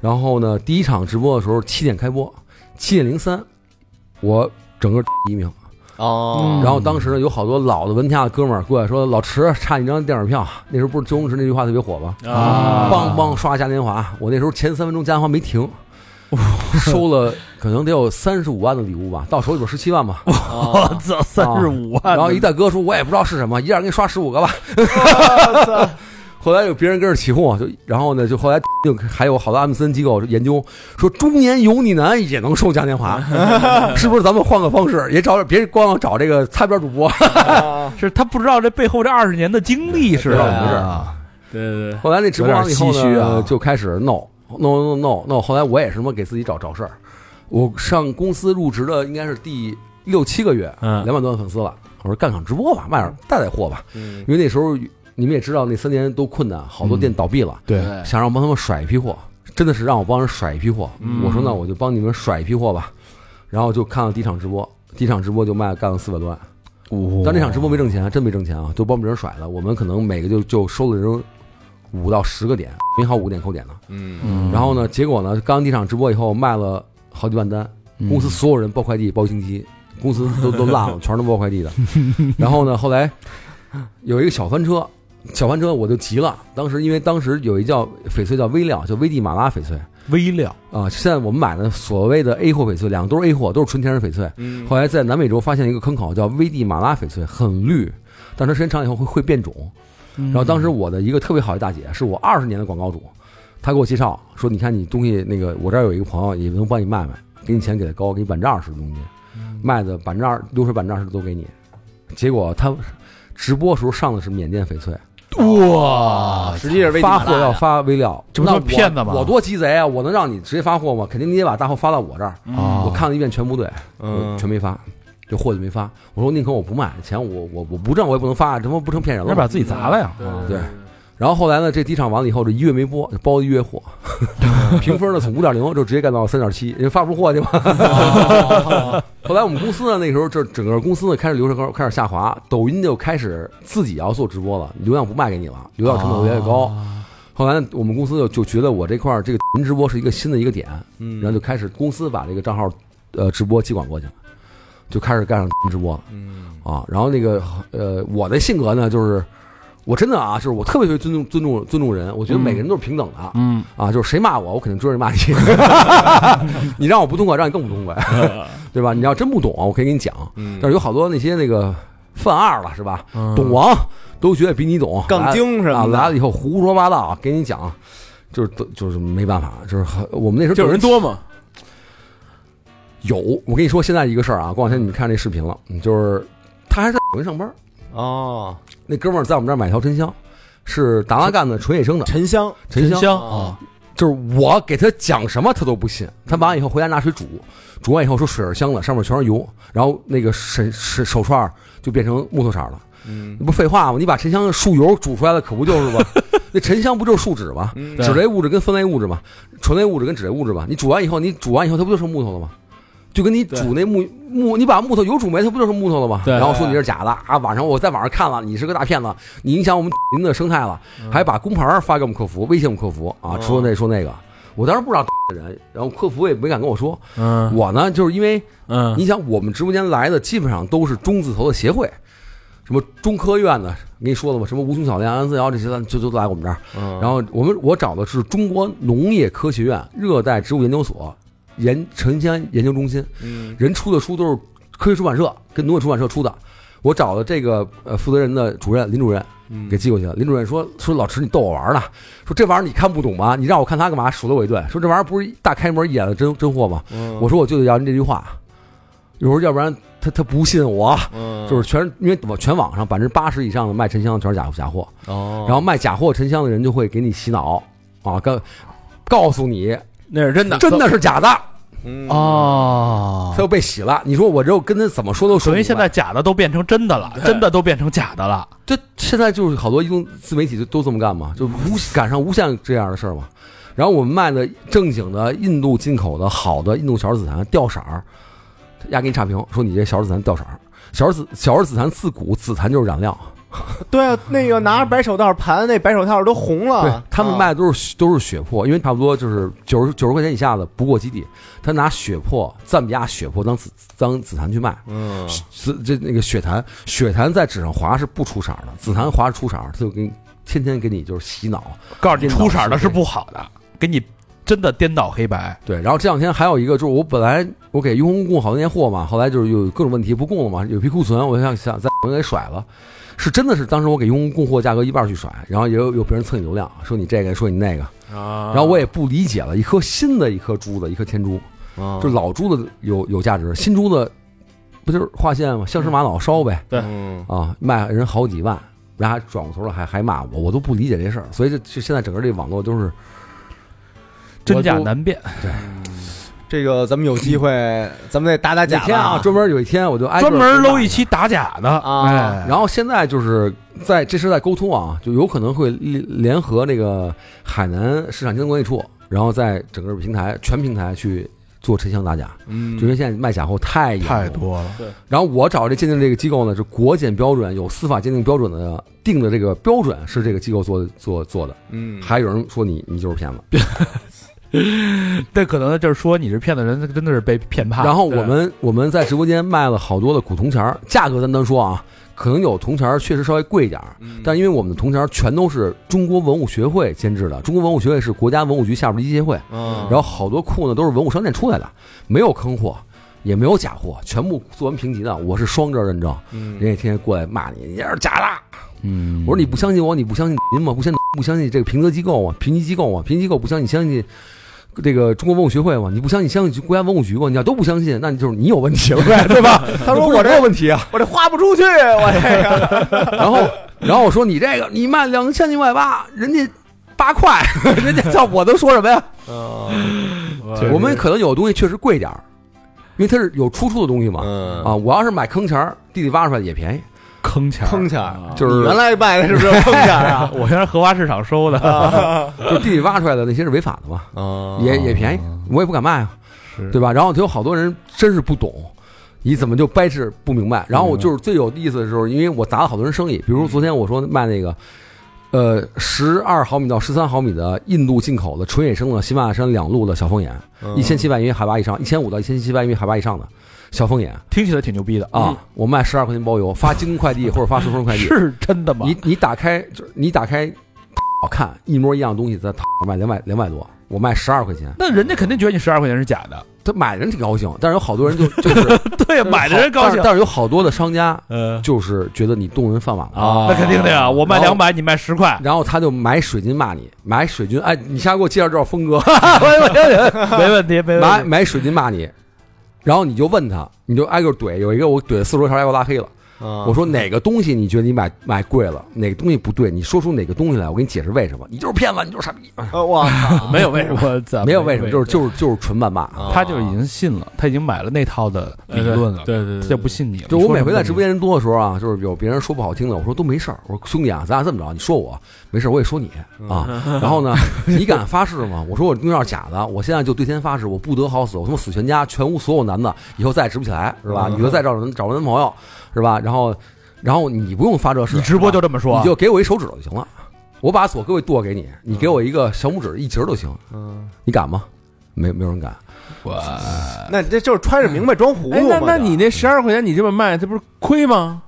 D: 然后呢，第一场直播的时候七点开播，七点零三，我整个第一名。
B: 哦
A: 嗯
D: 然后当时呢，有好多老的文天下的哥们儿过来说：“老池差你张电影票。”那时候不是周星驰那句话特别火吗？
A: 啊
D: 梆梆刷嘉年华，我那时候前三分钟嘉年华没停，收了可能得有三十五万的礼物吧，到手里边十七万吧。
A: 我操，三十五万！
D: 然后一大哥说，我也不知道是什么，一下给你刷十五个吧。 后来有别人跟着起哄，就然后呢，就后来 就还有好多阿姆森机构研究说，中年油腻男也能收嘉年华，是不是？咱们换个方式，也找点别光要找这个擦边主播。
B: 啊
A: 是他不知道这背后这二十年的经历是
D: 对
A: 怎
D: 啊
A: 么回事儿。
C: 对对
D: 后来那直播完了以后
A: 有点唏嘘
D: 呢，
A: 啊
D: 就开始闹闹闹闹闹。后来我也是他妈给自己找找事儿。我上公司入职的应该是第六七个月，
C: 嗯
D: 两百多万粉丝了。我说干场直播吧，卖点带带货吧，
B: 嗯
D: 因为那时候你们也知道那三年都困难，好多
A: 嗯
D: 店倒闭了，
A: 对
D: 想让我帮他们甩一批货，真的是让我帮人甩一批货。
C: 嗯
D: 我说那我就帮你们甩一批货吧，然后就看了第一场直播，第一场直播就卖干了四百多万。但那场直播没
A: 哦
D: 挣钱，真没挣钱啊，都帮别人甩了。我们可能每个就就收了人五到十个点，没好五个点扣点呢。
B: 嗯
A: 嗯
D: 然后呢，结果呢，刚第一场直播以后卖了好几万单，
A: 嗯
D: 公司所有人包快递包一星期，公司都都烂了，全是包快递的。然后呢，后来有一个小翻车，小翻车我就急了。当时因为当时有一叫翡翠叫微料，叫危地马拉翡翠
A: 微料
D: 啊，现在我们买的所谓的 A 货翡翠，两个都是 A 货，都是纯天然翡翠。
B: 嗯
D: 后来在南美洲发现一个坑口，叫危地马拉翡翠，很绿，但它时间长以后会会变种。然后当时我的一个特别好的大姐，是我二十年的广告主，她给我介绍说，你看你东西那个，我这儿有一个朋友也能帮你卖卖，给你钱给的高，给你百分之二十的东西，卖的百分之二流水百分之二十都给你。结果她直播时候上的是缅甸翡翠，
A: 哇，
B: 实际是为
D: 发货要发微料，
A: 这不
D: 那
A: 都
D: 我
A: 是骗子吗
D: 我多鸡贼啊！我能让你直接发货吗？肯定你也把大货发到我这儿。
A: 啊
D: 我看了一遍全不对，
B: 嗯
D: 我全没发，这货就没发。我说宁可我不卖，钱我我我不挣，我也不能发，这不不成骗人
A: 那
D: 了
A: 把
D: 吗？
A: 自己砸了呀！
D: 啊对，然后后来呢，这第一场完了以后，这一月没播，就包一月货， 评分呢从五点零就直接干到三点七，因为发不出货去嘛。 后来我们公司呢，那时候这整个公司呢开始流程开始下滑，抖音就开始自己要做直播了，流量不卖给你了，流量成本越来越高。后来呢，我们公司就就觉得我这块儿这个云直播是一个新的一个点，
C: 嗯
D: 然后就开始公司把这个账号呃直播接管过去了，就开始干上直播了。
C: 嗯
D: 啊，然后那个呃，我的性格呢，就是我真的啊，就是我特别特别尊重尊重尊重人，我觉得每个人都是平等的、
A: 嗯，
D: 啊，就是谁骂我，我肯定追着骂你，你让我不痛快，让你更不痛快， 对吧？你要真不懂啊，我可以给你讲，
C: 嗯
D: 但是有好多那些那个犯二了是吧？
C: 嗯
D: 懂王都觉得比你懂，
B: 杠精什
D: 来啊，
B: 么的，
D: 来了以后胡说八道啊，给你讲。就是都就是没办法，就是很我们那时候
C: 就是人多嘛，
D: 有，我跟你说现在一个事儿啊，过两天你看这视频了，嗯就是他还在抖音上班，
B: 哦，
D: 那哥们儿在我们这儿买条沉香，是达拉干的纯野生的
B: 沉香
D: 沉香，
A: 香
B: 啊，
D: 就是我给他讲什么他都不信，他完了以后回家拿水煮，煮完以后说水是香的，上面全是油，然后那个手手手串儿就变成木头色儿了，
C: 嗯
D: 那不废话吗？你把沉香的树油煮出来了，可不就是吗？ 那沉香不就是树脂吗？
C: 嗯
D: 脂类物质跟酚类物质嘛，醇类物质跟脂类物质嘛，你煮完以后，你煮完以后它不就成木头了吗？就跟你煮那木木，你把木头油煮没，它不就是木头了吗？
C: 对
D: 然后说你是假的啊！晚上我在网上看了，你是个大骗子，你影响我们您的生态了，
C: 嗯
D: 还把工牌儿发给我们客服，威胁我们客服啊，说那说那个，我当时不知道的人，然后客服也没敢跟我说。
C: 嗯
D: 我呢，就是因为
C: 嗯
D: 你想，我们直播间来的基本上都是中字头的协会，什么中科院的，跟你说了嘛，什么无穷小量、安四幺这些的，就就来我们这儿。
B: 然
D: 嗯然后我们我找的是中国农业科学院热带植物研究所研城乡研究中心，人出的书都是科学出版社跟农业出版社出的。我找的这个呃负责人的主任林主任
C: 嗯
D: 给寄过去了。林主任说说老池你逗我玩呢，说这玩意儿你看不懂吗？你让我看它干嘛？数了我一顿，说这玩意儿不是大开门演的真真货吗？
B: 后
D: 我说我就得要您这句话，有时候要不然他他不信我，
B: 我
D: 就是全因为我全网上百分之八十以上的卖沉香的全是假假货。
B: 哦，
D: 然后卖假货沉香的人就会给你洗脑啊，告告诉你
C: 那是真的，
D: 真的是假的，
B: 嗯
A: 哦
D: 他，又被洗了。你说我这跟他怎么说都说
A: 等
D: 不
A: 于
D: 明白
A: 现在假的都变成真的了，真的都变成假的了。
D: 这现在就是好多移动自媒体就都这么干嘛，就无赶上无限这样的事儿嘛。然后我们卖的正经的印度进口的好的印度小儿紫檀掉色儿，压给你差评，说你这小儿紫檀掉色儿。小儿紫小儿紫檀自古紫檀就是染料，
B: 对啊，那个拿着白手套盘，那白手套都红
D: 对
B: 了。啊
D: 他们卖的都是血都是血珀，因为差不多就是九十九十块钱以下的不过基地，他拿血珀赞比亚血珀当紫当紫檀去
C: 啊
D: 卖，
B: 嗯
D: 紫这那个血檀血檀在纸上划是不出色儿的，紫檀划是出色儿，他就给你天天给你就是洗脑，
A: 告诉你，出色的是不好的，给你真的颠倒黑白。
D: 对，然后这两天还有一个，就是我本来我给雍红供好多年货嘛，后来就是有各种问题不供了嘛，有批库存，我想想再我给甩了，是真的是当时我给雍红供货价格一半去甩，然后也有有别人蹭你流量，说你这个说你那个，
C: 啊
D: 然后我也不理解了，一颗新的一颗珠子，一颗天珠，
B: 嗯
D: 就老珠子有有价值，新珠子不就是划线吗？香石玛瑙烧呗，
C: 对
B: 嗯
D: 啊，卖人好几万，然后还转过头来还还骂我，我都不理解这事儿，所以这这现在整个这网络都是
A: 真假
D: 我就
A: 难辨，
B: 这个咱们有机会，咱们得打打
D: 哪
B: 假
D: 天啊，
B: 吧
D: 专门有一天我就挨个
A: 专门
D: 骂
A: 搂一期打假的
B: 啊
A: 哎，
D: 然后现在就是在这是在沟通啊，就有可能会联联合那个海南市场监督管理处，然后在整个平台全平台去做沉香打假，就因
C: 嗯
D: 为现在卖假货太严重
A: 太。
D: 了
A: 多了。
D: 然后我找这鉴定这个机构呢，是国检标准有司法鉴定标准的定的这个标准是这个机构做做做的，
B: 嗯，
D: 还有人说你你就是骗子。
A: 但可能就是说你是骗子人，真的是被骗怕。
D: 然
A: 后
D: 后我们我们在直播间卖了好多的古铜钱儿，价格咱单说啊，可能有铜钱儿确实稍微贵一点儿，
B: 嗯
D: 但因为我们的铜钱儿全都是中国文物学会监制的，中国文物学会是国家文物局下边的一级协会，
B: 嗯
D: 然后好多库呢都是文物商店出来的，没有坑货，也没有假货，全部做完评级的。我是双证认证，
B: 嗯
D: 人家天天过来骂你，你这是假的。
A: 嗯
D: 我说你不相信我，你不相信您吗？不相信不相信这个评级机构吗？评级机构吗？啊评级机构不相信，相信这个中国文物学会吗？你不相信，相信国家文物局吗？你要都不相信，那你就是你有问题了 呗，对吧？
B: 他说我
D: 没有
B: 这
D: 问题啊。
B: 我这花不出去，我这个
D: 然后然后我说你这个你卖两千九百八，人家八块， 人家叫我能说什 么呀？
B: 哦
A: 对
D: 我们可能有东西确实贵点儿，因为它是有出处的东西嘛。
B: 嗯
D: 啊，我要是买坑钱儿，弟弟挖出来也便宜。
A: 坑钱儿，
B: 坑钱儿，
C: 啊
D: 就是
B: 你原来卖的是不是坑钱儿啊
A: ？我原来荷花市场收的，
D: 就地里挖出来的那些是违法的嘛，
B: 啊
D: 也也便宜，我也不敢卖啊，
A: 是
D: 对吧？然后就有好多人真是不懂，你怎么就掰扯不明白？然后我就是最有意思的时候，因为我砸了好多人生意，比如昨天我说卖那个。呃，十二毫米到十三毫米的印度进口的纯野生的喜马拉雅山两路的小凤眼，
B: 嗯
D: 一千七百米海拔以上，一千五到一千七百米海拔以上的小凤眼
A: 听起来挺牛逼的
D: 啊，我卖十二块钱包邮，发京东快递或者发顺丰快递。
A: 是真的吗？
D: 你你打开就是你打开，好看一模一样的东西在淘宝卖两百两百多，我卖十二块钱，
A: 那人家肯定觉得你十二块钱是假的，
D: 他买的人挺高兴，但是有好多人就就是
A: 对，买的人高兴
D: 但是，但是有好多的商家
A: 嗯，
D: 就是觉得你动人饭碗
B: 啊
D: 了。
A: 那肯定的呀，我卖
D: 然后
A: 两百，你卖十块，
D: 然后他就买水军骂你，买水军，哎，你下给我介绍介绍峰哥，
A: 没问题，没
D: 买
A: 问题，
D: 买水军骂你，然后你就问他，你就挨个怼，有一个我怼四十多条，还给我拉黑了。我
B: 我
D: 说哪个东西你觉得你买买贵了，哪个东西不对，你说出哪个东西来，我给你解释为什么。你就是骗子，你就是傻逼，
B: 说呃我 靠，
C: 没有呃为什么，
A: 我操，
D: 没有为什么，就是
A: 是，
D: 就是就是纯谩骂。
B: 啊
A: 他就已经信了，他已经买了那套的理论了，
C: 对对对，
A: 他
C: 对
A: 就不。信你了。
D: 就我每回在直播
A: 间，
D: 间人多的时候啊，就是有别人说不好听的，我说都没事儿，我说兄弟啊，咱俩这么着，你说我没事儿，我也说你啊。然后呢，你敢发誓吗？我说我那要是假的，我现在就对天发誓，我不得好死，我他妈死全家，全屋所有男的，以后再也直不起来，是吧？
B: 嗯
D: 以后再找人找男朋友，是吧？然后，然后你不用发这誓，
A: 你直播
D: 是吧
A: 就这么说，
D: 你就给我一手指头就行了，我把左胳膊剁给你，你给我一个小拇指一截儿就行，
B: 嗯，
D: 你敢吗？没没有人敢，
A: 我
B: 那这就是揣着明白装糊
C: 哎，
B: 涂
C: 那
B: 嘛。
C: 那
B: 就
C: 你那十二块钱你这么卖，这不是亏吗？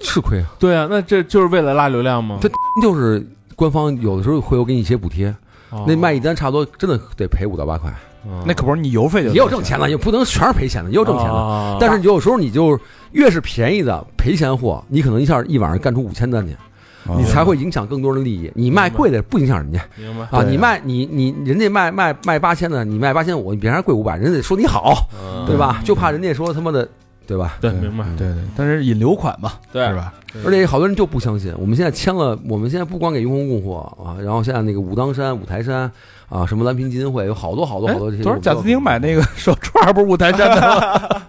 D: 吃亏啊！
C: 对啊，那这就是为了拉流量吗？
D: 这就是官方有的时候会有给你一些补贴，
C: 哦
D: 那卖一单差不多真的得赔五到八块，
A: 那可不是你邮费就
D: 也有挣钱的，也不能全是赔钱的，也有挣钱
A: 哦
D: 的。
C: 的
D: 但是有时候你就越是便宜的赔钱货，你可能一下一晚上干出五千单去，你才会影响更多人的利益。你卖贵的不影响人家
C: 明白
D: 啊，
A: 对
D: 你卖你你人家卖卖卖八千的，你卖八千五，你别让人贵五百，人家得说你好，
B: 嗯
D: 对吧？就怕人家说他妈的，对吧？
C: 对，明白，
A: 嗯对对，但是引流款嘛，
C: 对
A: 是？吧？
D: 而且好多人就不相信，我们现在签了，我们现在不光给雍和供货啊，然后现在那个武当山、五台山啊，什么蓝屏基金会，有好多好多好多这些。
A: 哎昨儿贾斯汀买那个手串儿不是五台山的 吗？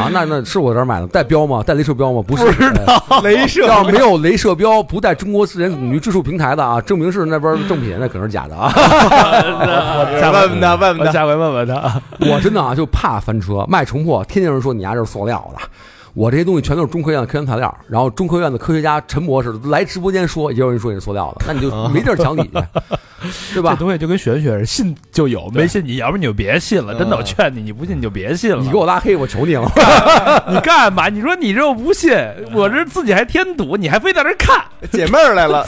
D: 啊，那那是我这儿买的，带标吗？带镭射标吗？不是，不知道。
B: 镭射
D: 要没有镭射标，不带中国私人恐惧追溯平台的啊，证明是那边正品，那可能是假的啊。
A: 下回
B: 问问他，
A: 我
B: 问问他，
A: 下回问问他。
D: 我真的啊，就怕翻车，卖重货，天天有人说你家这是塑料的。我这些东西全都是中科院的科研材料，然后中科院的科学家陈博士来直播间说，也有人说你是塑料的，那你就没地儿讲理去， 对吧
A: 这？东西就跟玄学似的，信就有，没信你，要不然你就别信了。真的，
B: 嗯
A: 我劝你，你不信你就别信了。
D: 你给我拉黑，我求你了。
A: 你干嘛？你说你这又不信，
D: 嗯
A: 我这自己还添堵，你还非在这儿看，
B: 姐妹儿来了，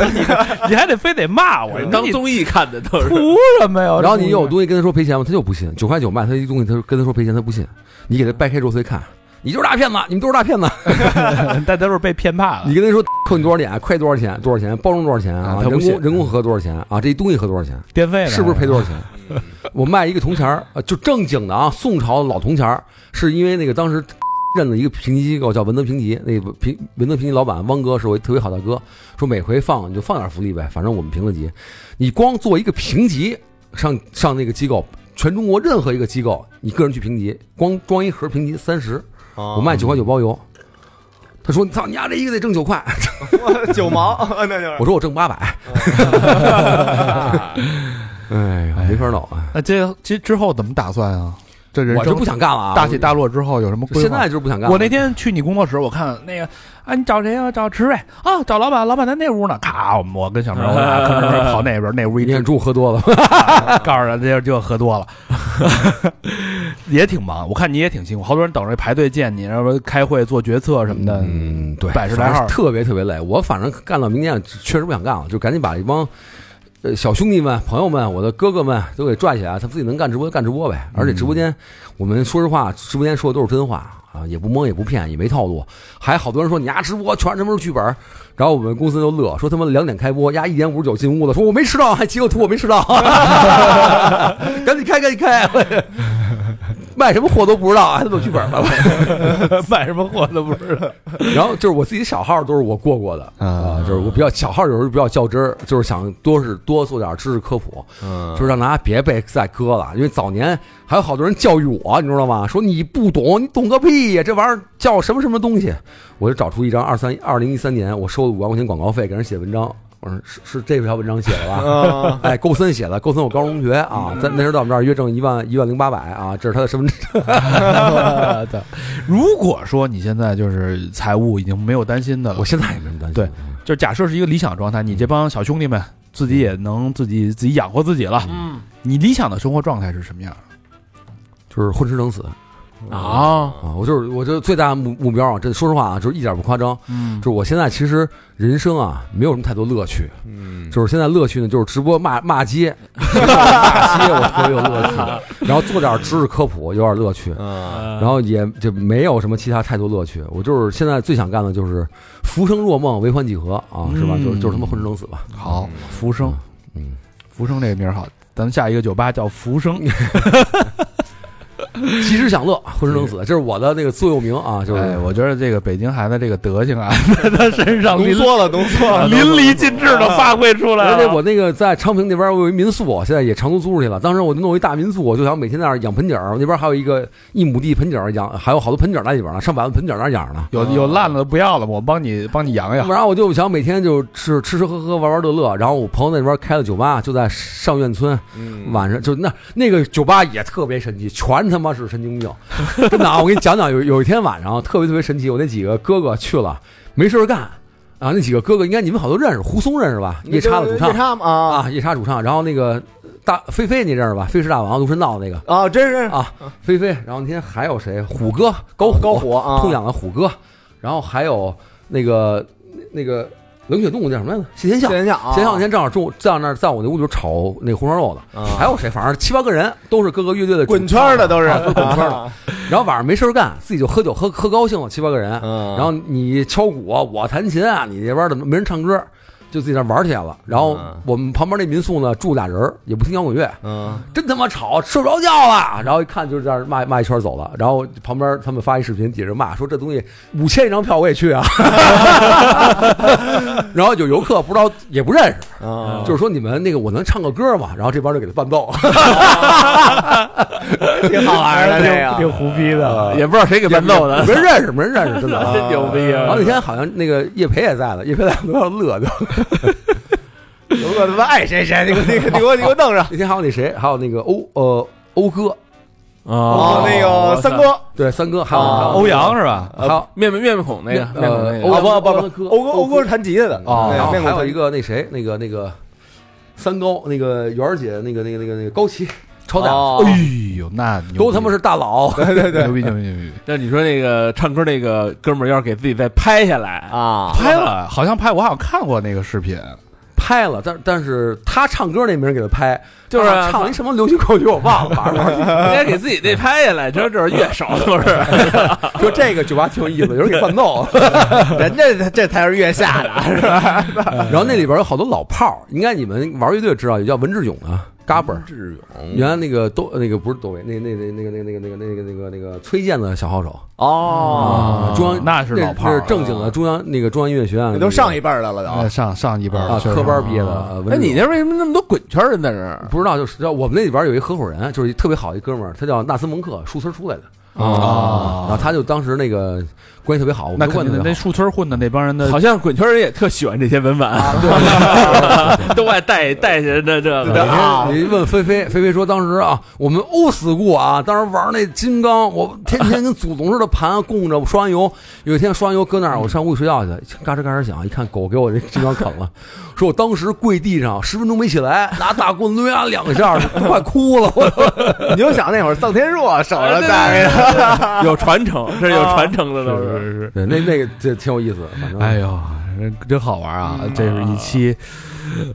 A: 你还得非得骂我，
C: 当
A: 你
C: 综艺看的都是。
A: 图什么呀？
D: 嗯然后你有东西跟他说赔钱吗？他就不信，九块九卖他一东西，他跟他说赔钱，他不信。你给他掰开揉碎看，你就是大骗子，你们都是大骗子。
A: 但都是被骗怕了
D: 你。跟他说 扣你多少点，快多少钱，多少钱，包装多少钱
A: 啊
D: 啊？
A: 他不
D: 人
A: 信
D: 工人工合多少钱啊？这东西合多少钱？
A: 电费呢
D: 是不是赔？多少钱？ 我卖一个铜钱儿，呃就正经的啊，宋朝的老铜钱儿，是因为那个当时 认了一个评级机构叫文德评级，那个评文德评级老板汪哥是我一特别好大哥，说每回放你就放点福利呗，反正我们评了级，你光做一个评级上上那个机构，全中国任何一个机构，你个人去评级，光装一盒评级三十，我
B: 我
D: 卖九块九包邮。他说：“操，你丫这一个得挣九块。
B: 九毛，啊那就”
D: 我
B: 是
D: 说：“我挣八百。” 哎呀，没法弄啊！
A: 那这这之后怎么打算啊？这人
D: 我就
A: 生
D: 不想干了啊！
A: 大起大落之后有什么规划？
D: 现在就是不想干了。
A: 我那天去你工作室，我看那个啊，你找谁啊？找池瑞啊，找老板，老板在那屋呢。咔，我们我跟小明我俩 吭吭吭跑那边，那屋一
D: 你看
A: 听，
D: 中午喝多了，
A: 告诉他这就喝多了， 也挺忙。我看你也挺辛苦，好多人等着排队见你，然后开会做决策什么的。
D: 嗯，对，
A: 百十来号
D: 反正特别特别累。我反正干到明年确实不想干了，就赶紧把一帮呃小兄弟们、朋友们、我的哥哥们都给拽起来，他们自己能干直播就干直播呗。而且直
A: 嗯
D: 播间，我们说实话，直播间说的都是真话啊，也不蒙也不骗，也没套路。还好多人说你丫直播全是他妈剧本，然后我们公司就乐，说他妈两点开播，丫一点五十九进屋了，说我没迟 到，还截个图我没迟到，赶紧开赶紧开。 卖什么货都不知道，还他妈有剧本吧？
A: 卖什么货都不知道。
D: 然后就是我自己小号都是我过过的
A: 啊
D: 啊，就是我比较小号有时候比较较真儿，就是想多是多做点知识科普，
B: 嗯
D: 就是让大家别被赛科了，因为早年还有好多人教育我，你知道吗？说你不懂，你懂个屁呀！这玩意儿叫什么什么东西？我就找出一张二三二零一三年我收了五万块钱广告费给人写文章，我说是是这条文章写的吧？
B: 啊，
D: 哎，高森写的，高森我高中同学啊，在那时候到我们这儿约挣一万一万零八百啊，这是他的身份证。
A: 我操如果说你现在就是财务已经没有担心的了
D: 我，现在也没什么担心。
A: 对就假设是一个理想状态，你这帮小兄弟们自己也能自己自己养活自己了，
C: 嗯
A: 你理想的生活状态是什么样？
D: 就是混吃等死
C: 啊，
D: 啊！我就是我这最大的目目标啊，这说实话啊，就是一点不夸张，
A: 嗯
D: 就是我现在其实人生啊没有什么太多乐趣，
B: 嗯，
D: 就是现在乐趣呢，就是直播骂骂街，骂街我特别有乐趣，然后做点知识科普有点乐趣，
B: 嗯，
D: 然后也就没有什么其他太多乐趣。我就是现在最想干的就是浮生若梦，为欢几何啊，是吧？
A: 嗯
D: 就是就是他妈混吃等死吧。
A: 好，浮生，
D: 嗯，
A: 浮生这个名儿好，咱们下一个酒吧叫浮生，
D: 及时享乐，混吃等死，这是我的那个座右铭啊，就是
A: 哎，我觉得这个北京孩子这个德行啊， 在他身上
B: 浓
A: 淋
B: 缩了，浓缩了，
A: 啊
B: 啊
A: 淋漓尽致的发挥出来
D: 而且
A: 了。
D: 我那个在昌平那边，我有一民宿，现在也长租租出去了。当时我就弄一大民宿，我就想每天在那儿养盆景儿。那边还有一个一亩地盆景儿养，还有好多盆景儿在里边呢，上百万盆景儿那儿养着呢。
A: 有有烂了的不要了，我帮你帮你 养养。
D: 然后我就想每天就吃吃吃喝喝玩玩乐乐。然后我朋友那边开了酒吧，就在上苑村，
B: 嗯，
D: 晚上就那那个酒吧也特别神奇，全他妈是神经病，真的啊！我给你讲讲，有有一天晚上特别特别神奇，我那几个哥哥去了，没事儿干啊。那几个哥哥应该你们好多认识，胡松认识吧？夜叉的主唱
B: 夜，叉嘛啊
D: 啊，夜叉主唱，然后那个大菲菲你认识吧？飞驰大王、卢深道那个
B: 啊，真是
D: 啊，菲菲。然后那天还有谁？虎哥，高虎，
B: 高虎啊，
D: 痛痒的虎哥。然后还有那个那个冷血动物叫什么来着？谢天笑。
B: 谢
D: 谢
B: 天笑啊，
D: 天笑那天正好中午在那儿，在我那屋里炒那个红烧肉呢。
B: 啊
D: 还有谁？反正七八个人，都是各个乐队的主
B: 滚圈儿的都是
D: 啊滚圈儿
B: 呃
D: 的。
B: 啊
D: 然后晚上没事儿干，自己就喝酒，喝喝高兴了，七八个人。
B: 嗯，
D: 然后你敲鼓，我弹琴啊，你那边怎么没人唱歌？就自己那玩起来了。然后
B: 嗯
D: 我们旁边那民宿呢，住俩人儿也不听摇滚乐，
B: 嗯
D: 真他妈吵，睡不着觉了。然后一看就是这样骂骂一圈走了。然后旁边他们发一视频，底下骂说这东西五千一张票我也去啊。 然后有游客不知道也不认识，
B: 嗯，
D: 就是说你们那个我能唱个歌吗？然后这帮就给他伴奏，
B: 挺好玩的这 个，
A: 挺胡逼的，
C: 也不知道谁给伴奏的，
D: 啊
C: 啊
D: 没人认识，没人认识，真 的。
B: 真牛逼
D: 然后那天好像那个叶培也在了，叶培在我们要乐 就。
B: 游客他妈爱谁谁，你给我你给我你给我你给我弄上。
D: 那天还有那谁，还有那个欧呃欧哥，
B: 哦，那个三哥，
D: 对三哥，还有、
B: 啊
D: 还有
A: 欧阳是吧？
D: 还有
C: 面面面面孔那个，面孔那
D: 欧
C: 个
B: 哦不
D: 欧
B: 不
D: 欧
B: 不，
D: 哥
B: 欧哥欧
D: 欧哥
B: 哥是弹吉他的
A: 哦
B: 对
D: 然后
B: 面孔
D: 还有
B: 弹
D: 一个那谁，那个那个三高，那个媛儿姐，那个那个那个那个高旗，超大，
B: 哦
A: 哎呦，那牛逼
D: 啊都他 妈是大佬。
A: 牛逼牛逼牛逼！
C: 那你说那个唱歌那个哥们儿要是给自己再拍下来，
B: 啊，
A: 拍了，好像拍，我好像看过那个视频。啊
D: 拍了，但但是他唱歌那没人给他拍，
C: 就是
D: 他唱了一什么流行歌曲我忘了，反正
C: 应该给自己那拍下来，这这是乐手都是。
D: 就这个酒吧挺有意思，有人给伴奏。
B: 人家这才是月下的，是吧？
D: 然后那里边有好多老炮儿，应该你们玩乐队知道，也叫文志勇啊，嘎嘣儿。
B: 志勇
D: 原来那个都那个不是窦唯，那那那那个那个那个那个那个那个那个崔健的小号手，
B: 哦，
A: 啊
D: 中央
A: 那是老炮儿啊
D: 那是正经的中央那个中央音乐学院，
B: 那都上一辈儿的了
A: 那
B: 都。
A: 上上一辈儿
D: 啊
A: 确实
D: 科班毕业的。呃文
C: 那
D: 志
C: 你
D: 勇
C: 那为什么那么多滚圈人在这儿？
D: 不知道，就是我们那里边有一合伙人，就是一特别好一哥们儿，他叫纳斯蒙克，树村出来的
A: 哦
D: 然后他就当时那个关系特别啊好，我
A: 那
D: 们
A: 肯
D: 关系
A: 定
D: 特
A: 的，那
D: 别
A: 树村混的那帮人的
C: 好像滚圈人也特喜欢这些文玩，都爱带带些这这
B: 对
C: 个。
B: 啊
D: 好。你一问菲菲，菲菲说当时啊，我们欧死过啊，当时玩那金刚，我天天跟祖宗似的盘供着，我刷完油，有一天刷完油搁那儿，我上屋里睡觉去了，嘎吱嘎吱响，一看狗给我这金刚啃了， 说我当时跪地上十分钟没起来，拿大棍抡啊两下，都快哭了，我
B: 你就想那会儿臧天朔手上戴着，
C: 有传承，这是有传承的，都是是
A: 哎
D: 对，那那个这挺有意思，反正
A: 哎呦，真真好玩啊！这是一期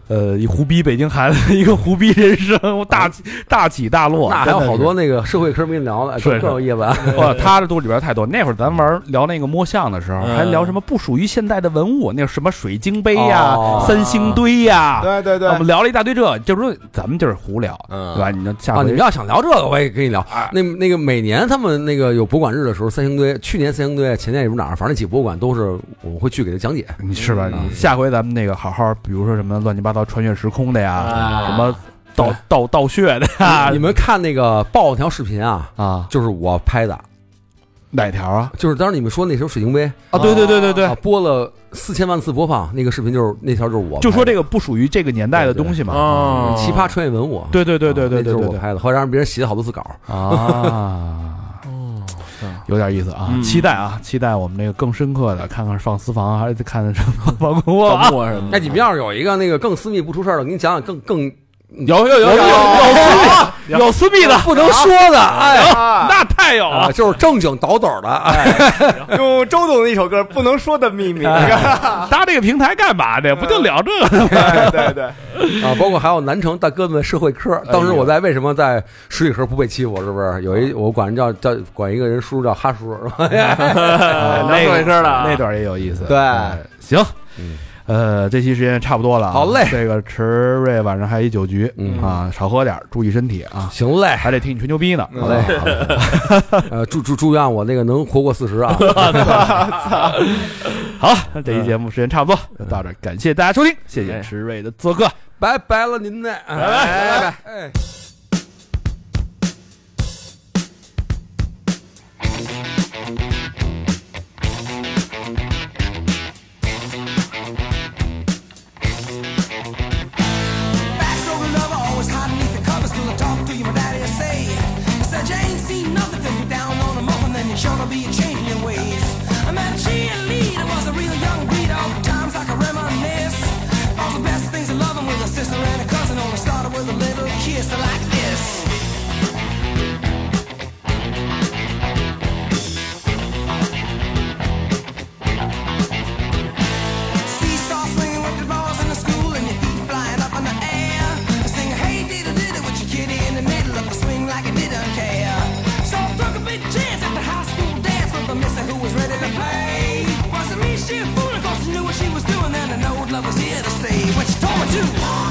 A: 呃，一胡逼北京孩子，一个胡逼人生，大起大起大落。
D: 那还有
A: 真的是
D: 好多那个社会科没聊呢，
A: 是
D: 更更有意思啊。
A: 哇，他这都里边太多。那会儿咱玩聊那个摸象的时候，
C: 嗯
A: 还聊什么不属于现代的文物，那什么水晶杯呀、
D: 哦
A: 三星堆呀，
B: 啊对对对
A: 我，们聊了一大堆这，就是说咱们就是胡聊，
D: 嗯
A: 对吧？你能下
D: 啊，你
A: 回
D: 们要想聊这个，我也跟你聊。
A: 哎
D: 那那个每年他们那个有博物馆日的时候，三星堆，去年三星堆，啊前年也不知道哪儿，反正几个博物馆都是我们会去给他 讲解。
A: 你是吧？
D: 嗯
A: 你下回咱们那个好好，比如说什么乱七八糟穿越时空的呀，
D: 啊嗯
A: 什么盗盗盗穴的呀
D: 你，们看那个爆那条视频啊，
A: 啊，
D: 就是我拍的，
A: 哪条啊？
D: 就是当时你们说那时候水晶杯
A: 啊，对对对对对
D: 啊，，播了四千万次播放，那个视频就是那条就是我拍的，嗯
A: 就说这个不属于这个年代的东西嘛。嗯
C: 哦，
D: 奇葩穿越文物，啊
A: 对对对对对
D: 那
A: 对
D: 就是
A: 对
D: 我
A: 对 嗯
D: 拍的，后来让别人写了好多次稿。
A: 啊。有点意思啊，
C: 嗯
A: 期待啊，期待我们那个更深刻的，看看放私房啊还是看什么王国窝 啊
C: 沉，默什么的
D: 哎，你们要是有一个那个更私密不出事儿的，我给你讲讲更更
C: 有有有有
A: 有 有私密的，
D: 不能说的，哎，
B: 啊
A: 那太有
D: 啊，
A: 了。
D: 就是正经倒斗的，哎，
B: 用周董的一首歌《不能说的秘密》
A: 搭这个平台干嘛的？不就聊这个吗？
B: 哎对对对，
D: 啊，包括还有南城大哥们社会科，当时我在为什么在十里河不被欺负，是不是？有一我管人叫叫管一个人叔叫哈叔，是吧？
A: 啊
C: 聊社
A: 那
C: 会科
A: 个
C: 了啊
A: 那段也有意思。
D: 对
A: 哎，行，呃，这期时间也差不多了啊。
D: 好嘞
A: 这个迟瑞晚上还一酒局
D: 嗯
A: 啊，少喝点儿，注意身体 啊，
D: 行嘞，
A: 还得听你吹牛逼呢。
D: 好嘞，好嘞呃，祝祝祝愿我那个能活过四十 啊！
A: 好，那这期节目时间差不多，就到这儿，感谢大家收听，谢谢
C: 哎
A: 迟瑞的做客。
D: 拜拜了您嘞，拜拜拜拜。哎
E: Backstroking lover, always hiding beneath the covers till I talk to you. My daddy I say, he said you ain't seen nothing till you're down on the muffin, then you're sure to be changing your ways. I met a cheerleader, was a real young breed. All times I can reminisce. All the best things of loving with a sister and a cousin. Only started with a little kiss like this. Seesaw swinging with the balls in the school and your feet flying up in the air. Sing hey diddle diddle with your kitty in the middle of the swing like it didn't care. So I took a big chance at the high school dance with the missy who was ready to play. Wasn't me she a fool, of course she knew what she was doing and an old love was here to stay. What you told me to.